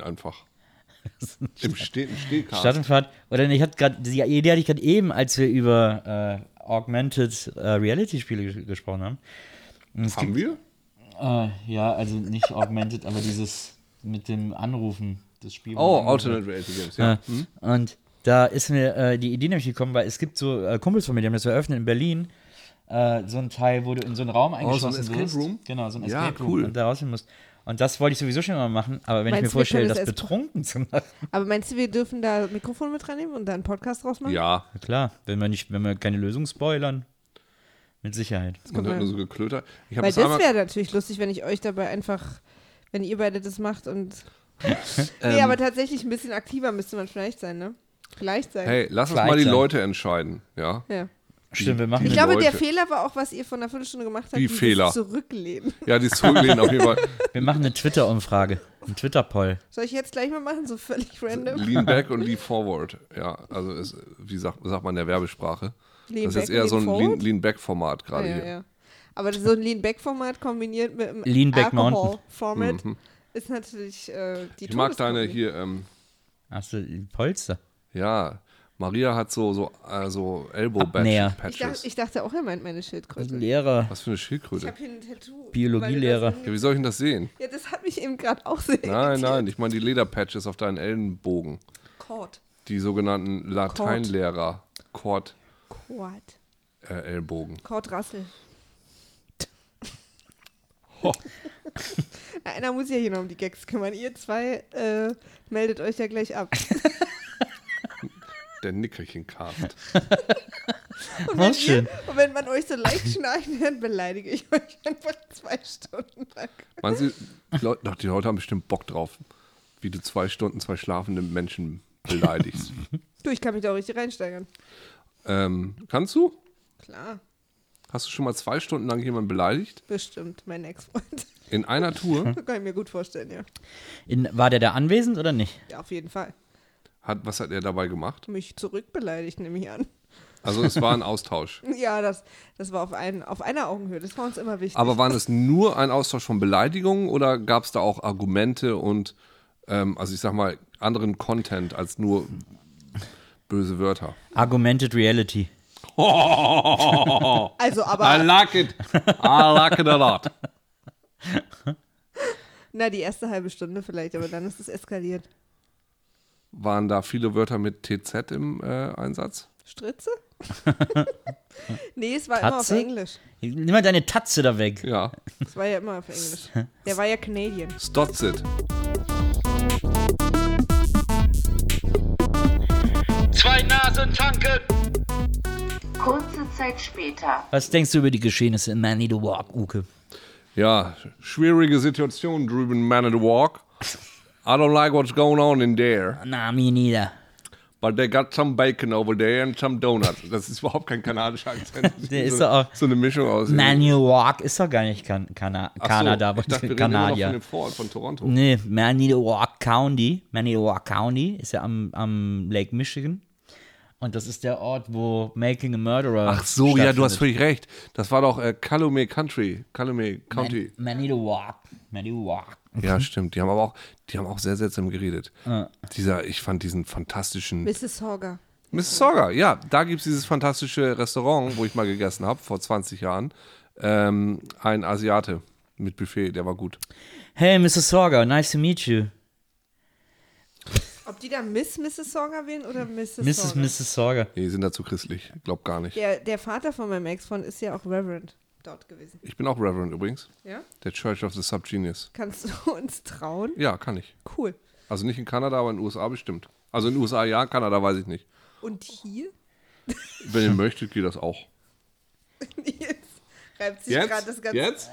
Speaker 3: einfach. Im Stehen, im Stehkasten.
Speaker 7: Stadtrundfahrt. Oder ich hatte gerade, die Idee hatte ich gerade eben, als wir über äh, Augmented äh, Reality-Spiele ges- gesprochen haben. Und es
Speaker 3: Haben wir?
Speaker 7: Äh, ja, also nicht Augmented, aber dieses mit dem Anrufen des Spiels.
Speaker 3: Oh, Alternate Reality Games, ja.
Speaker 7: Ja. Und da ist mir äh, die Idee nämlich gekommen, weil es gibt so äh, Kumpels von mir, die haben das eröffnet in Berlin. Äh, so ein Teil, wo du in so einen Raum
Speaker 3: Oh, so ein
Speaker 7: eingeschlossen
Speaker 3: Escape
Speaker 7: wirst.
Speaker 3: Room?
Speaker 7: Genau, so ein
Speaker 3: Ja,
Speaker 7: Escape Room
Speaker 3: cool.
Speaker 7: und da raus hin musst. Und das wollte ich sowieso schon mal machen, aber wenn
Speaker 6: Meinst
Speaker 7: ich
Speaker 6: du,
Speaker 7: mir
Speaker 6: wir
Speaker 7: vorstelle,
Speaker 6: können das
Speaker 7: das
Speaker 6: als-
Speaker 7: betrunken zu machen.
Speaker 6: Aber meinst du, wir dürfen da Mikrofon mit reinnehmen und da einen Podcast draus machen?
Speaker 3: Ja,
Speaker 7: Na klar, wenn wir nicht, wenn wir keine Lösung spoilern. Mit Sicherheit.
Speaker 3: und
Speaker 6: mal.
Speaker 3: dann halt nur so geklöter. Ich habe
Speaker 6: Weil
Speaker 3: das
Speaker 6: das
Speaker 3: einmal,
Speaker 6: wäre natürlich lustig, wenn ich euch dabei einfach, wenn ihr beide das macht und.
Speaker 3: Ähm.
Speaker 6: nee, aber tatsächlich ein bisschen aktiver müsste man vielleicht sein, ne? Vielleicht sein.
Speaker 3: hey, lass uns
Speaker 7: Kleid
Speaker 3: mal die
Speaker 7: sein.
Speaker 3: Leute entscheiden, ja?
Speaker 6: Ja.
Speaker 7: Stimmt, wir machen
Speaker 6: Ich
Speaker 7: eine-
Speaker 6: glaube, der
Speaker 3: Leute.
Speaker 6: Fehler war auch, was ihr von der Viertelstunde gemacht habt.
Speaker 3: Wie
Speaker 6: dieses
Speaker 3: Fehler?
Speaker 6: Zurücklehnen.
Speaker 3: Ja, die zurücklehnen auf jeden Fall.
Speaker 7: wir machen eine Twitter-Umfrage. Ein Twitter-Poll.
Speaker 6: Soll ich jetzt gleich mal machen, so völlig random?
Speaker 3: Lean back und lean forward. Ja, also es, wie sagt, sagt man in der Werbesprache?
Speaker 6: Lean
Speaker 3: das
Speaker 6: back
Speaker 3: ist eher
Speaker 6: und
Speaker 3: so
Speaker 6: lean
Speaker 3: ein lean,
Speaker 6: forward?
Speaker 3: lean back Format
Speaker 6: Ah,
Speaker 3: gerade
Speaker 6: ja,
Speaker 3: hier.
Speaker 6: ja. Aber so ein Lean-Back-Format kombiniert mit einem
Speaker 7: Lean Back Mountain.
Speaker 6: Alcohol-Format ist natürlich äh, die
Speaker 3: Mhm. Ich mag deine
Speaker 6: Todeskombi.
Speaker 3: hier, ähm,
Speaker 7: Hast du die Polster?
Speaker 3: ja, Maria hat so, so, äh, so
Speaker 7: Abnäher.
Speaker 3: Elbow-Patches.
Speaker 6: Ich dachte, ich dachte auch, er meint meine Schildkröte.
Speaker 7: Lehrer.
Speaker 3: Was für eine
Speaker 6: Ich
Speaker 3: Schildkröte.
Speaker 6: habe hier ein Tattoo.
Speaker 7: Biologielehrer.
Speaker 6: weil du das
Speaker 3: Ja, wie soll ich denn das sehen?
Speaker 6: so- Ja, das hat mich eben gerade auch sehr
Speaker 3: Nein, nein, ich meine die Lederpatches auf deinen Ellenbogen.
Speaker 6: Kord.
Speaker 3: Die sogenannten Lateinlehrer. Kord.
Speaker 6: Kord.
Speaker 3: Äh, Ellbogen.
Speaker 6: Kord Rassel. Na, Einer muss ja hier noch um die Gags kümmern. Ihr zwei äh, meldet euch ja gleich ab.
Speaker 3: Der Nickerchen-Cast.
Speaker 6: Und
Speaker 7: Auch
Speaker 6: wenn,
Speaker 7: schön.
Speaker 6: ihr, und wenn man euch so leicht schnarchen hört, beleidige ich euch einfach zwei Stunden lang.
Speaker 3: Meinst du, die Leute, doch, die Leute haben bestimmt Bock drauf, wie du zwei Stunden zwei schlafende Menschen beleidigst.
Speaker 6: Du, ich kann mich da auch richtig reinsteigern.
Speaker 3: ähm, kannst du?
Speaker 6: Klar,
Speaker 3: Hast du schon mal zwei Stunden lang jemanden beleidigt?
Speaker 6: bestimmt, mein Ex-Freund.
Speaker 3: In einer Tour?
Speaker 6: Das kann ich mir gut vorstellen, ja.
Speaker 7: In, war der da anwesend oder nicht?
Speaker 6: Ja, auf jeden Fall.
Speaker 3: Hat, was hat er dabei gemacht?
Speaker 6: Mich zurückbeleidigt, nehme ich an.
Speaker 3: Also es war ein Austausch.
Speaker 6: Ja, das, das war auf, einen, auf einer Augenhöhe. Das war uns immer wichtig.
Speaker 3: Aber waren es nur ein Austausch von Beleidigungen oder gab es da auch Argumente und, ähm, also ich sag mal, anderen Content als nur böse Wörter?
Speaker 7: Argumented Reality.
Speaker 6: also, aber,
Speaker 3: like it. I like it a lot.
Speaker 6: na, die erste halbe Stunde vielleicht, aber dann ist es eskaliert.
Speaker 3: Waren da viele Wörter mit TZ im äh, Einsatz?
Speaker 6: Stritze? nee, es war immer auf
Speaker 7: Tatze?
Speaker 6: Englisch.
Speaker 7: Nimm mal deine Tatze da weg.
Speaker 3: Ja.
Speaker 6: Es war ja immer auf Englisch. Der war ja Canadian.
Speaker 3: Stotzit.
Speaker 5: Zwei Nasen tanken.
Speaker 1: Kurze Zeit später.
Speaker 7: Was denkst du über die Geschehnisse in Man Need a Walk, Uke?
Speaker 3: Ja, schwierige Situation drüben, man at the walk. I don't like what's going on in there.
Speaker 7: Na, mir nieder.
Speaker 3: But they got some bacon over there and some donuts. Das ist überhaupt kein kanadischer Akzent. Das
Speaker 7: Der
Speaker 3: so,
Speaker 7: ist doch auch-
Speaker 3: so eine Mischung aus.
Speaker 7: Man Need a Walk ist doch gar nicht kan Kana
Speaker 3: Ach so,
Speaker 7: Kanada,
Speaker 3: ich dachte, wir reden immer noch von
Speaker 7: Kanadier.
Speaker 3: dem Vorort von Toronto.
Speaker 7: Nee, Manitowoc County. Manitowoc County ist ja am, am Lake Michigan. Und das ist der Ort, wo Making a Murderer.
Speaker 3: Ach so, ja, du hast
Speaker 7: stattfindet.
Speaker 3: völlig recht. Das war doch äh, Calumet Country, Calumet County.
Speaker 7: Man Manitowoc. Manitowoc.
Speaker 3: Ja, stimmt. Die haben aber auch, die haben auch sehr seltsam geredet. Dieser, ich fand diesen fantastischen.
Speaker 6: Mrs. Hogger.
Speaker 3: Mississauga, ja, da gibt es dieses fantastische Restaurant, wo ich mal gegessen habe, vor 20 Jahren. Ähm, ein Asiate mit Buffet, der war gut.
Speaker 7: Hey, Mrs. Sorger, nice to meet you.
Speaker 6: Ob die da Miss Mrs. Hogger wählen oder Mrs.
Speaker 7: Mrs.
Speaker 6: Hogger?
Speaker 7: Mrs. Sorger.
Speaker 3: Nee, die sind dazu christlich. Glaub gar nicht.
Speaker 6: Der, der Vater von meinem Ex-Freund ist ja auch Reverend dort gewesen.
Speaker 3: Ich bin auch Reverend übrigens.
Speaker 6: Ja?
Speaker 3: Der Church of the Subgenius.
Speaker 6: Kannst du uns trauen?
Speaker 3: Ja, kann ich.
Speaker 6: Cool.
Speaker 3: Also nicht in Kanada, aber in den USA bestimmt. Also in den USA ja, Kanada weiß ich nicht.
Speaker 6: Und hier?
Speaker 3: Wenn ihr möchtet, geht das auch.
Speaker 6: Jetzt reibt sich gerade das ganze.
Speaker 3: Jetzt?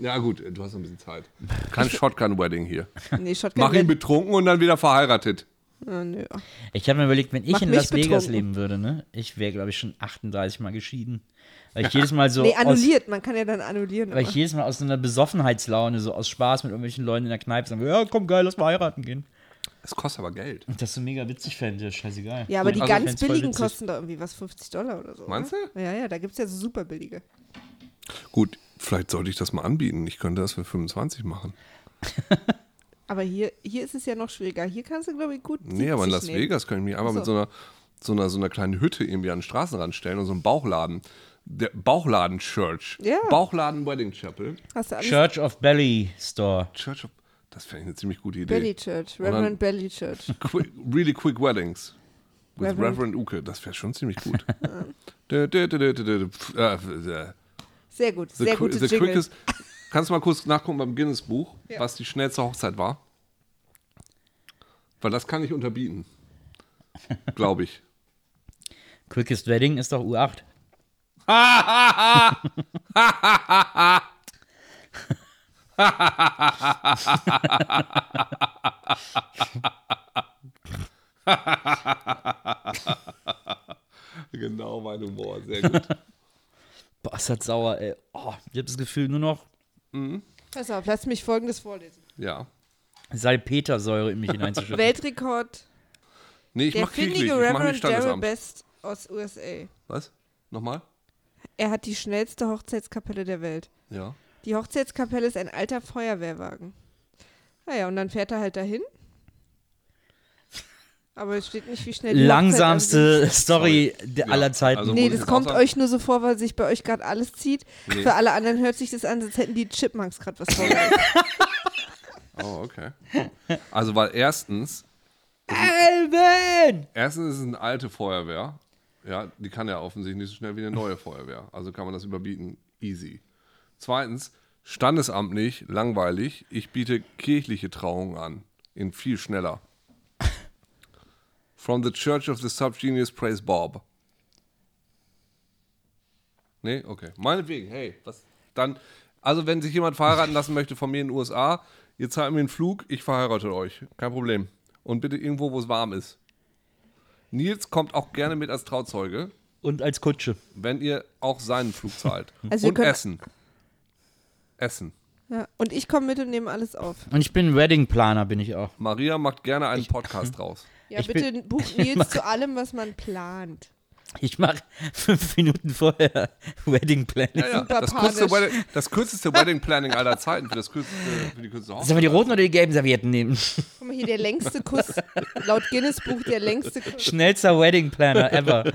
Speaker 3: Ja gut, du hast noch ein bisschen Zeit. Kein Shotgun-Wedding hier.
Speaker 6: Nee, Shotgun
Speaker 3: Mach ihn
Speaker 6: Wedding.
Speaker 3: betrunken und dann wieder verheiratet.
Speaker 6: Ah, nö.
Speaker 7: Ich habe mir überlegt, wenn ich
Speaker 6: Mach
Speaker 7: in
Speaker 6: mich
Speaker 7: Las Vegas
Speaker 6: betrunken.
Speaker 7: leben würde, ne? Ich wäre, glaube ich, schon 38 Mal geschieden. Weil ich jedes Mal so.
Speaker 6: Nee,
Speaker 7: aus,
Speaker 6: annulliert. Man kann ja dann annullieren.
Speaker 7: weil ich jedes Mal aus so einer Besoffenheitslaune, so aus Spaß mit irgendwelchen Leuten in der Kneipe sage, ja, komm, geil, lass mal heiraten gehen.
Speaker 3: Es kostet aber Geld.
Speaker 7: Und das so mega witzig fände, scheißegal.
Speaker 6: ja, aber
Speaker 7: Gut,
Speaker 6: die
Speaker 7: also ich
Speaker 6: ganz
Speaker 7: fänd's voll
Speaker 6: billigen
Speaker 7: witzig.
Speaker 6: kosten doch irgendwie was, 50 Dollar oder so.
Speaker 3: Meinst
Speaker 6: oder? Ja, ja, da gibt es ja so super billige.
Speaker 3: Gut, vielleicht sollte ich das mal anbieten. Ich könnte das für 25 machen.
Speaker 6: Aber hier, hier ist es ja noch schwieriger. Hier kannst du, glaube ich, gut.
Speaker 3: Nee, aber in
Speaker 6: 70
Speaker 3: Las
Speaker 6: nehmen.
Speaker 3: Vegas könnte ich mich einmal mit so einer, so, einer, so einer kleinen Hütte irgendwie an den Straßenrand stellen und so einen Bauchladen. Der Bauchladen Church.
Speaker 6: Ja.
Speaker 3: Bauchladen Wedding Chapel.
Speaker 6: Hast du alles?
Speaker 7: Church of Belly Store.
Speaker 3: Church of. Das fände ich eine ziemlich gute Idee.
Speaker 6: Belly Church. Reverend Belly Church.
Speaker 3: Quick, really quick weddings. With
Speaker 6: Reverend.
Speaker 3: Reverend, Uke. Das wäre schon ziemlich gut. Dö, dö, dö, dö, dö, dö, pf, äh, äh,
Speaker 6: Sehr gut.
Speaker 3: the
Speaker 6: Sehr
Speaker 3: qui-
Speaker 6: gutes
Speaker 3: the
Speaker 6: Jingle.
Speaker 3: quickest. Kannst du mal kurz nachgucken beim Guinness-Buch,
Speaker 6: Ja.
Speaker 3: was die schnellste Hochzeit war? Weil das kann ich unterbieten. Glaube ich.
Speaker 7: Quickest Wedding ist doch U8.
Speaker 3: Genau meine Worte, sehr gut.
Speaker 7: Boah, ist das sauer, ey. Oh, ich hab das Gefühl, nur noch
Speaker 6: Pass auf, lass mich folgendes vorlesen.
Speaker 3: ja.
Speaker 7: Salpetersäure in mich hineinzuschütten.
Speaker 6: Weltrekord.
Speaker 3: Nee, Also, ich
Speaker 6: Der
Speaker 3: mach Krieglich, ich
Speaker 6: findige
Speaker 3: mach nicht
Speaker 6: Reverend Jerry
Speaker 3: Standesamt.
Speaker 6: Best aus USA.
Speaker 3: Was? Nochmal?
Speaker 6: Er hat die schnellste Hochzeitskapelle der Welt.
Speaker 3: Ja.
Speaker 6: Die Hochzeitskapelle ist ein alter Feuerwehrwagen. Naja, und dann fährt er halt dahin. Aber es steht nicht, wie schnell die Hochzeit
Speaker 7: Langsamste Story der
Speaker 3: Ja,
Speaker 7: aller Zeiten.
Speaker 3: also-
Speaker 6: an sich- Nee,
Speaker 3: Muss ich
Speaker 6: das
Speaker 3: jetzt
Speaker 6: kommt
Speaker 3: auch sagen?
Speaker 6: euch nur so vor, weil sich bei euch gerade alles zieht.
Speaker 3: Nee.
Speaker 6: Für alle anderen hört sich das an, als hätten die Chipmunks gerade was vorbereitet.
Speaker 3: Oh, okay. Also, weil erstens,
Speaker 7: Alben!
Speaker 3: erstens ist es eine alte Feuerwehr. Ja, die kann ja offensichtlich nicht so schnell wie eine neue Feuerwehr. Also kann man das überbieten. Easy. Zweitens, Standesamt nicht, langweilig. Ich biete kirchliche Trauungen an. In viel schneller. From the Church of the Subgenius Praise Bob. Nee, okay. Meinetwegen, hey, was? Dann, also wenn sich jemand verheiraten lassen möchte von mir in den USA, ihr zahlt mir einen Flug, ich verheirate euch. Kein Problem. Und bitte irgendwo, wo es warm ist. Nils kommt auch gerne mit als Trauzeuge,
Speaker 7: Und als Kutsche.
Speaker 3: wenn ihr auch seinen Flug zahlt.
Speaker 6: Also wir
Speaker 3: und
Speaker 6: können-
Speaker 3: Essen. Essen.
Speaker 6: ja. Und ich komme mit und nehme alles auf.
Speaker 7: Und ich bin Wedding-Planer, bin ich auch.
Speaker 3: Maria macht gerne einen Podcast draus.
Speaker 6: Ja,
Speaker 7: Ich
Speaker 6: bitte bucht Nils zu allem, was man plant.
Speaker 7: Ich mache fünf Minuten vorher Wedding Planning.
Speaker 3: Ja, ja.
Speaker 6: Super
Speaker 3: Das, kürzeste
Speaker 6: panisch.
Speaker 3: Wedding, das kürzeste Wedding Planning aller Zeiten für, das kürzeste, für die kürzeste Hochzeit.
Speaker 7: Sollen wir die roten oder die gelben Servietten nehmen?
Speaker 6: Guck mal hier, der längste Kuss, laut Guinness Buch, der längste Kuss.
Speaker 7: Schnellster Wedding Planner ever.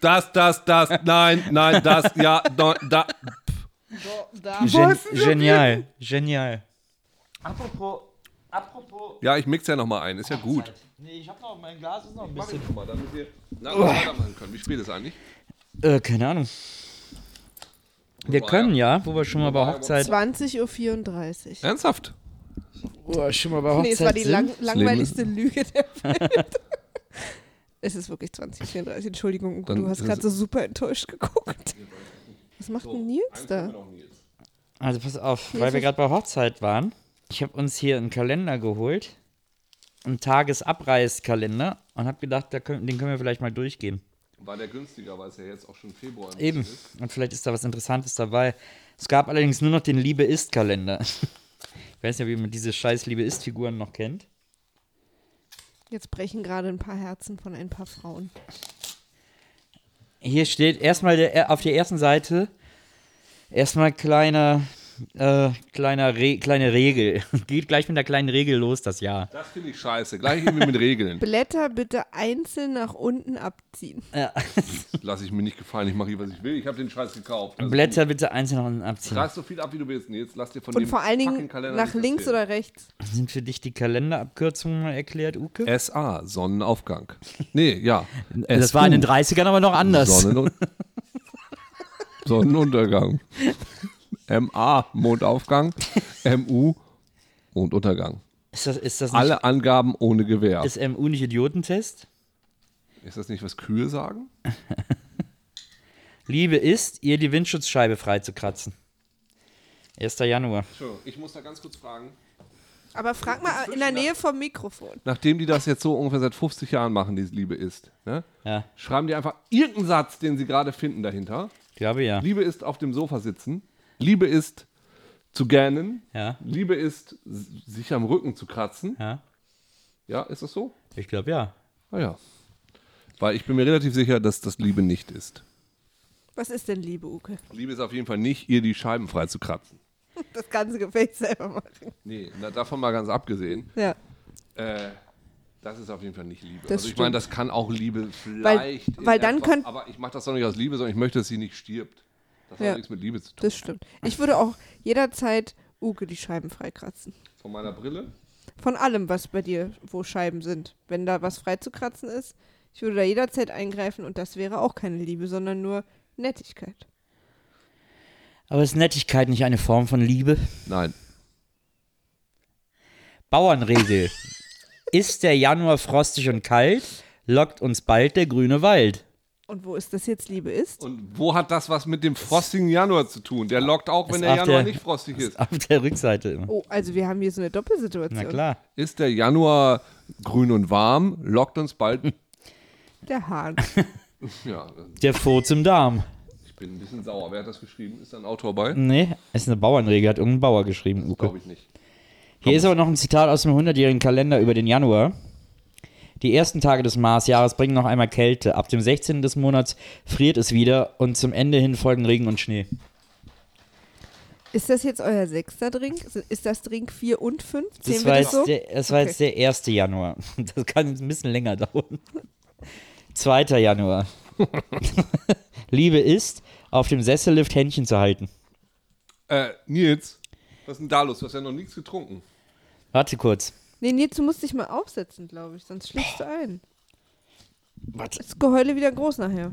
Speaker 3: Das, das, das, nein, nein, das, ja, no, da.
Speaker 6: Da.
Speaker 7: Gen genial, genial.
Speaker 2: Apropos, apropos.
Speaker 3: Ja, ich mix ja nochmal ein, ist ja gut.
Speaker 2: Nee, ich hab noch, mein Glas ist noch ein
Speaker 3: Mach
Speaker 2: bisschen.
Speaker 3: ich nochmal, damit wir na, weitermachen können. Wie spät ist eigentlich?
Speaker 7: Äh, keine Ahnung. Wir können ja, wo wir schon mal bei Hochzeit,
Speaker 6: 20.34 Uhr.
Speaker 3: Ernsthaft?
Speaker 7: oh, schon mal bei
Speaker 6: Nee, es war
Speaker 7: Hochzeit
Speaker 6: die
Speaker 7: sind.
Speaker 6: lang langweiligste Lüge der Welt. es ist wirklich 20.34 Entschuldigung,
Speaker 3: Dann
Speaker 6: du hast
Speaker 3: ist-
Speaker 6: gerade so super enttäuscht geguckt. Was macht denn Nils da?
Speaker 7: Also pass auf, weil wir gerade bei Hochzeit waren. Ich habe uns hier einen Kalender geholt, einen Tagesabreißkalender und habe gedacht, da können, den können wir vielleicht mal durchgehen.
Speaker 3: War der günstiger, weil es ja jetzt auch schon Februar ist.
Speaker 7: Eben. Und vielleicht ist da was Interessantes dabei. Es gab allerdings nur noch den Liebe ist-Kalender. Ich weiß ja, wie man diese scheiß Liebe ist-Figuren noch kennt.
Speaker 6: Jetzt brechen gerade ein paar Herzen von ein paar Frauen.
Speaker 7: Hier steht erstmal der, äh, auf der ersten Seite erstmal kleiner, äh, kleiner Re, kleine Regel. Geht gleich mit einer kleinen Regel los das Jahr.
Speaker 3: Das finde ich scheiße. Gleich irgendwie mit Regeln.
Speaker 6: Blätter bitte einzeln nach unten abziehen.
Speaker 3: Lass ich mir nicht gefallen. Ich mache hier, was ich will. Ich habe den Scheiß gekauft. Also,
Speaker 7: Blätter bitte einzeln nach unten abziehen.
Speaker 3: Reiß so viel ab, wie du willst. Nee, jetzt lass dir von
Speaker 6: Und
Speaker 3: dem
Speaker 6: vor allen
Speaker 3: fucking
Speaker 6: Dingen
Speaker 3: Kalender
Speaker 6: nach
Speaker 3: nicht das
Speaker 6: links
Speaker 3: Leben.
Speaker 6: oder rechts.
Speaker 7: Sind für dich die Kalenderabkürzungen mal erklärt, Uke?
Speaker 3: SA, Sonnenaufgang. Nee, ja.
Speaker 7: das war in den 30ern aber noch anders.
Speaker 3: Sonnen Sonnenuntergang. MA, Mondaufgang. MU, Monduntergang.
Speaker 7: Ist das, ist das nicht
Speaker 3: Alle Angaben ohne Gewähr.
Speaker 7: ist MU nicht Idiotentest?
Speaker 3: Ist das nicht, was Kühe sagen?
Speaker 7: Liebe ist, ihr die Windschutzscheibe freizukratzen. 1. Januar.
Speaker 3: Entschuldigung, ich muss da ganz kurz fragen.
Speaker 6: Aber frag mal in der Nähe vom Mikrofon.
Speaker 3: Nachdem die das jetzt so ungefähr seit 50 Jahren machen, diese Liebe ist, ne?
Speaker 7: Ja,
Speaker 3: schreiben die einfach irgendeinen Satz, den sie gerade finden dahinter.
Speaker 7: ich glaube ja.
Speaker 3: Liebe ist auf dem Sofa sitzen. Liebe ist zu gähnen.
Speaker 7: Ja.
Speaker 3: Liebe ist s- sich am Rücken zu kratzen.
Speaker 7: Ja,
Speaker 3: Ja, ist das so?
Speaker 7: ich glaube ja.
Speaker 3: Naja. Weil ich bin mir relativ sicher, dass das Liebe nicht ist.
Speaker 6: Was ist denn Liebe, Uke?
Speaker 3: Liebe ist auf jeden Fall nicht, ihr die Scheiben frei zu kratzen.
Speaker 6: Das ganze Gefäß selber machen.
Speaker 3: Nee, na, davon mal ganz abgesehen.
Speaker 6: Ja.
Speaker 3: Äh, das ist auf jeden Fall nicht Liebe.
Speaker 6: Das
Speaker 3: also ich meine, das kann auch Liebe vielleicht. in
Speaker 6: weil dann
Speaker 3: etwas-
Speaker 6: könnt-
Speaker 3: aber ich mache das doch nicht aus Liebe, sondern ich möchte, dass sie nicht stirbt. Das
Speaker 6: Ja.
Speaker 3: hat nichts mit Liebe zu tun.
Speaker 6: Das stimmt. Ich würde auch jederzeit Uke die Scheiben freikratzen.
Speaker 3: Von meiner Brille?
Speaker 6: Von allem, was bei dir, wo Scheiben sind. Wenn da was freizukratzen ist, ich würde da jederzeit eingreifen und das wäre auch keine Liebe, sondern nur Nettigkeit.
Speaker 7: Aber ist Nettigkeit nicht eine Form von Liebe?
Speaker 3: Nein.
Speaker 7: Bauernregel. ist der Januar frostig und kalt, lockt uns bald der grüne Wald.
Speaker 6: Und wo ist das jetzt Liebe ist?
Speaker 3: Und wo hat das was mit dem frostigen Januar zu tun? Der lockt auch, wenn
Speaker 7: Ist
Speaker 3: der
Speaker 7: auf
Speaker 3: Januar
Speaker 7: der-
Speaker 3: nicht frostig ist.
Speaker 7: Auf der Rückseite immer.
Speaker 6: Oh, also wir haben hier so eine Doppelsituation.
Speaker 7: Na klar.
Speaker 3: Ist der Januar grün und warm, lockt uns bald.
Speaker 6: Der Hahn.
Speaker 3: Ja,
Speaker 7: Der Furz im Darm.
Speaker 3: ich bin ein bisschen sauer. Wer hat das geschrieben? Ist da ein Autor bei?
Speaker 7: Nee, ist eine Bauernregel, hat irgendein Bauer geschrieben, Uke.
Speaker 3: Glaube ich nicht.
Speaker 7: Hier ist aber noch ein Zitat aus dem 100-jährigen Kalender über den Januar. Die ersten Tage des Marsjahres bringen noch einmal Kälte. Ab dem 16. des Monats friert es wieder und zum Ende hin folgen Regen und Schnee.
Speaker 6: Ist das jetzt euer sechster Drink? Ist das Drink 4 und 5?
Speaker 7: Das
Speaker 6: Zählen wir
Speaker 7: war,
Speaker 6: das
Speaker 7: jetzt
Speaker 6: so?
Speaker 7: der, das war
Speaker 6: Okay.
Speaker 7: jetzt der 1. Januar. Das kann jetzt ein bisschen länger dauern. 2. Januar. Liebe ist, auf dem Sessellift Händchen zu halten.
Speaker 3: Äh, Nils, was ist denn da los? Du hast ja noch nichts getrunken.
Speaker 7: Warte kurz.
Speaker 6: Nee, Nils, du musst dich mal aufsetzen, glaube ich, sonst schläfst du ein.
Speaker 7: Warte.
Speaker 6: Das Geheule wieder groß nachher.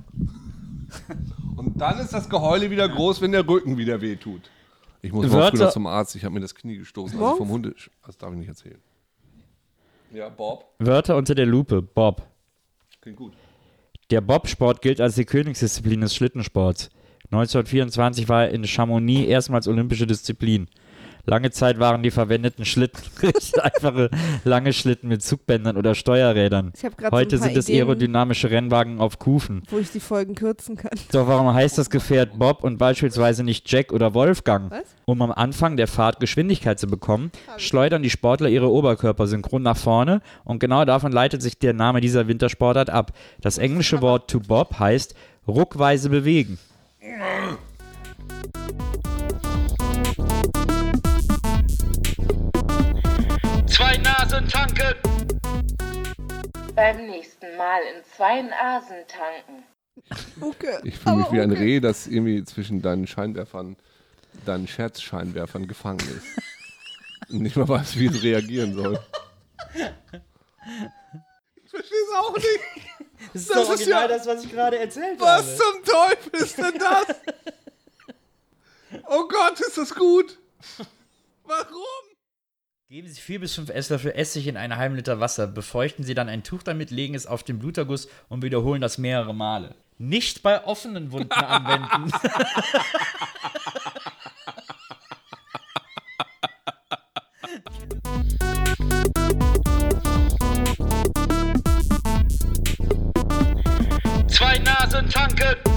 Speaker 3: Und dann ist das Geheule wieder groß, wenn der Rücken wieder wehtut. Ich muss mal
Speaker 7: Wörter-
Speaker 3: früher zum Arzt. Ich habe mir das Knie gestoßen, als ich
Speaker 6: Morgens?
Speaker 3: vom Hunde. Das darf ich nicht erzählen. Ja, Bob.
Speaker 7: Wörter unter der Lupe. Bob.
Speaker 3: Klingt gut.
Speaker 7: Der Bobsport gilt als die Königsdisziplin des Schlittensports. 1924 war in Chamonix erstmals olympische Disziplin. Lange Zeit waren die verwendeten Schlitten einfache lange Schlitten mit Zugbändern oder Steuerrädern.
Speaker 6: Ich habe gerade so
Speaker 7: Heute
Speaker 6: ein paar
Speaker 7: sind es
Speaker 6: Ideen,
Speaker 7: aerodynamische Rennwagen auf Kufen.
Speaker 6: wo ich die Folgen kürzen kann.
Speaker 7: Doch warum heißt das Gefährt Bob und beispielsweise nicht Jack oder Wolfgang?
Speaker 6: Was?
Speaker 7: Um am Anfang der Fahrt Geschwindigkeit zu bekommen, schleudern die Sportler ihre Oberkörper synchron nach vorne und genau davon leitet sich der Name dieser Wintersportart ab. Das englische Wort to Bob heißt ruckweise bewegen.
Speaker 5: Zwei Nasen tanken.
Speaker 1: Beim nächsten Mal in zwei Nasen tanken.
Speaker 6: Oh, Okay.
Speaker 3: Ich fühle mich wie ein Reh, das irgendwie zwischen deinen Scheinwerfern, deinen Scherzscheinwerfern gefangen ist. Und nicht mal weiß, wie es reagieren soll. Ich verstehe es auch nicht.
Speaker 7: Das ist
Speaker 3: Das doch ist original ja-
Speaker 7: genau das, was ich gerade erzählt
Speaker 3: Was zum Teufel ist denn das? Oh Gott, ist das gut? Warum?
Speaker 7: Geben Sie 4 bis 5 Esslöffel Essig in einen halben Liter Wasser, befeuchten Sie dann ein Tuch damit, legen es auf den Bluterguss und wiederholen das mehrere Male. Nicht bei offenen Wunden anwenden.
Speaker 5: Zwei Nasen tanken.